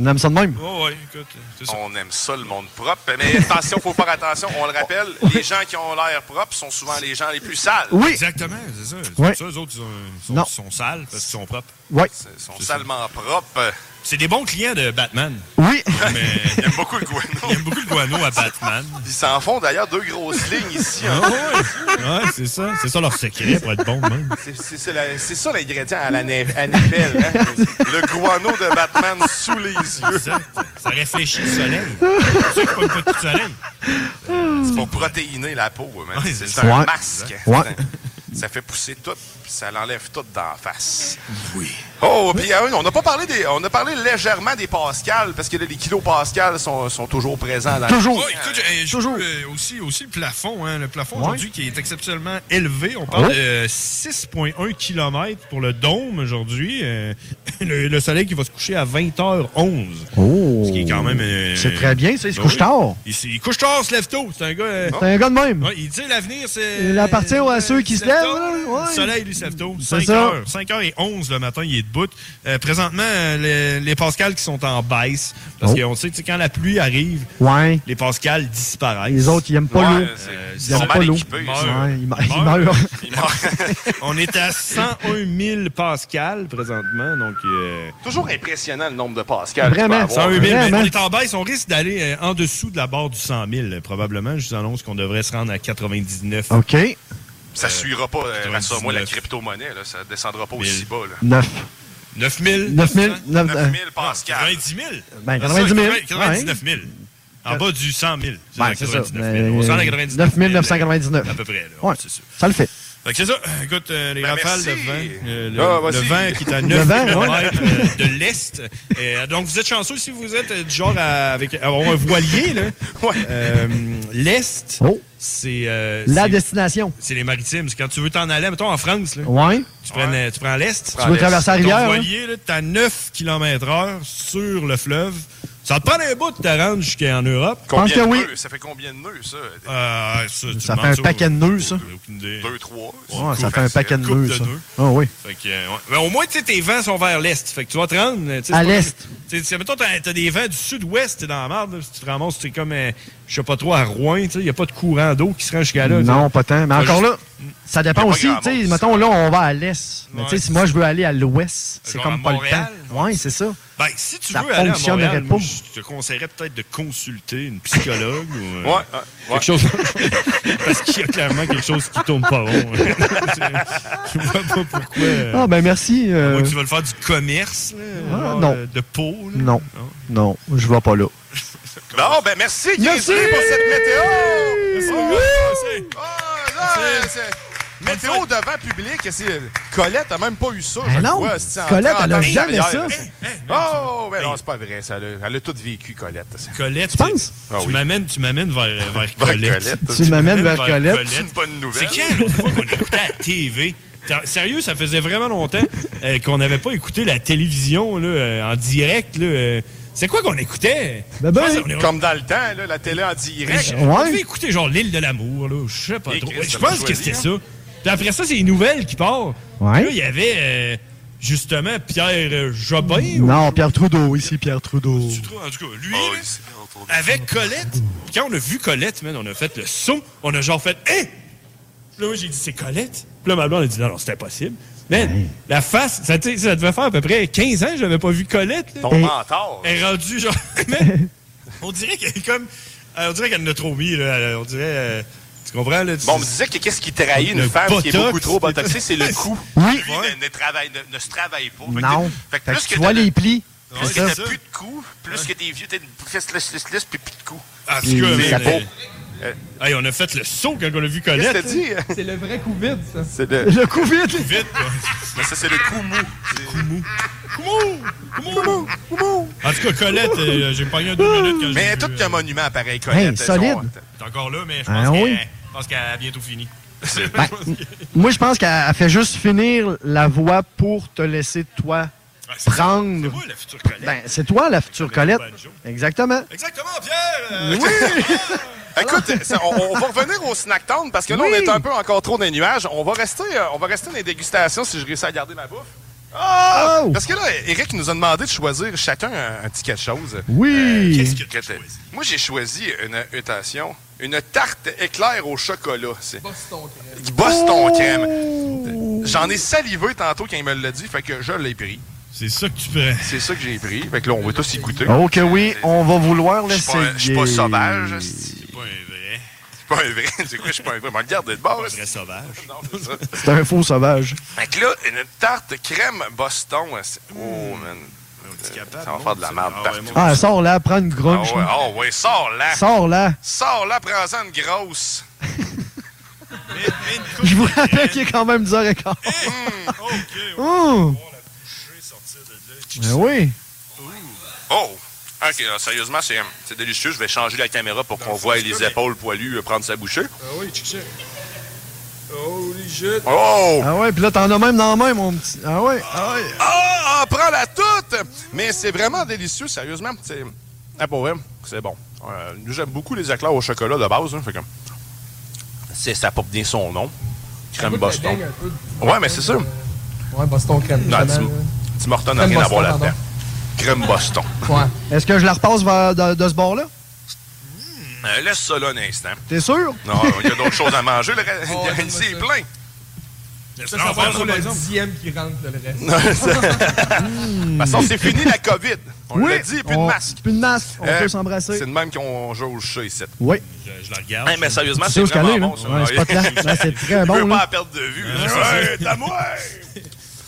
On aime ça de même. Oh, ouais, écoute, c'est ça. On aime ça, le monde propre. Mais attention, faut faire attention. On le rappelle, les gens qui ont l'air propre sont souvent les gens les plus sales. Oui. Exactement, c'est ça. C'est Oui. pour ça, eux autres, ils, ont- ils sont, Non. ils sont sales parce qu'ils sont propres. Ouais. Ils sont salement propres. C'est des bons clients de Batman. Oui. Mais ils aiment beaucoup le guano. Ils aiment beaucoup le guano à Batman. Ils s'en font d'ailleurs deux grosses lignes ici. hein. Ah ouais. Ouais, c'est ça. C'est ça leur secret pour être bon, même. C'est- C'est c'est la- c'est ça l'ingrédient à la nef- à Népel, hein? Le guano de Batman sous les yeux. Ça réfléchit le soleil. C'est pas pas de coup de soleil. C'est pour protéiner la peau, man. Ouais, c'est c'est un ça. masque. Ouais. C'est un- Ça fait pousser tout, puis ça l'enlève tout d'en face. Oui. Oh, puis euh, on n'a pas parlé des, on a parlé légèrement des pascals parce que là, les kilos pascals sont, sont toujours présents. Dans Ouais, écoute, euh, je veux, euh, aussi, aussi le plafond. hein, le plafond aujourd'hui qui est exceptionnellement élevé. On parle Ouais. de euh, 6,1 km pour le dôme aujourd'hui. Euh, le, le soleil qui va se coucher à 20h11. Oh. Ce qui est quand même. euh, C'est très bien, ça, il se bah couche oui. tard. Il, se- il couche tard, se lève tôt. C'est un gars. euh, C'est un gars de même. Ouais, il dit l'avenir, c'est. Il appartient à ceux qui se lèvent Le soleil, lui, sève tôt. C'est 5 ça. heures. 5 heures et 11 le matin, il est debout. Euh, présentement, euh, les, les pascals qui sont en baisse, parce Oh. qu'on sait, tu sais, quand la pluie arrive, Ouais. les pascals disparaissent. Les autres, ils aiment pas Ouais, l'eau. c'est- Ils aiment sont pas mal l'eau. équipés, Ouais, ils sont- ils meurent. Ils meurent. On est à 101 000 pascals présentement, donc... euh, Toujours impressionnant le nombre de Pascal. que tu Vraiment, peux avoir. 108 000. Mais on est en baisse. On risque d'aller euh, en dessous de la barre du 100 000, euh, probablement. Je vous annonce qu'on devrait se rendre à 99. OK. Ça suivra pas, euh, 99. rassure-moi, la crypto-monnaie, là, ça descendra pas aussi bas. Là. 9. 9 000. 9 000, 9 000, 9 000 Pascal. 90 000. Ben, Ah, 90 000, ça, 99 000. En bas du 100 000. Ben, à c'est ça. 99 000. On se rend à 99 000. 9 999. À peu près, là. Ouais. Ça le fait. Fait que c'est ça. Écoute, euh, Ben, les rafales, le vent, euh, le, Ah, le voici. vent qui est à Le 9 vent, km ouais. de l'Est. Euh, donc, vous êtes chanceux si vous êtes euh, du genre à, avec, à avoir un voilier. Là. Euh, L'Est, c'est... euh, Oh. La c'est- destination. C'est les maritimes. C'est quand tu veux t'en aller, mettons, en France. Là, Ouais. Tu prends, euh, tu prends l'Est. Tu veux traverser la rivière, Ton hein? voilier, là, t'as 9 km heure sur le fleuve. Ça te prend un bout de te rendre jusqu'en Europe. Pense que de oui. nœuds? Ça fait combien de nœuds, ça? Euh, ça, tu Ça demandes fait un au- paquet de nœuds, ça. deux, trois. Ouais, ça fait un paquet de nœuds, ça. Ah oui. Fait que, euh, ouais. Ben, au moins, tu sais, tes vents sont vers l'est. Fait que tu vas te rendre. euh, tu sais, À c'est pas- l'est. tu sais, c'est- mettons, t'as, t'as des vents du sud-ouest, t'es dans la marde. là. Si tu te ramasses, t'es comme, euh, je sais pas trop, à Rouen, tu sais, il n'y a pas de courant d'eau qui se rend jusqu'à là. Non, pas tant. Mais T'as encore là, juste- ça dépend Y a pas aussi. grand tu sais, monde, mettons, là, on va à l'est. Mais Ouais. tu sais, si moi, je veux aller à l'ouest, c'est Genre à comme pas le Montréal, temps. Oui, c'est ça. Ben, si tu Ça veux aller à fonctionnerait Montréal, moi, pas. je te conseillerais peut-être de consulter une psychologue ou euh, Ouais, ouais, ouais. quelque chose. Parce qu'il y a clairement quelque chose qui tourne pas rond. je vois pas pourquoi. euh, Ah, ben merci. à euh, Ah, moins que tu veux le faire du commerce, là, genre, non. euh, de peau. là. Non. Non, je vais pas là. Bon, ben merci, Chris Merci! Lee, pour cette météo! Merci, Wouh! merci. Oh, là, c'est- Météo devant public, c'est- Colette a même pas eu ça. Ben je non, crois, c'est en Colette, elle 30 a ans jamais arrière. ça. Oh, ben non, c'est pas vrai, ça. Elle a, elle a tout vécu, Colette. Ah Colette, tu penses? tu m'amènes, tu m'amènes vers, vers Colette. Tu m'amènes vers Colette. hein. C'est une bonne nouvelle. C'est quand l'autre fois qu'on écoutait la TV? T'as- Sérieux, ça faisait vraiment longtemps euh, qu'on n'avait pas écouté la télévision là, euh, en direct. là, euh. c'est quoi qu'on écoutait? Ben, Comme dans le temps, là, la télé en direct. On devait écouter genre l'île de l'amour, là, je sais pas Et trop. Christ, Je ça pense m'a que choisi, c'était ça. hein. Puis après ça, c'est les nouvelles qui partent. Ouais. Puis Là, il y avait euh, justement Pierre euh, Jobin. ou- Non, Pierre Trudeau, ici, Pierre Trudeau. En tout cas, Ah lui, là, avec Colette, puis quand on a vu Colette, man, on a fait le saut, on a genre fait Hé! Puis là, moi, j'ai dit C'est Colette. Puis là, ma blonde a dit Non, non, c'est impossible. Man, la face, ça, tu sais, ça devait faire à peu près 15 ans que je n'avais pas vu Colette. là. Ton mentor. Elle est rendue genre. Man, on dirait qu'elle est comme. euh, On dirait qu'elle en a trop mis, là. Elle- On dirait. euh, tu comprends, là? tu- Bon, on me disait que qu'est-ce qui trahit une Le femme qui est botox. beaucoup trop botoxée, c'est le cou. Oui. Lui ne, ne travaille, ne, ne se travaille pas. Fait que Non. t'es- Fait que Fait que plus que tu vois t'as- les plis. Plus c'est que ça. t'as plus de cou, plus que t'es vieux, t'es une fesse lisse, lisse, lisse, puis plus de cou. Ah, c'est excuse-moi, man, beau. euh, hey, on a fait le saut quand on a vu Colette. Qu'est-ce que t'as dit? C'est le vrai Covid, ça. C'est de... Le coup vite. Vite, quoi. Mais ça, c'est le cou mou. C'est- Comment? Comment? Comment? En tout cas, Colette, euh, j'ai euh, pas eu un deux minutes quand Mais tout qu'un monument pareil, Hey, Colette. solide. T'es encore là, mais je Ah pense oui. qu'elle je pense qu'elle a bientôt fini. Ben, moi, je pense qu'elle elle fait juste finir la voie pour te laisser, toi, prendre. C'est moi, la future Colette. Ben, c'est toi, la future Colette. Exactement. Exactement, Pierre! euh, Écoute, ça, on, on va revenir au snack town parce que là, on Oui. est un peu encore trop dans les nuages. On va rester, euh, on va rester dans les dégustations si je réussis à garder ma bouffe. Oh! Ah! Parce que là, Eric nous a demandé de choisir chacun un, un petit quelque chose. Euh, Oui. Qu'est-ce que t'as choisi? Moi, j'ai choisi une, attention, une tarte éclair au chocolat. C'est Boston crème. Boston Oh! crème. J'en ai salivé tantôt quand il me l'a dit, fait que je l'ai pris. C'est ça que tu prends. C'est ça que j'ai pris. Fait que là, on va tous y goûter. Oh que oui, on va vouloir Je suis pas un- je suis pas l'essayer. sauvage. C'est pas un vrai. C'est pas un vrai. C'est quoi, je suis pas un vrai. Mais regarde, de bord. Je sauvage. Non, c'est ça. C'est un faux sauvage. Fait que là, une tarte crème Boston. c'est- Oh, man. ça va faire de la merde partout. Ah, sors là, prends une Ah grunge. ouais, ah ouais, sors là. Sors là. Sors là, prends-en une grosse. Je vous rappelle qu'il est quand même 10h15. Hum. Ben oui. Oh! Ok, euh, sérieusement, c'est c'est délicieux. Je vais changer la caméra pour qu'on voie les épaules poilues euh, prendre sa bouchée. Ah oui, check ça. Holy shit. Oh! Ah ouais, puis là, t'en as même dans la main, mon petit. Ah ouais. Ah, ah, prends-la toute! Mais c'est vraiment délicieux, sérieusement. C'est ah, pour vrai, c'est bon. Euh, J'aime beaucoup les éclairs au chocolat de base. hein, fait que- c'est, ça porte bien son nom. Crème goûte de Boston. dingue un hein. peu. Ouais, mais c'est sûr. Ouais, Boston crème. Non, justement, Tim- Tim Horton n'a Crème rien à Boston, voir là-dedans. Crème Boston. là. Est-ce que je la repasse vers- de, de ce bord-là? Euh, laisse ça là un instant. T'es sûr? Non, il y a d'autres choses à manger. Le reste, il y a- c'est plein. Oh, Ça, Non, ça va par être le exemple. dixième qui rentre, le reste. Non, ça- De toute façon, c'est fini la COVID. On Oui. l'a dit, il n'y a plus On- de masque. Plus de masque, on Euh, peut s'embrasser. C'est de même qu'on joue au chat ici. Oui. Je, la regarde. mais sérieusement, Tu sais c'est où ce vraiment qu'elle est, bon. là? ça. Ouais, c'est pas clair. Là, c'est très bon, Je veux là. pas la perdre de vue. Ouais, c'est ça. Ouais, t'as moi!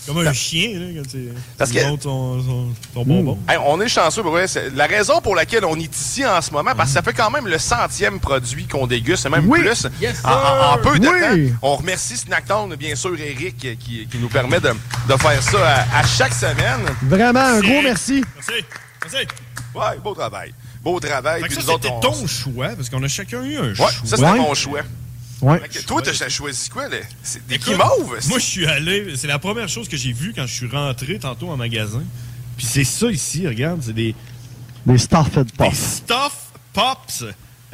Comme un chien, là, quand tu Parce tu que- montes ton, ton- ton bonbon. Hey, on est chanceux, pour vrai. C'est La raison pour laquelle on est ici en ce moment, parce que ça fait quand même le centième produit qu'on déguste, et même Oui. plus. Yes, en, en- en peu de Oui. temps. On remercie Snacktown, bien sûr, Eric, qui, qui nous permet de, de faire ça à, à chaque semaine. Vraiment, un gros merci. Merci. Merci. Ouais, beau travail. Beau travail. Fait que Puis ça, nous autres, c'était on- ton choix, parce qu'on a chacun eu un Ouais, choix. ça, c'était mon choix. Ouais. Fait que Toi, t'as choisi quoi? là? C'est des Écoute, guimauves? c'est- Moi, je suis allé. C'est la première chose que j'ai vue quand je suis rentré tantôt en magasin. Puis c'est ça ici, regarde, c'est des Des Starfed des Puffs. Stuff Pops.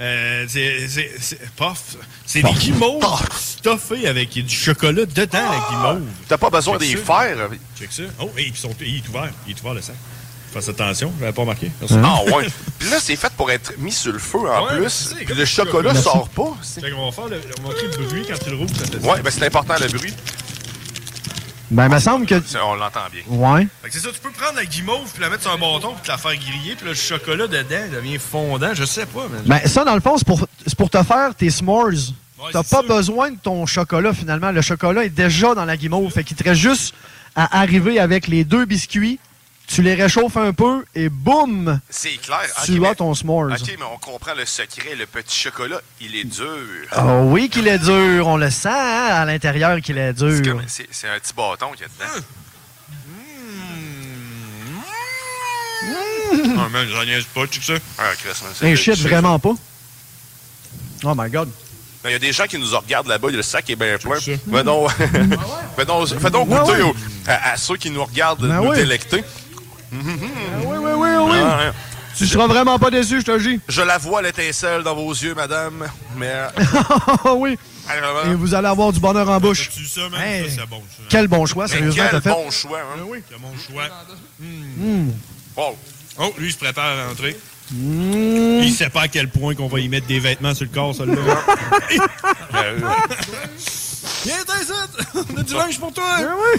Euh, c'est c'est- c'est- puff. C'est des Puff. guimauves stuffées avec du chocolat dedans, la guimauve. Ah! T'as pas besoin hein? d'y Check ça. faire. Check ça. Oh, et ils sont, il est ouvert. Il est ouvert, le sac. Fais attention, je l'avais pas remarqué. Merci. Ah ouais. Puis là, c'est fait pour être mis sur le feu en Ouais, plus. c'est- Puis le chocolat Merci. sort pas. Fait qu'on va faire le, on va montrer le bruit quand tu le roules. ça fait ça. Ouais, ben c'est important le bruit. Ben, il me semble que. Ça, On l'entend bien. Ouais. Fait que c'est ça, tu peux prendre la guimauve, puis la mettre sur un bâton, puis te la faire griller, puis là, le chocolat dedans devient fondant, je sais pas, mais... Ben, ça, dans le fond, c'est pour, c'est pour te faire tes s'mores. T'as c'est pas besoin de ton chocolat, finalement. Le chocolat est déjà dans la guimauve. Fait qu'il te reste juste à arriver avec les deux biscuits. Tu les réchauffes un peu et boum! C'est clair. Ok, Tu as mais- ton s'mores. Ok, mais on comprend le secret. Le petit chocolat, il est dur. Ah oui qu'il est dur, on le sent hein, à l'intérieur qu'il est C'est dur. comme- C'est c'est un petit bâton qu'il y a dedans. Non, Ah, mais j'en niaise pas, tu sais. Ah, Chris, man, c'est- Mais Mmh. shit, c'est- vraiment pas. Oh my god. Ben, Il y a des gens qui nous regardent là-bas, le sac est bien plein. Fais donc, Ah fais donc- fais donc Ah goûter ouais. aux- à, à ceux qui nous regardent Ben nous oui. délecter. Oui, oui, oui, oui. Ah, ouais. Tu seras vraiment pas déçu, je te jure. Je la vois l'étincelle dans vos yeux, madame, mais euh, Ah oui. Ah, vraiment. Et vous allez avoir du bonheur en bouche. Tu ça, man, Hey. ça, c'est bon. ça. Quel bon choix, Mais sérieusement, quel t'as fait. bon choix, hein? oui. Quel bon choix. Mm. Oh. Oh, lui, il se prépare à l'entrée. Mm. Il sait pas à quel point qu'on va y mettre des vêtements sur le corps, celui-là. Viens, t'es ici! On a du linge pour toi!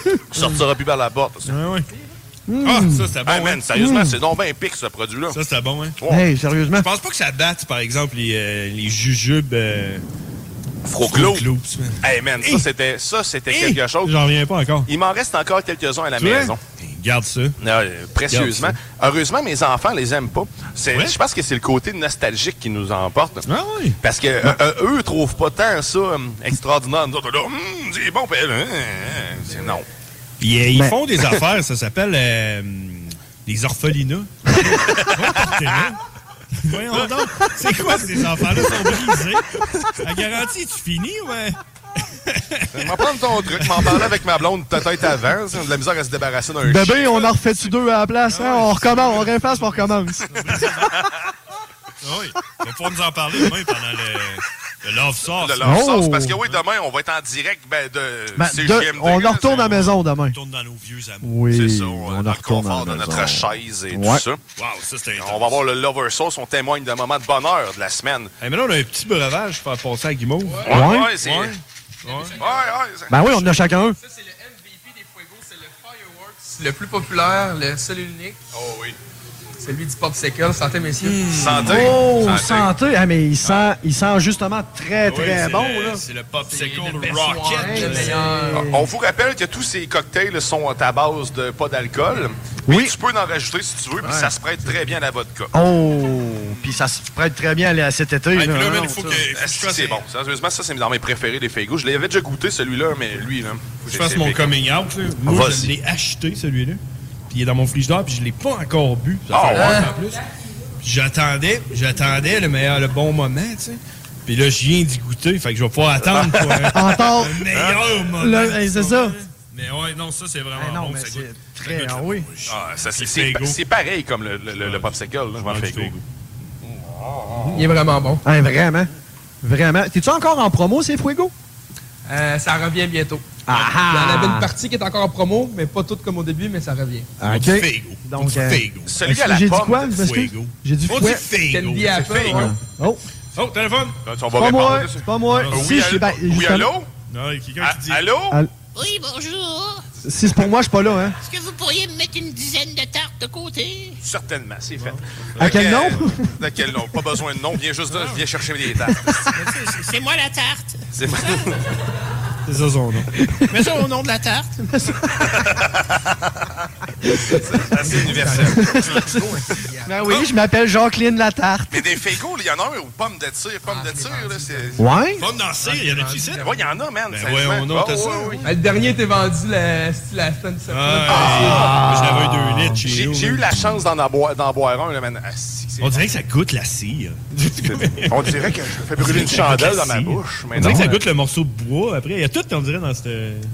Ben sortira plus par la porte. ça. Ah, ça, c'est bon. Hey, man, hein? sérieusement, c'est non bien pique, ce produit-là. Ça, c'est bon, hein? Hey, sérieusement. Je pense pas que ça batte, par exemple, les, euh, les jujubes. Euh, Froclo. Frocloops, man. Hey, man, ça, c'était, ça, c'était Hey! quelque chose. J'en reviens pas encore. Il m'en reste encore quelques-uns à la Tu vois? maison. Garde ça. Euh, précieusement. Garde Heureusement, mes enfants les aiment pas. C'est- Ouais? Je pense que c'est le côté nostalgique qui nous emporte. Ah oui. Parce que euh, euh, eux trouvent pas tant ça euh, extraordinaire. Nous autres, là, Hum, c'est bon, puis elle, hein, hein, c'est non. Puis, euh, ils Ben- font des affaires, ça s'appelle euh, des orphelinats. oh, putain, hein? Voyons donc, c'est quoi ces enfants-là sont brisés? La garantie, tu finis, ouais. Je m'en prendre ton truc, je m'en parlais avec ma blonde peut-être avant. ça, on a de la misère à se débarrasser d'un chien. Bébé, on en refait-tu deux à la place? hein? On recommence, on réfasse, puis on recommence. Euh, Ah Oui, on va pouvoir nous en parler demain pendant le, le Love Sauce. Le Love Oh! Sauce, parce que oui, demain, on va être en direct ben, de Ben, CGMD. de- on en retourne à la maison demain. dans nos vieux amours. Oui, ça, on en retourne à confort la de notre maison. chaise et Ouais. tout ça. ça, c'était On va avoir le Lover Sauce, on témoigne d'un moment de bonheur de la semaine. Hey, mais là, on a un petit breuvage pour faire passer à Guimauve. Ouais, ouais, c'est... Ouais, Ben oui, on en a chacun un. Le plus populaire, le seul et unique. Oh oui. Celui du popsicle, santé messieurs. Oh, santé! Ah, mais il sent, il sent justement très, très bon, là. C'est le Popsicle bessoir, Rocket. le là. meilleur. On vous rappelle que tous ces cocktails sont à base de pas d'alcool. Oui. Tu peux en rajouter si tu veux, puis Ouais. ça se prête très bien à la vodka. Oh! Puis ça se prête très bien à aller à cet été. là. hein. là, Non, il faut ça. que- Ah, si, C'est bon. Sérieusement, ça, c'est dans mes préférés des Faygo. Je l'avais déjà goûté, celui-là, mais lui, là. faut que Je fasse j'essaie mon Faygo. coming out. là. Ah, Moi, vas-y. je l'ai acheté, celui-là. Puis il est dans mon frigidaire, puis je l'ai pas encore bu. Ça Ah, fait ouais. longtemps en plus. Puis J'attendais, j'attendais le meilleur, le bon moment, tu sais. Puis là, je viens d'y goûter, fait que je vais pas attendre pour un, Encore. un meilleur moment. hein. Là, hey, c'est ça. Mais ouais, non, ça, c'est vraiment non, bon. mais ça c'est goûte. Très, ah oui. Ah, ça, c'est- c'est Faygo. c'est pareil comme le, le, le- le popsicle, là. Je m'en fais goût. Hein, Il est vraiment bon. vraiment. Vraiment. T'es-tu encore en promo, ces Fuego? Euh, ça revient bientôt. Ah-ha! Il y en avait une partie qui est encore en promo, mais pas toute comme au début, mais ça revient. Ok. Figo. Donc, euh, euh, Figo. Celui est-ce à que la j'ai dit pomme, quoi? de Je m'excuse. Fuego. J'ai dit On fouet. dit Figo. Candy apple, C'est Figo. ouais. Oh. Oh, téléphone! C'est pas moi, c'est pas moi. Oui, Si, je suis- allô? ben, oui, justement- allô? Non, il y a quelqu'un qui dit... Allô? Allô? Oui, bonjour. Si c'est pour moi, je suis pas là, hein. Est-ce que vous pourriez me mettre une dizaine de tartes de côté? Certainement, c'est fait. À quel nom? À quel nom? Pas besoin de nom, viens juste là, viens chercher des tartes. C'est- C'est moi la tarte. C'est pas... C'est ça son nom. Mais ça au nom de la tarte. C'est assez universel. hein. Ben oui, je m'appelle Jacqueline Latarte. Mais des Figo, il y en a un aux pommes de tir, pommes de tir, là, c'est... Ouais? Pommes dans cire, il y en a qui sait? Ouais, il y en a, man. Ben ouais, on Oh, a, t'as ça. Le dernier était vendu la, style la semaine du septembre. Ah, J'ai j'ai eu la chance d'en aboie- d'en boire un, là, man. Ah, si, c'est- On dirait que ça goûte la cire. On dirait que je fais brûler une chandelle dans ma bouche, mais On dirait non, euh, que ça mais- goûte le morceau de bois. Après, il y a tout, on dirait, dans cette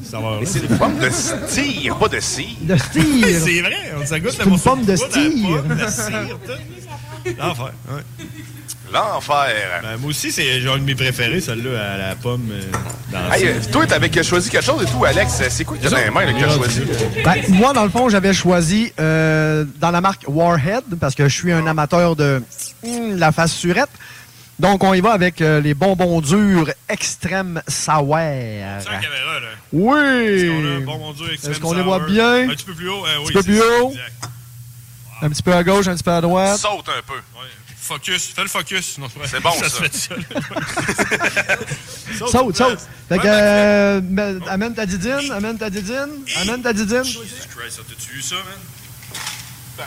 saveur-là. Mais c'est une pomme de cire, pas de cire. De cire. C'est vrai, on- ça goûte le morceau pomme de bois, la cire. pomme, la cire, tout. L'enfer, ouais. L'enfer. Ben, moi aussi, c'est genre une de mes préférées, celle-là, à la pomme euh, dans Hey, la euh, toi, t'avais choisi quelque chose et tout, Alex. euh, C'est quoi que t'as dans les mains là, que t'as choisi? Ben, moi, dans le fond, j'avais choisi euh, dans la marque Warhead parce que je suis un amateur de hum, la face surette. Donc, on y va avec euh, les bonbons durs extrême sour. caméra, là. Oui! Bon, mon Dieu, extrême Est-ce qu'on les voit sour. bien? Un petit peu plus haut, hein, Un oui. petit peu c'est plus ça, haut. exact. Un petit peu à gauche, un petit peu à droite. Saute un peu. Focus, fais le focus. Non, C'est bon, ça. se ça. fait seul. Saute, saute. Fait que, euh, ben, amène ta didine, amène ta didine, amène ta didine. Jesus Christ, t'as-tu vu ça, man? Ben,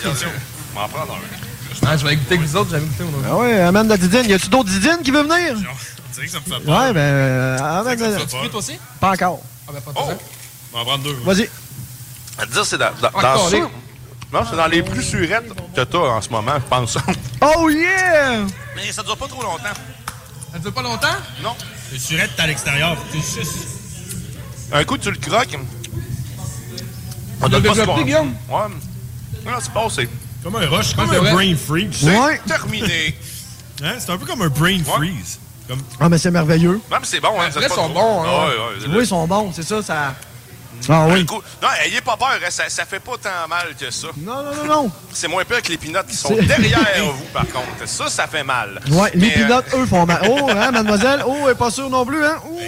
Attention, m'en prendre un. Ah, je vais goûter que vous autres, j'avais goûté. Ah ouais, amène ta didine. Y a-tu d'autres didines qui veulent venir? On dirait que ça me fait peur. Ouais, ben, euh, amène Ça, ça ta- fait peur. Tu peux, toi aussi? Pas encore. Ah, ben, pas Oh! On va en prendre deux. Vas-y. À te dire, c'est dans, dans, Ah, dans carré. ceux- Non, c'est dans les plus surettes que t'as en ce moment, je pense. Oh yeah! Mais ça dure pas trop longtemps. Ça dure pas longtemps? Non. Le surette, t'es à l'extérieur, faut que tu le suces. Un coup, tu le croques. On Tu donne l'as pas déjà ce qu'on- pris, Guillaume? Ouais. Non, c'est passé. Comme un rush, comme Ouais, un c'est vrai. brain freeze. C'est Ouais. terminé. Hein, C'est un peu comme un brain freeze. Comme... Ah, mais c'est merveilleux. Même c'est bon, hein. Après, ils sont bons, hein. Oui, ils sont bons, c'est ça, ça. Ah oui. Non, ayez pas peur, hein, ça, ça fait pas tant mal que ça. Non, non, non, non. C'est moins pire que les pinottes qui sont C'est- derrière vous, par contre. Ça, ça fait mal. Ouais, les Mais, euh, pilotes, eux, font mal. Oh, hein, mademoiselle? Oh, elle est pas sûre non plus, hein? Ouh.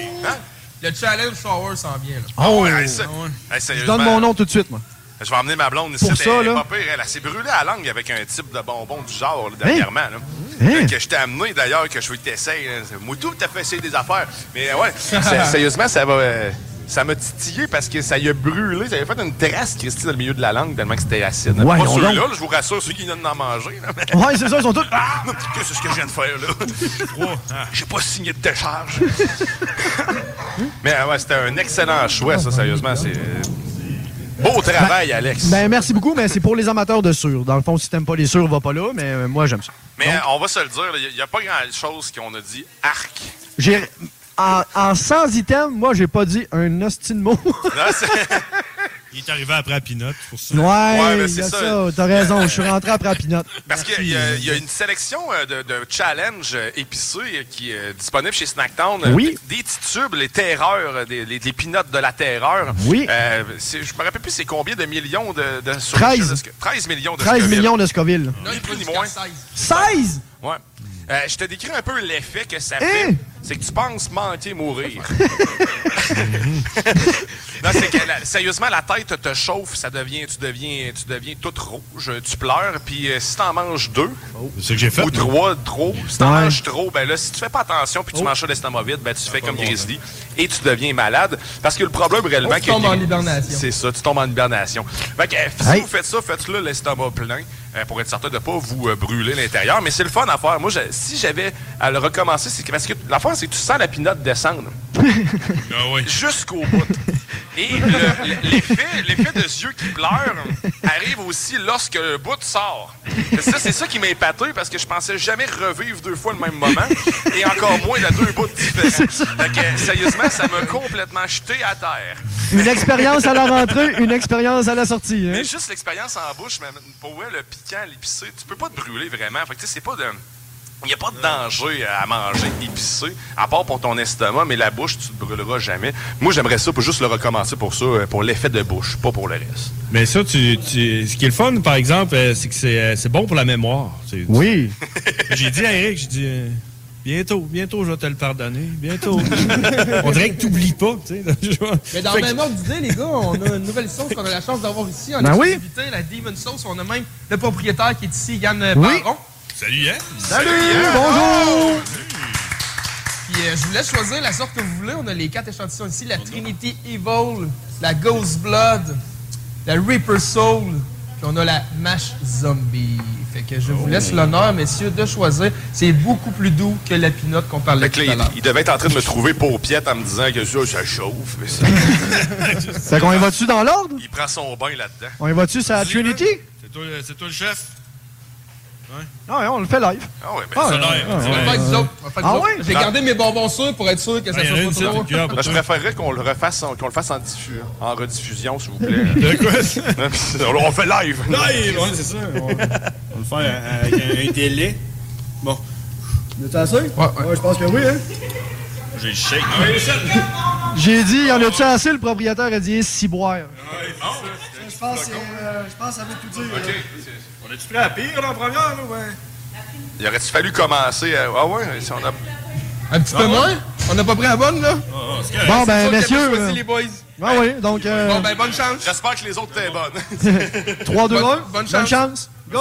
Le challenge sour s'en vient. Là. Ah ouais, ouais, ça- hey, Je sérieusement, donne mon nom tout de suite, moi. Je vais emmener ma blonde ici. Pour elle ça, est là. pas pire. Elle, elle s'est brûlée à la langue avec un type de bonbon du genre là, dernièrement. là. Hein? Que je t'ai amené d'ailleurs, que je veux que t'essayes. là. C'est- Moi, tout, t'as fait essayer des affaires. Mais ouais, sé- sérieusement, ça va. euh, ça m'a titillé parce que ça y a brûlé. Ça y a fait une trace, Christy, dans le milieu de la langue, tellement que c'était acide. Ouais, pas on ceux-là, donc. là, je vous rassure, ceux qui viennent d'en manger. là, mais- Ouais, c'est ça, ils sont tous. Ah! Qu'est-ce que c'est ce que je viens de faire, là? Trois. Ah, J'ai pas signé de décharge. Mais euh, ouais, c'était un excellent choix, ça, sérieusement. C'est. euh, Beau travail, Alex. Ben, merci beaucoup, mais c'est pour les amateurs de sûrs. Dans le fond, si t'aimes pas les sûrs, va pas là, mais euh, moi, j'aime ça. Mais euh, on va se le dire, il n'y a, pas grand-chose qu'on a dit arc. J'ai. En, en 100 items, moi, j'ai pas dit un hostie de mot. Non, c'est- Il est arrivé après la pinotte pour ça. ouais, mais il y c'est a ça. ça. T'as raison, je suis rentré après la pinotte. Parce qu'il y, a- il y a une sélection euh, de, de challenges euh, épicés euh, qui est disponible chez Snacktown. Euh, Oui. Des des petits tubes, les terreurs, euh, des, les, les peanuts de la terreur. Oui. Euh, c'est- je me rappelle plus c'est combien de millions de... de sur 13. de ce que- 13 millions de 13 Scoville. millions de Scoville. Ni plus ni moins. 16! Ouais. Euh, je te décris un peu l'effet que ça Hein? fait. C'est que tu penses manquer mourir. non, c'est que la- sérieusement, la tête te chauffe, ça devient, tu deviens, tu deviens toute rouge, tu pleures, puis euh, si t'en manges deux, C'est ce que j'ai fait. ou trois trop, si t'en Ouais. manges trop, ben là, si tu fais pas attention Oh. puis tu manges ça l'estomac vide, ben tu fais comme Grizzly et tu deviens malade. Parce que le problème réellement, Oh, tu tombes en hibernation. c'est ça, tu tombes en hibernation. Fait que, euh, si vous faites ça, faites-le l'estomac plein euh, pour être certain de ne pas vous euh, brûler l'intérieur. Mais c'est le fun à faire. Moi, je- si j'avais à le recommencer, c'est que- parce que l'affaire, c'est que tu sens la pinotte descendre. Ah Jusqu'au bout. Et le- le- l'effet l'effet de yeux qui pleurent arrive aussi lorsque le bout sort. Ça, c'est ça qui m'a épaté parce que je pensais jamais revivre deux fois le même moment et encore moins la deux bouts différents. Fait que, sérieusement, ça m'a complètement jeté à terre. Une expérience à la rentrée, une expérience à la sortie. hein. Mais juste l'expérience en bouche, mais pour vrai, le piquant, l'épicé, tu peux pas te brûler vraiment. Fait que tu sais, c'est pas de. Il n'y a pas de danger à manger épicé, à part pour ton estomac, mais la bouche, tu te brûleras jamais. Moi, j'aimerais ça pour juste le recommencer pour ça, euh, pour l'effet de bouche, pas pour le reste. Mais ça, tu, tu- ce qui est le fun, par exemple, euh, c'est que c'est euh, c'est bon pour la mémoire. C'est- Oui. J'ai dit à Eric, j'ai dit, euh, bientôt, bientôt, je vais te le pardonner, bientôt. On dirait que tu n'oublies pas, tu sais. Mais dans Fait le que- même ordre d'idée, les gars, on a une nouvelle sauce qu'on a la chance d'avoir ici. En Ben oui. exclusivité, la Demon Sauce. On a même le propriétaire qui est ici, Yann Oui. Baron. Salut, Yann. Salut, Yann. bonjour. Puis euh, je vous laisse choisir la sorte que vous voulez. On a les quatre échantillons ici. La Trinity Evil, la Ghost Blood, la Reaper Soul, puis on a la Mash Zombie. Fait que je vous Oh. laisse l'honneur, messieurs, de choisir. C'est beaucoup plus doux que la pinotte qu'on parlait Fait tout que là, à l'heure. il, il devait être en train de me trouver paupiette en me disant que ça, ça chauffe. mais ça- Fait qu'on y va-tu dans l'ordre? Il prend son bain là-dedans. On y va-tu sur la Vas-y, Trinity? C'est toi, le- c'est toi le chef. Non, hein, on le fait live. Ah ouais, mais ça Ah, ouais, l'air. ouais, ça ouais. l'air. Pas avec vous autres. Pas avec vous Ah autres. ouais? J'ai Non. gardé mes bonbons sûrs pour être sûr que ça soit pas trop loin. Ben, Je préférerais qu'on le refasse, en- qu'on le fasse en, diffu- en rediffusion, s'il vous plaît. De quoi? On fait live. Live, ouais, c'est ça. On, on le euh, fait avec un, un délai. Bon. T'es assez? Ouais, je pense que oui, hein? J'ai le shake. Ah J'ai dit, y en a-tu assez? Le propriétaire a dit, si boire. Je pense que ça veut tout dire. On est-tu prêt à pire là, en première? Là, ouais? Il aurait-tu fallu commencer à... Ah ouais, si on a... Un petit Ah peu moins? On n'a pas pris la bonne, là? Bon, ben, C'est toi qui as messieurs, choisi, euh, les boys. Ben oui, donc... euh, Bon, ben, bonne chance. J'espère que les autres étaient bonnes. 3, 2, 1. Bonne- bonne chance. Go!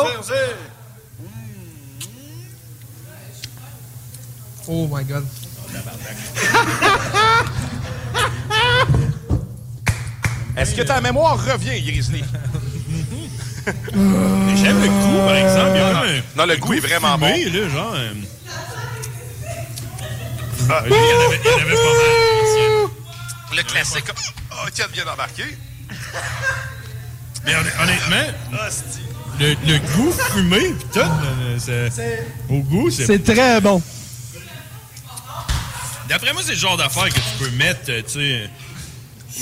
Oh my god. Est-ce que ta mémoire revient, Grizzly? Euh, J'aime le goût, par exemple. Il y en a un- Non, le goût est vraiment bon. fumé, là, genre. euh, lui, il y en avait- il y en avait pas mal. Ah, Le classique. Oh, tiens, bien embarqué. Mais honn- honnêtement, le, le goût fumé, pis tout, euh, c'est- au goût, C'est très bon. D'après moi, c'est le genre d'affaire que tu peux mettre, euh, tu sais,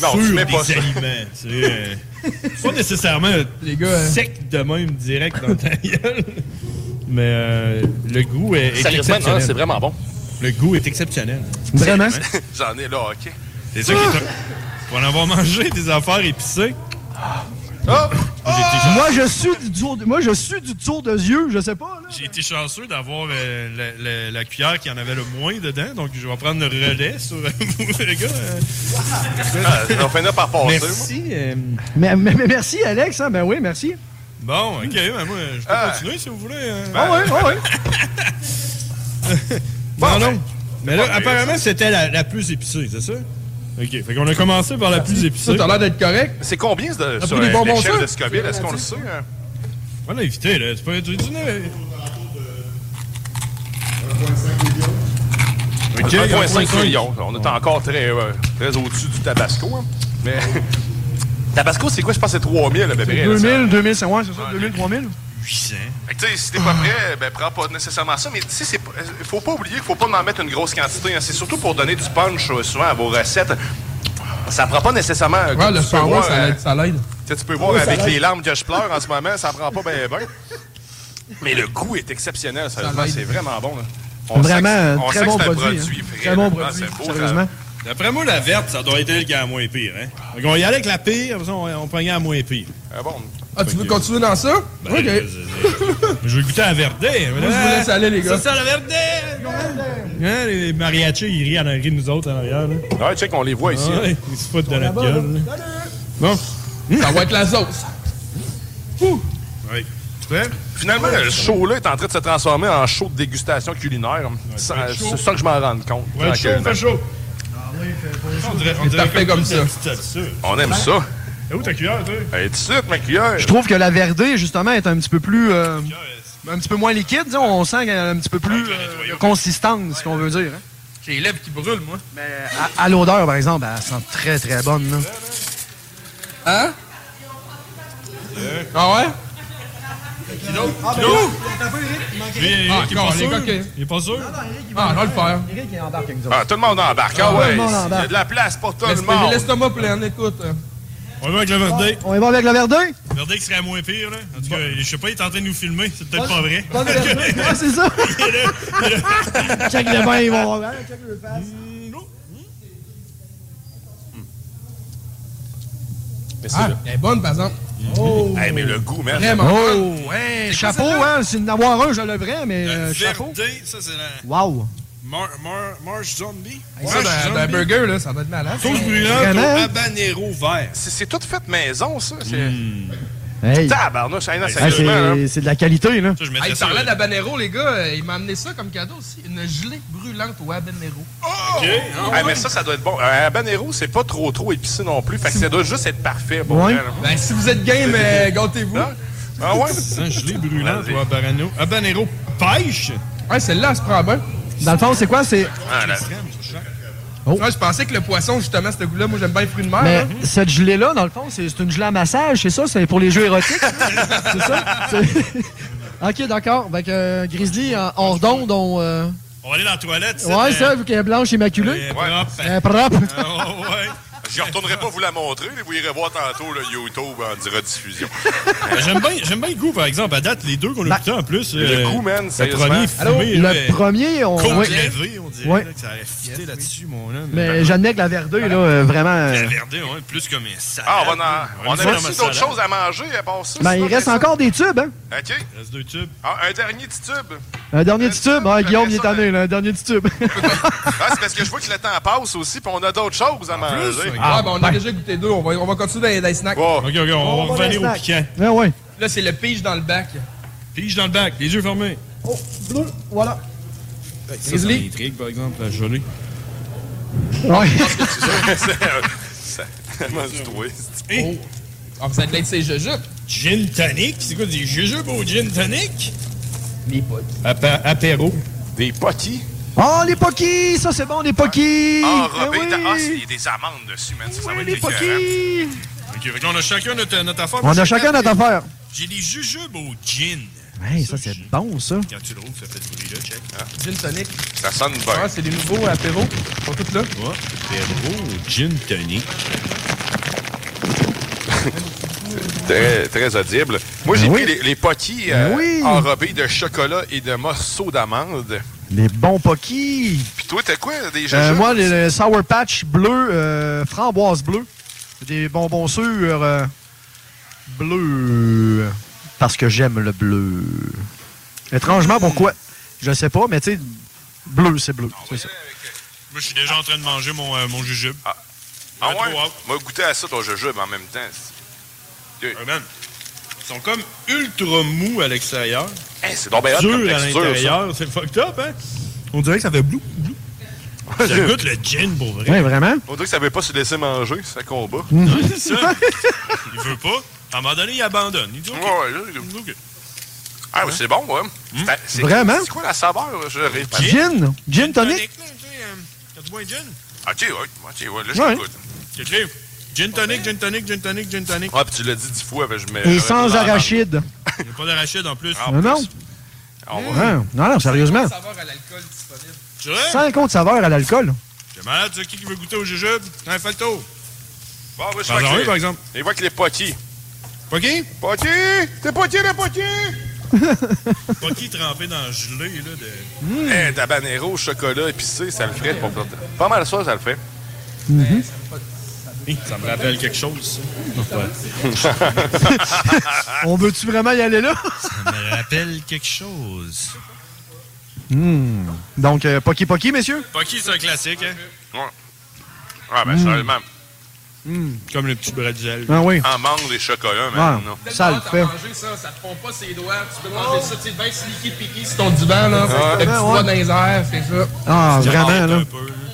Non, sur tu mets des pas ça. aliments. tu sais, euh, pas nécessairement les gars, hein. sec de même direct dans ta gueule. Mais euh, le goût est, est Sérieusement, exceptionnel. non, c'est vraiment bon. Le goût est exceptionnel. Vraiment? J'en ai là, OK. C'est ça qui est... Pour en avoir mangé des affaires épicées. Ah! Moi, je suis du tour de, moi, je suis du tour de yeux, je sais pas. J'ai été chanceux d'avoir euh, la, la- la cuillère qui en avait le moins dedans, donc je vais prendre le relais sur vous, les gars. euh. Ah, on finira par passer. Merci. euh, Mais, mais- mais merci, Alex. Hein? Ben oui, merci. Bon, ok, ben moi, je peux Ah. continuer si vous voulez. hein. Ah ouais, ah ouais. non, ben, non. Mais là, apparemment, c'était la, la plus épicée, c'est ça? Ok, fait qu'on a commencé par la plus épicée. Ça, t'as l'air d'être correct. C'est combien de, T'as sur pris des euh, bonbons l'échelle sûrs? de Scoville? Est-ce qu'on le sait? hein? On va éviter, là. Tu peux tu- tu- tu- Ok, 1,5 1,5. million. On est encore très, euh, très au-dessus du Tabasco. hein. Mais Tabasco, c'est quoi? Je pense que c'est 3000 à peu près. là, 2000, 2000, c'est ouais, c'est ça, 2000, 3000. Fait que, tu sais, si t'es pas prêt, ben prends pas nécessairement ça, mais tu sais, c'est pas- euh, faut pas oublier qu'il faut pas en mettre une grosse quantité. hein. C'est surtout pour donner du punch euh, souvent à vos recettes. Ça prend pas nécessairement. euh, Ouais, comme le tu peux sang voir, ça euh, l'aide- ça l'aide. tu sais, tu peux voir Ouais, ça avec l'aide. les larmes que je pleure en ce moment, ça prend pas bien ben. Mais le goût est exceptionnel, sérieusement, l'aide. c'est vraiment bon. là. Vraiment, sait que- euh, on très sait que bon c'est un produit, hein. vrai, Très bon là, Ah, produit, c'est beau, sérieusement. D'après moi, la verte, ça doit être elle qui a la moins pire, hein? Fait qu'on va y aller avec la pire, après ça, on, on prend la moins pire. Ah bon? Ah, tu veux continuer dans ça? Ben, Ok. euh, Je vais goûter à la verde. Moi, je vous laisse aller, les gars. C'est ça, la verde! Hein, les mariachis, ils rient en arrière de nous autres, en arrière, là. Ah, Ouais, check, on les voit ici. Ouais, ils se foutent de notre gueule. là. Bon. Ça va être la sauce. Oui. Finalement, le show-là est en train de se transformer en show de dégustation culinaire. Ça- être chaud. c'est ça que je m'en rends compte. Ouais, chaud, Tranquillement. fait chaud. On dirait, on dirait parfait comme ça. c'est ça. On aime ça. Et où ta cuillère, toi? Elle est ici, ma cuillère. Je trouve que la verdée, justement, est un petit peu plus. euh, un petit peu moins liquide, disons. On sent qu'elle a un petit peu plus euh, de consistance, ce qu'on veut dire. hein. J'ai les lèvres qui brûlent, moi. À, à l'odeur, par exemple, elle sent très, très bonne. là. Hein? Ah ouais? Ah, ben, Lui, Ah, Eric, il est pas encore, les sûr. gars, ok. Il est pas sûr? Ah, on va le faire. Ah, tout le monde embarque. Ah Ah, tout ouais, le monde il y a embarque. de la place pour tout Mais le c'est- J'ai monde. l'estomac plein, écoute. On va avec la verde. On y va avec la verdée? Verdict serait moins pire, là. En tout cas, je sais pas, il est en train de nous filmer. C'est peut-être Bonne- pas vrai. bonne version. Ouais, Ah, c'est ça. Il est là, il est là. Check le bain, ils vont voir. Check le face. Hmm. Ah, elle est bonne, par exemple. Oh. Hey, mais le goût, man. Vraiment. Oh, Oh, hey, chapeau, hein. C'est d'en avoir un, je le vrai, mais euh, chapeau. Verdé, ça, c'est la. Wow. Mar- Mar- Marsh Zombie. Hey, Marsh ça, ben, Zombie. d'un- d'un burger, là, ça doit être malade. Sauce brûlante Vraiment? au habanero vert. C'est c'est tout fait maison, ça. C'est. Mmh. Hey. Tabarnouche, hey, non, Hey, sérieusement, hein. là. Ah, c'est- c'est de la qualité, là. Hey, parlant d'Habanero, les gars, euh, il m'a amené ça comme cadeau aussi. Une gelée brûlante au Habanero. OK. Ah, mais ça, ça doit être bon. Un habanero, c'est pas trop trop épicé non plus. Fait que ça doit juste être parfait. Bon, Ouais. hein, là. Ben, si vous êtes game, euh, gâtez-vous. Ah ouais? Un gelé brûlant, toi, Habanero. Habanero pêche? Ouais, celle-là, elle se prend bien. Dans le fond, c'est quoi? C'est. Oh. Ouais, je pensais que le poisson, justement, ce goût-là, moi, j'aime bien les fruits de mer. Mais hein. cette gelée-là, dans le fond, c'est c'est une gelée à massage, c'est ça? C'est pour les jeux érotiques? c'est ça? C'est- ok, d'accord. Fait que euh, Grizzly, en- hors d'onde, on. euh, On va aller dans la toilette. Ouais, ça, vu qu'elle est blanche immaculée. Elle est propre. Ah, Je retournerai pas vous la montrer, mais vous irez voir tantôt le YouTube en direct diffusion. Ben, J'aime bien, j'aime bien le goût, par exemple, à date, les deux qu'on a écoutés en plus. Le goût, man, Le sérieusement. premier Allô? fumé, là, Le premier, on. Côte ouais. levée, on dirait, Ouais. là, que ça aurait fité là-dessus, mon homme. Mais j'admets que la verdée, là, euh, vraiment. euh, La verdée, ouais, plus comme un salade. Ah, on, va en- on Ouais, avait comme un aussi d'autres salade. choses à manger à part ça. ben, sinon, il reste mais ça- encore des tubes, hein? OK. Il reste deux tubes. Ah, un dernier petit tube. Un dernier petit tube. Ah, Guillaume, il est ça, tanné, là. Un dernier petit tube. Ah, c'est parce que je vois que le temps passe aussi, puis on a d'autres choses à manger. Ouais, ah, ben, on a déjà goûté deux. On va, on va continuer dans les, dans les snacks. Ok, ok, on, On va va revenir dans au le piquant. snack. Ouais, ouais. Là, c'est le pige dans le bac. Pige dans le bac, les yeux fermés. Oh, bleu, voilà. Ça, ça Grizzly. m'intrigue, par exemple, la gelée. Ouais. Ça m'a du troué. Oh. Ah, vous êtes l'un de ces jujubes. Gin tonic? C'est quoi des jujubes au gin tonic? Les potes. apéro. Des potis? Oh, les Pokis! Ça, c'est bon, les Pokis! Ah, Ben Eh Robin, oui! t'as- ah, il y a des amandes dessus, man. Ça, ça va être les écœurant. Ok, fait qu'on a chacun notre, euh, notre affaire. On a chacun notre affaire. J'ai des jujubes au gin. Hey, ça, c'est bon, ça. Quand tu l'ouvres, ça fait ce bruit-là, check. Gin tonic. Ça sonne bien. Ah, c'est les nouveaux apéros. Ils sont tous là. Ouais, apéro au gin tonic. Très, très audible. Moi, j'ai pris les, les potis euh, Ben Oui. enrobés de chocolat et de morceaux d'amande. Les bons Pokis! Puis toi, t'as quoi, des Euh, jujubes? moi, les, les Sour Patch bleu, euh, framboise bleue, des bonbons sûrs euh, bleus, euh, parce que j'aime le bleu. Mm. Étrangement, pourquoi? Je sais pas, mais tu sais, bleu, c'est bleu. c'est ça. Moi, je suis déjà en train de manger mon, euh, mon jujube. Ah, Ah ouais? Moi, goûter à ça, ton jujube, en même temps. Deux. Ah, Ils sont comme ultra mous à l'extérieur. Hey, Eh, c'est donc bien hot comme Ah. Dur à texture, l'intérieur, c'est fucked up, hein? On dirait que ça fait blou, blou. Ça goûte le gin pour vrai. Ouais, vraiment? On dirait que ça veut pas se laisser manger, ça combat. Mhm. Ouais, c'est ça. il veut pas. À un moment donné, il abandonne. Il dit OK. Ouais, là, il- Ah, oui, c'est bon, ouais. Hmm? C'est- c'est- Vraiment? C'est quoi la saveur? Je répète. Gin? Gin tonic? T'as du moins de gin? Ok, ouais, ok, ouais, là, Ouais. je goûte. C'est clair. Gin tonic, gin tonic, gin tonic, gin tonic. Ah, puis tu l'as dit dix fois, ben, je mets. Et je mets sans dans la Ah, arachide. Il n'y a pas d'arachide en plus. Non, non. On va- Non, non, non, sérieusement. C'est vrai? 50 saveurs à l'alcool. T'es malade, tu sais qui veut goûter au jujube? Hein, fais le tour. Bon, moi, je vois Par que exemple, les- par exemple. Il voit que les potis. Pocky? Pocky! T'es pocky, t'es pocky! Pocky trempé dans le gelé, là, de... Eh, tabanero, chocolat, épicé, ça le ferait pour Pas mal ça, ça le fait. Ben, Mm-hmm. Ça me rappelle quelque chose, ça. On veut-tu vraiment y aller là? ça me rappelle quelque chose. Hmm. Donc, euh, Pocky Pocky, messieurs? Pocky, c'est un classique, hein? Ah, ben, Mm. sérieusement. Hum. Comme le petit bretzel. Ah oui. Amande et chocolat, Ah, man. non. ça le fait. manger ça, ça te pompe pas ses doigts. Tu peux manger ça, tu sais, bien sneaky piqué sur ton divan, là. Ah, le petit ouais. doigt dans les airs, c'est ça. Ah, vraiment, là.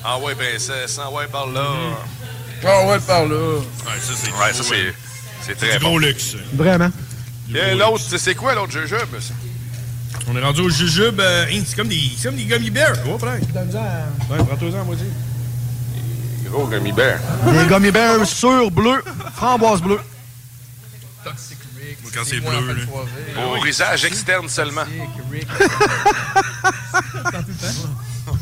Ah ouais, princesse, ah ouais, par là. Hum. Ah ouais, par là. Ouais, ça, c'est ouais, ça, c'est, c'est très du bon. gros luxe. Vraiment. Et l'autre, c'est, c'est quoi l'autre jujube? ça? Mmh. On est rendu au jujube. euh, hein, c'est comme des, c'est comme des gummy bears. Oh, prends. Ouais, prends-toi-en à moitié. Gros gummy bear. Des gummy bears sur bleu, framboise bleue. Toxic Rick. Quand c'est bleu, là. Au usage externe seulement.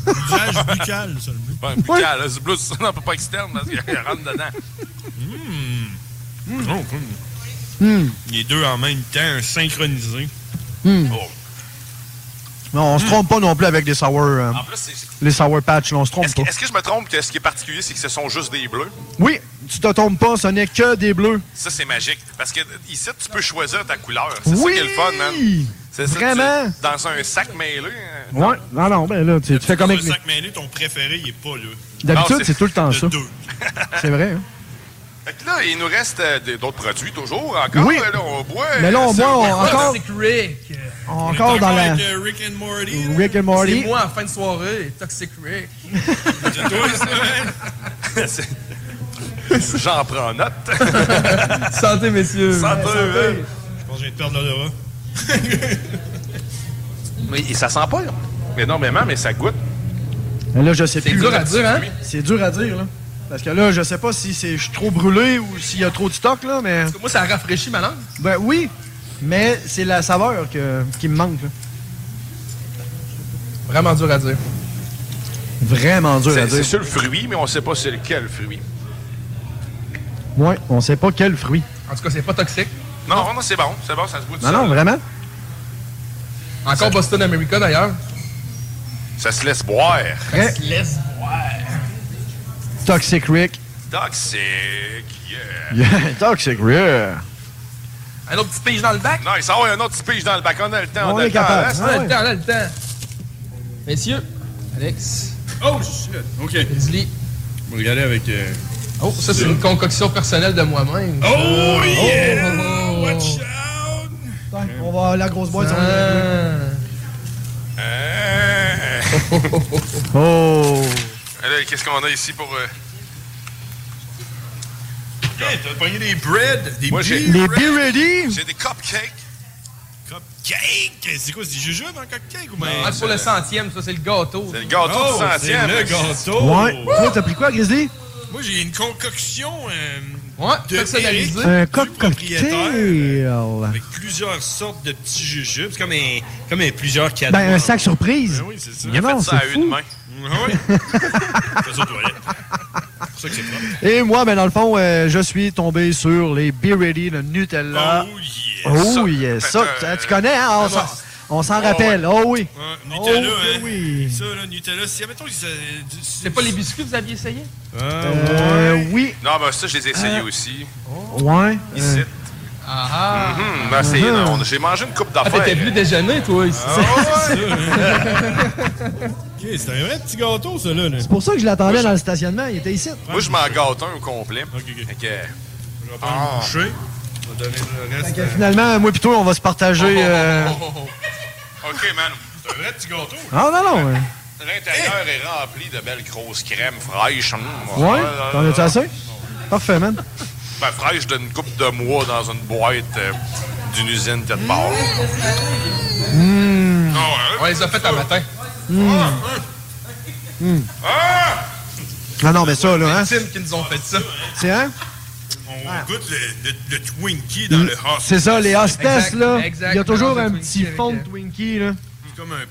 Usage buccal seulement. Ouais, buccal, là, c'est plus ça, non, pas externe, parce qu'il rentre dedans. Hum. Non, hum. Hmm. Mmh. Les deux en même temps, un synchronisé. Hmm. Oh. Non, on se trompe pas non plus avec les sour, euh, En plus, c'est- les sour patch, là, on se trompe Est-ce pas. que, est-ce que je me trompe que ce qui est particulier, c'est que ce sont juste des bleus? Oui, tu te trompes pas, ce n'est que des bleus. Ça, c'est magique. Parce que ici, tu peux choisir ta couleur. C'est ça Oui! qui est le fun, man. C'est ça, tu- Vraiment? dans un sac mêlé. hein. Ouais, non, non, ben là, tu, tu fais comme avec Le les- sac mêlé, ton préféré, il est pas là. D'habitude, Non, c'est tout le temps ça. deux. C'est vrai, hein? Fait que là, il nous reste euh, des- d'autres produits, toujours, encore. Oui. Là, on boit. Mais là, on euh, boit, on- c'est- encore- Toxic Rick. Encore dans la... euh, Rick and Morty. Rick and Morty. C'est moi en fin de soirée, Toxic Rick. J'en prends note. Santé, Mmh. messieurs. Santé. Santé. hein? Je pense que je viens de perdre l'odorat. Mais ça sent pas, là. Énormément, mais ça goûte. Mais Là, je sais C'est plus. dur là. à dire, hein? C'est dur à dire, là. Parce que là, je sais pas si c'est je suis trop brûlé ou s'il y a trop de stock, là, mais... Moi, ça rafraîchit ma langue. Ben oui, mais c'est la saveur que, qui me manque, là. Vraiment dur à dire. Vraiment dur à C'est dire. c'est sur le fruit, mais on sait pas c'est lequel fruit. Ouais, on sait pas quel fruit. En tout cas, c'est pas toxique. Non, non, c'est bon. C'est bon, ça se goûte ça. Non, non, vraiment? Encore Boston America, d'ailleurs. Ça se laisse boire. Très Laisse. Toxic Rick. Toxic, yeah. Yeah, Toxic Rick. Un autre petit pige dans le bac? Non, il sort Ah un autre petit pige dans le bac. On a le temps, on, a le temps. Reste, On a hein? le temps, on a le temps. Messieurs, Alex. Oh, shit. OK. Leslie. On va regarder avec... euh, Oh, ça, c'est une concoction personnelle de moi-même. Oh, yeah! Watch Oh! On va à la grosse boîte. on va la Ah. Oh! Allez, Eh, Qu'est-ce qu'on a ici pour... euh, Hey, T'as pogné des bread, des Moi, beer j'ai- bread. Les beer ready? J'ai des cupcakes. Cupcake! C'est quoi, c'est du jujube en cupcake ou Ah, pour le centième, ça, c'est le gâteau. C'est le gâteau du centième. le gâteau. Ouais. Toi, t'as pris quoi, Grizzly? Moi, j'ai une concoction euh, ouais, de personnalisé. Eric, Un du coq propriétaire. cocktail. Avec plusieurs sortes de petits jujubes. C'est comme un, comme un plusieurs cadeaux. Ben, un sac surprise. Ben oui, c'est ça. Il a Non, fait ça c'est à une fou. main. Ah oui. Fais ça aux toilettes. C'est pour ça que c'est propre. Et moi, ben, dans le fond, euh, je suis tombé sur les Be Ready, le Nutella. Oh, yes. Oh, Ça, Euh, yes. fait Ça, un- tu- tu connais, hein? On s'en- On s'en rappelle. Oh, oui. Ah Ouais, Nutella, Oh, hein. oui. Ça, là, Nutella. Si, admettons que ça- du- C'est pas les biscuits que vous aviez essayé? Ah Euh, oui. oh. Non, mais ça, je les ai essayés aussi. Ouais. Ici. Ah ah. Hmm, ben, c'est- Mhm. non, J'ai mangé une coupe Ah, d'affaires. Ah t'étais venu déjeuner, toi, ici. Ok, c'est un vrai petit gâteau, ça, là. là. C'est pour ça que je l'attendais dans le stationnement. Il était ici. Moi, je m'en gâte un au complet. OK, OK. Ah. Je vais prendre une bouchée. On va donner le reste. euh, à- Finalement, moi pis toi, on va se Oh, Oh, partager. euh, OK, man. C'est un vrai petit gâteau. Ah, non, non. euh, L'intérieur est rempli de belles grosses crèmes fraîches. Mm, Ouais. euh, T'en as-tu assez? Parfait, man. Ben, fraîches d'une coupe de mois dans une boîte euh, d'une usine de bord. Ah Mmh. hein? On les a fait un matin. Mmh. Mmh. Ah non, mais ça, là, hein? C'est qui nous Ah, ont fait ça. C'est hein? On goûte le, le- le Twinkie dans le hot. C'est ça, les hostesses, Exact, là. exact. Il y a toujours Dans un euh, un euh, petit fond de Twinkie, là. C'est comme un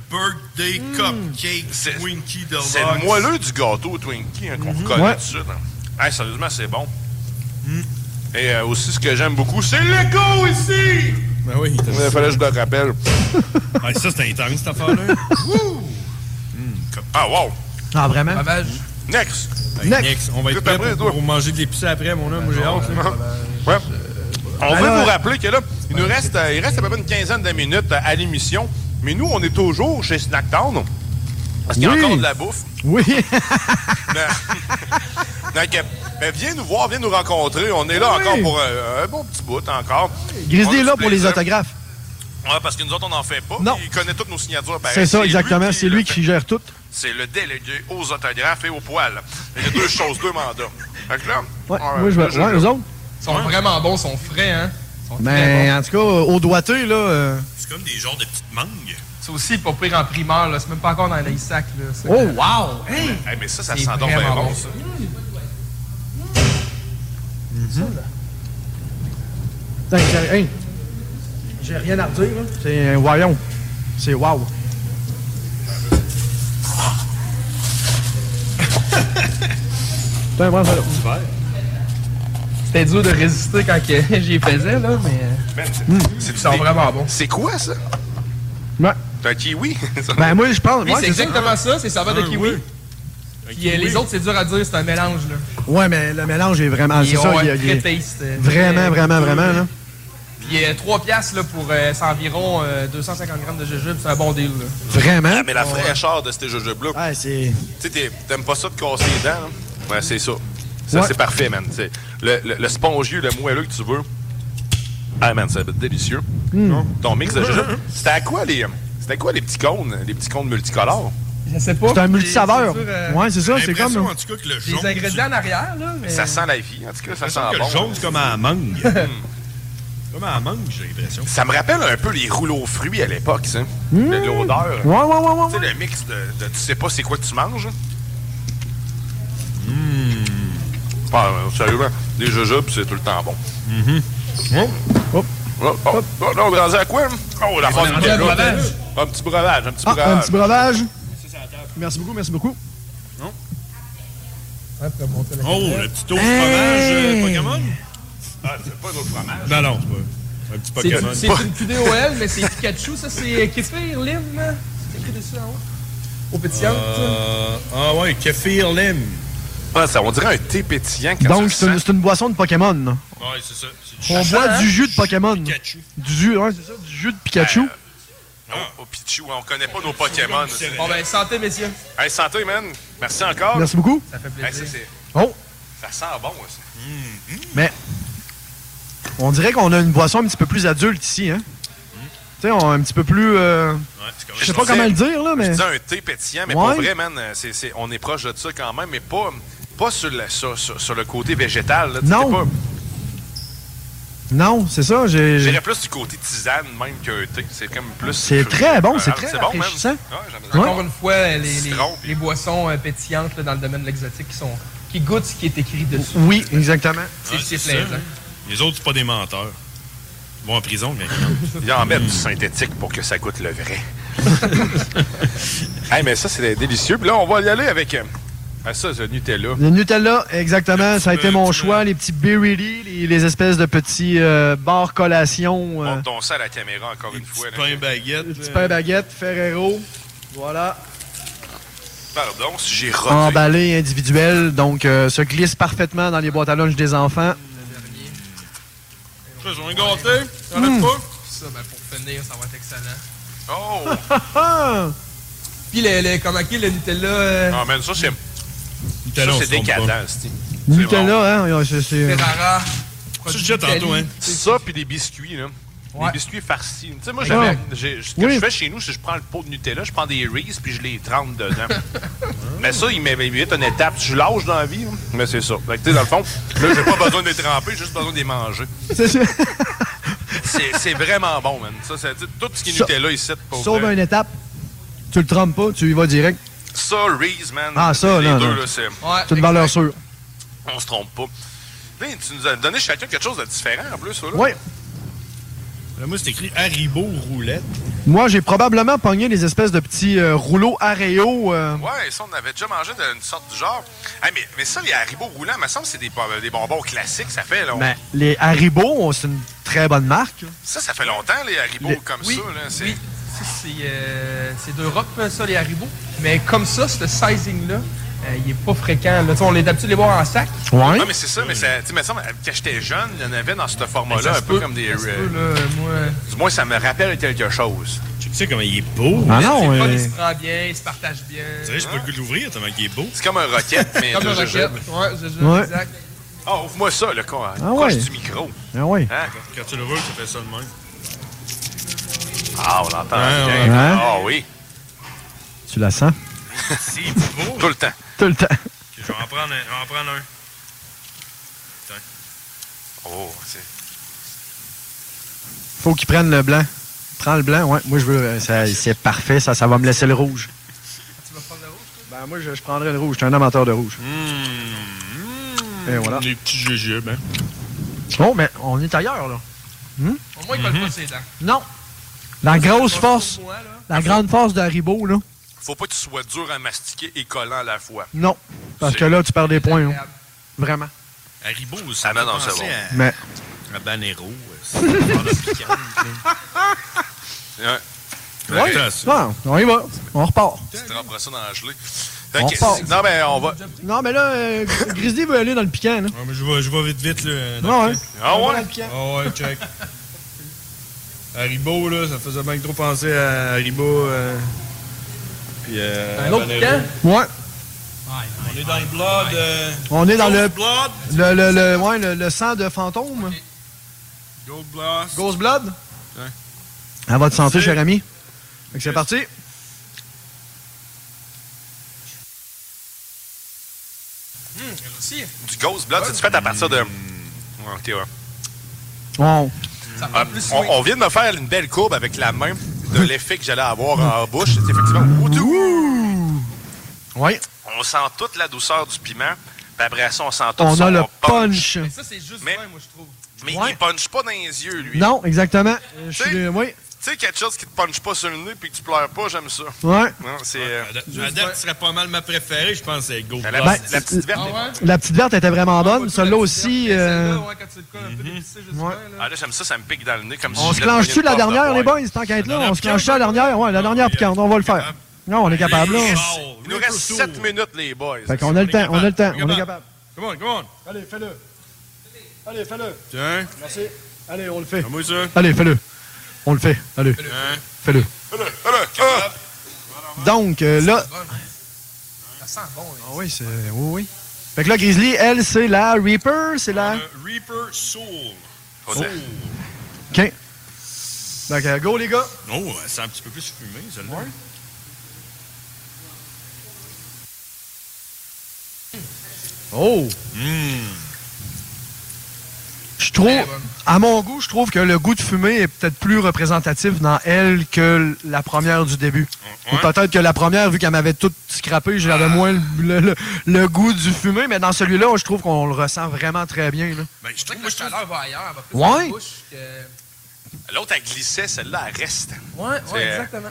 birthday Hum. cupcake Twinkie Deluxe. C'est le moelleux du gâteau Twinkie hein, qu'on Mhm. reconnaît Ouais. tout de suite. hein. Hey, sérieusement, c'est bon. Hum. Et euh, aussi, ce que j'aime beaucoup, c'est le go ici! Ben oui, Il fallait que je le rappelle. Ah, ça, c'est intense, cette affaire-là. ah, wow! Ah, vraiment? Next! Hey, next. On va être prêt pour, pour manger de l'épice après, mon homme. J'ai hâte. là. Ouais. On Ben veut là, euh, vous rappeler que là, il nous reste, euh, il reste à peu près une quinzaine de minutes euh, à l'émission, mais nous, on est toujours chez Snacktown. Parce qu'il y a Oui. encore de la bouffe. Oui. Ben, Donc, euh, ben, viens nous voir, viens nous rencontrer. On est là Oui. encore pour euh, un bon petit bout encore. Grizzly On a est là du pour les plaisir. autographes. Ouais, parce que nous autres, on n'en fait pas. Il connaît toutes nos signatures. pareil. C'est ça, Ben, lui exactement. qui C'est le lui fait. qui gère tout. C'est le délégué aux autographes et aux poils. Il y a deux choses, deux mandats. Fait que là, Ouais, ouais, moi, je là, vais. Ouais, eux autres. Ils sont vraiment bons, ils sont frais, hein. Mais en tout cas, au doigté, là. euh, C'est comme des genres de petites mangues. C'est aussi pas pire en primeur, là. C'est même pas encore dans les sacs, là. C'est- Oh, wow! Hey! Hey, mais ça, ça C'est sent donc bien vraiment bon, bon. ça. Putain, j'ai- hey, J'ai rien à redire, là. C'est un voyant. C'est wow. Putain, prends ça, là. C'était dur de résister quand que j'y faisais, là, mais. Man, Hmm. c'est- C'est sent vraiment bon. C'est quoi ça? Ouais. T'as un kiwi? ça? Ah, Ben, moi, je pense- Oui, ouais, c'est c'est ça. exactement ça, c'est saveur de Un kiwi. Puis euh, les autres, c'est dur à dire, c'est un mélange, là. Ouais, mais le mélange est vraiment. Il est C'est ça, ouais, il, il- très taste, euh, Vraiment, très- vraiment, vraiment, là. Puis euh, 3 piastres, là, pour. euh, c'est environ euh, 250 grammes de jujube, c'est un bon deal, là. Vraiment? Ah, mais la fraîcheur de ces jujubes-là. Ah, Ouais, c'est. Tu sais, t'es- t'aimes pas ça de casser les dents, là? Ouais, c'est ça. Ça, Ouais. c'est parfait, man. Tu sais, Le, le, le spongieux, le moelleux que tu veux. Ah, man, ça va être délicieux. Hmm. Ton mix de jujubes. C'était à quoi les. C'était quoi les petits cônes? Les petits cônes multicolores? Je sais pas. C'est un multisaveur. Ouais, c'est ça, c'est comme. tout cas, que le Les ingrédients en arrière, euh, Ah, là. Mais... Ça sent la vie. En tout cas, ça sent l'impression que bon. le jaune, c'est comme à la mangue. comme à mangue, j'ai l'impression. Ça me rappelle un peu les rouleaux aux fruits à l'époque, ça. Mmh. Le- L'odeur. Ouais, ouais, ouais, ouais. Tu sais, le mix de, de tu sais pas c'est quoi que tu manges. Hmm. Ah, ouais, sérieusement, les jujubes, c'est tout le temps bon. Mm-hmm. Hein? Hop. Oh, oh, oh, là, on est rendu à quoi? hein? Oh, la On force est du rendu à débat. breuvage. Un petit breuvage, un petit Ah, breuvage. un petit breuvage. Merci beaucoup, merci beaucoup. Oh, le petit toast Hey! fromage euh, Pokémon? Ah, c'est pas un autre fromage. Non, non, c'est pas un C'est petit Pokémon. du- C'est une QDOL, mais c'est Pikachu, ça, c'est kéfir, lime. hein? C'est écrit dessus en haut. Au pétillant. Euh, Ah ouais, kéfir lime. Ah, ça, on dirait un thé pétillant quand Donc, ça c'est le une, sent. c'est une boisson de Pokémon. là. Ouais, c'est ça. On Ça boit sent du jus de Pokémon. Du jus, ouais, c'est ça, du jus de Pikachu. Oh, oh, Pichou, on connaît pas nos Pokémon. Bon, ben, santé, messieurs. Hey, santé, man. Merci encore. Merci beaucoup. oh. Ça fait plaisir. Mm-hmm. Oh, ça, sent bon, hein, ça. mais. On dirait qu'on a une boisson un petit peu plus adulte ici, hein. Tu sais, on est un petit peu plus. euh, je sais pas comment le dire, là, mais. Je disais un thé pétillant, mais Ouais. pas vrai, man. C'est- c'est- on est proche de ça quand même, mais pas, pas sur, le, sur, sur- sur le côté végétal. là. Tu sais, Non. t'es pas- Non, c'est ça, j'ai. j'ai- J'irais plus du côté tisane même qu'un thé. C'est comme plus. C'est très bon, c'est Ah, très bon, man. rafraîchissant. Ouais, j'aime ça. Encore une fois, euh, les, les- Citron, les boissons euh, pétillantes là, dans le domaine de l'exotique qui, sont, qui goûtent ce qui est écrit dessus. Oui, exactement. C'est c'est ça. plaisant. Les autres, c'est pas des menteurs. Ils vont en prison, bien Il en met du Mm. synthétique pour que ça goûte le vrai. hey, mais ça, c'est délicieux. Puis là, on va y aller avec. euh, ah, ça, c'est le euh, Nutella. Le Nutella, exactement, ça a été mon choix. Les petits Birelli, les, les espèces de petits euh, bars collations. euh, Montre ton ça à la caméra encore une fois. Pain baguette. petit pain baguette, Ferrero. Voilà. Pardon si Ah, j'ai roté. ben, Emballé individuel, donc euh, se glisse parfaitement dans les boîtes à lunch des enfants. Ça, j'en ai gâté. Ça Mm. arrête pas. Ça, ben, pour finir, ça va être excellent. Oh! Puis, le, le, comment qu'il le Nutella. euh, Ah, man, ça, c'est. Nutella, ça, on c'est se trompe décadent, pas. c'est- Nutella, hein, c'est- c'est. Ferrara. Ça, déjà tantôt, hein. Ça, puis des biscuits, là. Des biscuits farcis. Tu sais, Ah. moi, j'avais. Ouais. j'ai- Ce que je fais chez nous, c'est que je prends le pot de Nutella, je prends des Reese, puis je les trempe dedans. mais ça, il m'évite une étape. Je lâche dans la vie, là. mais c'est ça. Fait que, tu sais, dans le fond, là, j'ai pas besoin de les tremper, j'ai juste besoin de les manger. C'est ça. C'est c'est vraiment bon, man. Ça, c'est- tu sais, tout ce qui est Sa- Nutella ici, pour Sauve vrai. une étape. Tu le trompes pas, tu y vas direct. Ça, Reese, man. Ah, ça, les là, deux, là. là, c'est. C'est une valeur sûre. On se trompe pas. Hey, tu nous as donné chacun quelque chose de différent en plus, là. Oui. Là, moi, c'est écrit Haribo roulette. Moi, j'ai probablement pogné les espèces de petits euh, rouleaux Areo. euh, Ouais, ça, on avait déjà mangé d'une sorte du genre. Hey, mais, mais ça, les haribots roulants, me semble que c'est des, bo- des bonbons classiques, ça fait, là. on- ben, les Haribo, on- c'est une très bonne marque. Ça, ça fait longtemps, les haribots comme oui, ça, là. c'est- Oui, ça, c'est euh, c'est d'Europe, ça, les Haribo. Mais comme ça, ce sizing-là, euh, il est pas fréquent. Là. Tu sais, On est d'habitude de les voir en sac. Ouais. Ah, mais c'est ça, mais ça, tu sais, me semble, quand j'étais jeune, il y en avait dans ce format-là, Ben, ça un se peu peut, comme des. ça se euh, peut, Du moins, ça me rappelle quelque chose. Tu sais comment il est beau. Ah non, C'est euh, pas Il des- se prend bien, il se partage bien. Tu sais, j'ai pas le goût de l'ouvrir tellement qu'il est beau. Hein? C'est comme un roquette, mais Comme de un jujube. roquette. Ouais, jujube, Ouais. exact. Ah, ouvre-moi ça, le con. Ah proche ouais. du micro. Ah ouais. Hein? Quand tu le veux, tu fais ça de même. Ah, on l'entend Ouais, bien. ouais. Hein? Ah oui, Tu la sens? C'est beau. tout le temps. Tout le temps. Je vais en prendre un. Je vais en prendre un. Oh, c'est... Faut qu'ils prennent le blanc. Prends le blanc, ouais. Moi, je veux. euh, ça- C'est parfait, ça, ça va me laisser le rouge. Ben, moi, je, je prendrais le rouge. Je suis un amateur de rouge. Et voilà. Les petits jujubes, hein. Hmm. Oh, mais on est ailleurs, là. Hmm? Au moins, il colle pas ses dents. Non. La grosse force. La grande force de Haribo, là. Faut pas que tu sois dur à mastiquer et collant à la fois. Non. Parce que là, tu perds des points. hein. Vraiment. Haribo, ça Ah, non, me fait non, c'est penser bon. à, Mais- à Banero. euh, c'est une bonne piquante, Ouais. Ouais. Ah. Attends, ça. Non, on y va. On repart. Tu tremperas ça dans la gelée. Fait On que- repart. non, mais on va. Non, mais là, euh, Grizzly veut aller dans le piquant. Là. mais je vais, je vais vite, vite, là. Ah ouais? Ah On va dans ouais? le piquant. Ah ouais, check. Haribo, là, ça faisait bien que trop penser à Haribo. euh, Puis. Euh, Un autre Habanero. Ouais. On est dans le blood. euh, On est dans le, Gold Blood. le, le, le- ouais, le, le sang de fantôme. Gold Blood. Ghost Blood. Ouais. À votre santé, cher ami. Fait que c'est parti. Mmh, Du Ghost Blood, c'est fait à partir de. Hmm. Ok, ouais. On- Ah, on, on vient de me faire une belle courbe avec la main de l'effet que j'allais avoir en bouche. C'est effectivement. Ouais. On sent toute la douceur du piment. Puis après ça, on sent tout On son a le punch. Mais ça, c'est juste moi, je trouve. Mais il punche pas dans les yeux, lui. Non, exactement. Euh, je suis- Tu sais- oui. Tu sais, quelque chose qui te punche pas sur le nez puis que tu pleures pas, j'aime ça. Ouais. Non, c'est. euh, Ah, La date serait pas mal ma préférée, je pense, c'est Gold la, Blood. Ben, Ah La petite verte était vraiment bonne. Celle-là aussi. euh, Mhm. Ah là, j'aime ça, ça me pique dans le nez comme si je on se voulais clenche-tu devenir la une porte de dernière, les poire. boys? Tant qu'à être là, on se clenche-tu la dernière? Ouais, la dernière piquante. On va le faire. Non, on est capable, là. Il nous reste 7 minutes, les boys. Fait qu'on a le temps, on a le temps, on est capable. Come on, come on. Allez, fais-le. Allez, fais-le. Tiens. Merci. Allez, on le fait. Moi, ça. Allez, fais-le. On le fait. Allez. Hein? Fais-le. Hein? Donc, euh, là. Ça sent bon. hein. Ah oui, c'est. Oui, oui. Fait que là, Grizzly, elle, c'est la Reaper, c'est la. Reaper Oh! Soul. Soul. OK. Donc, euh, go, les gars. Oh, c'est un petit peu plus fumé, celle-là. Oh! Je trouve, à mon goût, je trouve que le goût de fumée est peut-être plus représentatif dans elle que l- la première du début. Ou peut-être que la première, vu qu'elle m'avait toute scrappée, j'avais moins le, le- le- le goût du fumé, mais dans celui-là, je trouve qu'on le ressent vraiment très bien. là. Ben, je trouve que La chaleur va ailleurs. Elle va plus Ouais. dans la bouche que- L'autre, elle glissait, celle-là, elle reste. Ouais, C'est- euh, ouais, exactement.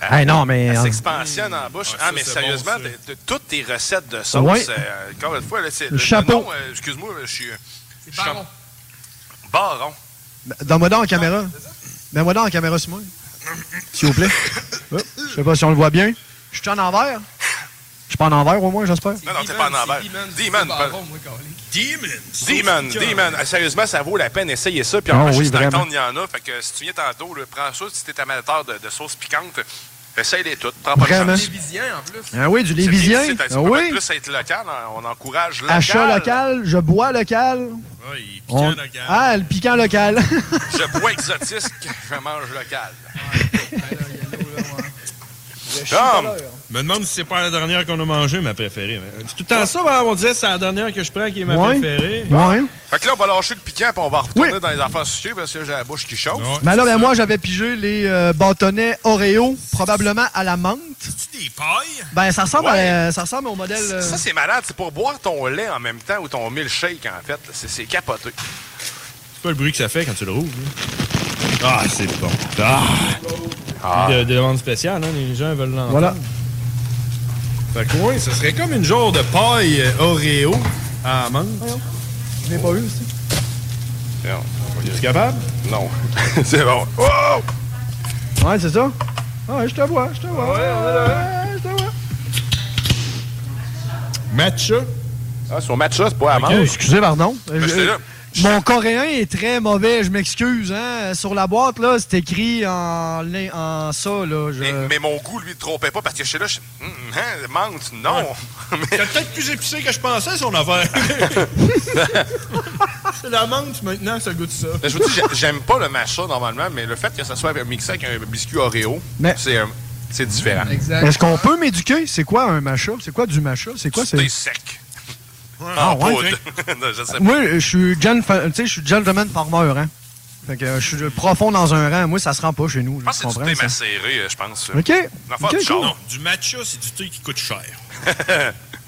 Elle- Hey, non, mais- Elle s'expansionne en bouche. Ah, ça, mais c'est sérieusement, bon, t'as- t'as toutes tes recettes de sauce, Ouais. euh, encore une fois, là, c'est. Le chapeau. nom, euh, excuse-moi, je suis. C'est baron. Baron. Dans moi dans en caméra. Ben moi dans en caméra, Simon. S'il vous plaît. Hop. Je sais pas si on le voit bien. Je suis en envers. Je suis pas en envers au moins, j'espère. Non, non, t'es pas en envers. Demon. pas- Demon. Demon. Demon. Ah, Sérieusement, ça vaut la peine. Essayez ça. Puis en Ah fait, oui, juste dans le vraiment. temps, il y en a. Fait que si tu viens tantôt, là, prends ça. Si t'es amateur de, de sauce piquante, essaye-les toutes. Prends pas Vraiment. de Du chance. Lévisien, en plus. Ah oui, du C'est- Lévisien. c'est- c'est- Ah on peut oui. plus être local. hein. On encourage local. Achat local, je bois local. On- Ah, le piquant local. Je bois exotique, je mange local. Tom! Je me demande si c'est pas la dernière qu'on a mangée, ma préférée. mais- C'est tout le temps ça, ben, on disait c'est la dernière que je prends qui est ma Ouais. préférée. Ouais. Fait que là, on va lâcher le piquant puis on va retourner dans les affaires sucrées parce que j'ai la bouche qui chauffe. Mais là, ben moi, j'avais pigé les euh, bâtonnets Oreo, probablement à la menthe. des pailles. Ben, ça ressemble, Ouais. à- ça ressemble au modèle. euh, Ça, c'est malade. C'est pour boire ton lait en même temps ou ton milkshake, en fait. là. C'est- C'est capoté. C'est pas le bruit que ça fait quand tu le rouvres. là. Ah, c'est bon. Ah! Ah. De, de demande spéciale, hein, les gens veulent l'entendre. Ah. Voilà. Fait que oui, ce serait comme une genre de paille euh, Oreo à amande. Je l'ai pas vu aussi. Tu es capable? Non. c'est bon. Ouais, c'est ça. Ah, ouais, je te vois, je te vois. hein, Ouais, je te vois. Matcha? Ah, sur matcha, c'est pas à Oh, manger. excusez, pardon. Ben, Je- j'étais là. Mon coréen est très mauvais, je m'excuse. Hein. Sur la boîte, là, c'est écrit en, lin- en ça. Là, je- Mais mon goût, lui, ne trompait pas parce que chez là, je Hum, hein, menthe, non. C'est peut-être plus épicé que je pensais, son affaire. c'est la menthe maintenant, ça goûte ça. Mais je vous dis, j'ai- j'aime pas le matcha normalement, mais le fait que ça soit mixé avec un biscuit Oreo, Mais- c'est euh, c'est différent. Est-ce qu'on peut m'éduquer? C'est quoi un macha? C'est quoi du macha? C'est quoi? C'est c'est- sec. Ah, en ouais, poudre. Non, je sais pas. Moi, je suis gen- fa- tu sais, je suis gentleman farmer, hein. Fait que euh, je suis profond dans un rang. Moi, ça se rend pas chez nous. Je là, pense tu que c'est comprends, du thé ça? macéré, euh, je pense. Ok. L'affaire Ok, du genre. cool. Non, du matcha, c'est du thé qui coûte cher.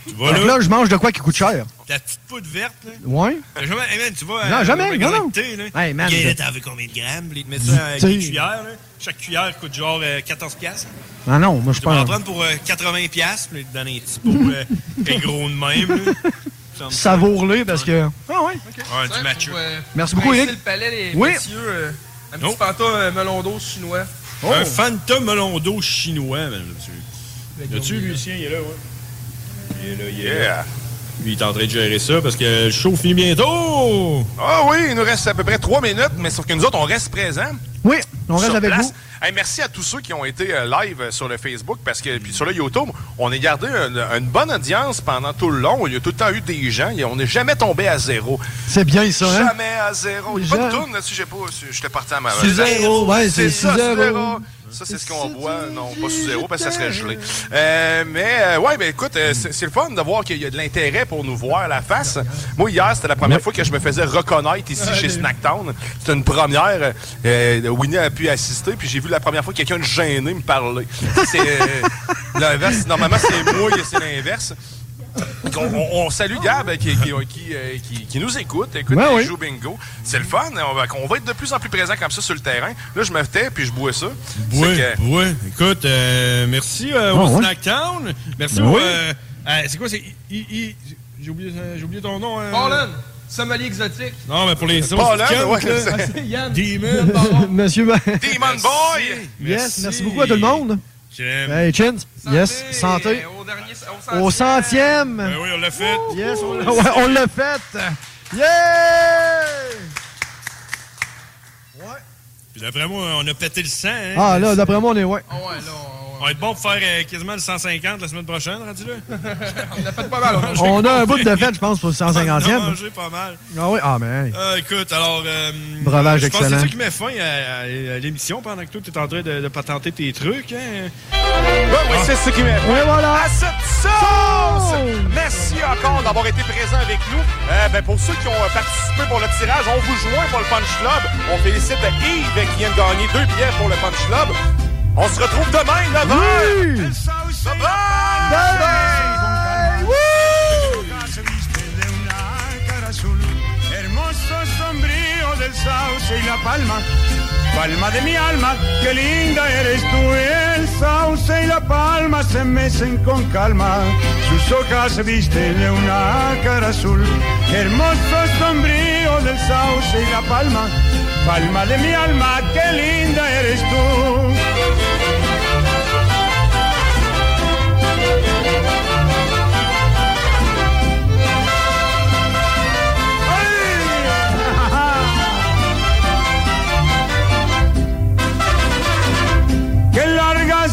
tu vois, Fait que là, je mange de quoi qui coûte cher. La petite poudre verte, là. Ouais. T'as jamais, hey man, tu vois. Non, euh, jamais, le magasin non, de Thé, là. Hey, man, Il y a- je- T'en veux combien de grammes? Puis Ils te mettent Du ça avec des thé. cuillères, là. Chaque cuillère coûte genre euh, 14 piastres. Ah non, moi, je Tu vas en pense. prendre pour euh, 80 piastres, puis ils te donnent un petit pot euh, un gros de même, là. savoure-les parce que. Ah ouais. Ouais, du match. Merci beaucoup, euh, Pincer Eric. le palais, les Oui. messieurs, euh, un petit fantôme euh, melon d'eau chinois. Oh. Un Fanta melon d'eau chinois, man, là-dessus. Là-dessus, Lucien, il est là, ouais. Il est là, il est là. Lui, il est en train de gérer ça parce que le show finit bientôt. Ah oui, il nous reste à peu près trois minutes, mais sauf que nous autres, on reste présents. Oui, on reste sur avec place. vous. Hey, merci à tous ceux qui ont été euh, live euh, sur le Facebook parce que puis sur le YouTube, on a gardé une, une bonne audience pendant tout le long. Il y a tout le temps eu des gens. et On n'est jamais tombé à zéro. C'est bien ça, hein? Jamais à zéro. Il n'y a pas de Jamais. tourne là-dessus. Je sais pas. si J'étais parti à ma C'est zéro, ouais, c'est ça, sous zéro. Ça, c'est ce qu'on boit. Non, pas sous zéro parce que ça serait gelé. Euh, mais, euh, ouais, ben écoute, euh, c'est c'est le fun de voir qu'il y a de l'intérêt pour nous voir la face. Moi, hier, c'était la première fois que je me faisais reconnaître ici chez Snacktown. C'était une première. Euh, Winnie a pu assister, puis j'ai vu la première fois quelqu'un de gêné me parler. C'est euh, l'inverse. Normalement, c'est moi et c'est l'inverse. Donc, On, on- on salue Gab euh, qui, qui, qui, euh, qui- qui nous écoute, écoute, Ouais, il oui. joue bingo. C'est le fun, on va, on va être de plus en plus présent comme ça sur le terrain. Là, je me tais puis je bois ça. Oui, oui. Écoute, euh, merci euh, Ah, au ouais. Snacktown. Merci Ben au. oui. euh, euh, c'est quoi, c'est. I- I- J'ai oublié, euh, j'ai oublié ton nom. hein? Pollen, sommelier exotique. Non, mais pour les autres. Pollen, c'est ouais, Kent, c'est- là. Ah, c'est Yann. Demon. Monsieur. euh, Demon Boy! Yes, merci beaucoup à tout le monde. J'aime. Hey, Chins. Yes, santé. Eh, Au centième. Ben oui, on l'a fait. Yes, on l'a- ouais, on l'a fait. Yeah! Puis d'après moi, on a pété le sang. hein. Ah là, d'après moi, on est ouais. On va être bon pour faire euh, quasiment le 150 la semaine prochaine, rendu là. on a fait pas mal, on On a un bout de fête, je pense, pour le On a 150e. mangé pas mal. Ah oui, ah mais. hey. Euh, écoute, alors. euh, Breuvage je pense que C'est excellent. ça qui met fin à, à- à l'émission pendant que toi, tu es en train de, de patenter tes trucs. Hein? Ah, oui, Oh! c'est ça qui met fin Oui, voilà. à cette sauce! Merci encore d'avoir été présent avec nous. Euh, ben, pour ceux qui ont euh, participé pour le tirage, on vous joint pour le Punch Club. On félicite Yves qui vient de gagner deux billets pour le Punch Club. On se retrouve demain, 9h! Casa viste de una cara azul, hermoso sombrío del sauce y la palma. Palma de mi alma, qué linda eres tú. El sauce y la palma se mecen con calma. Sus hojas se visten de una cara azul. Hermoso sombrío del sauce y la palma. Palma de mi alma, qué linda eres tú. Qué largas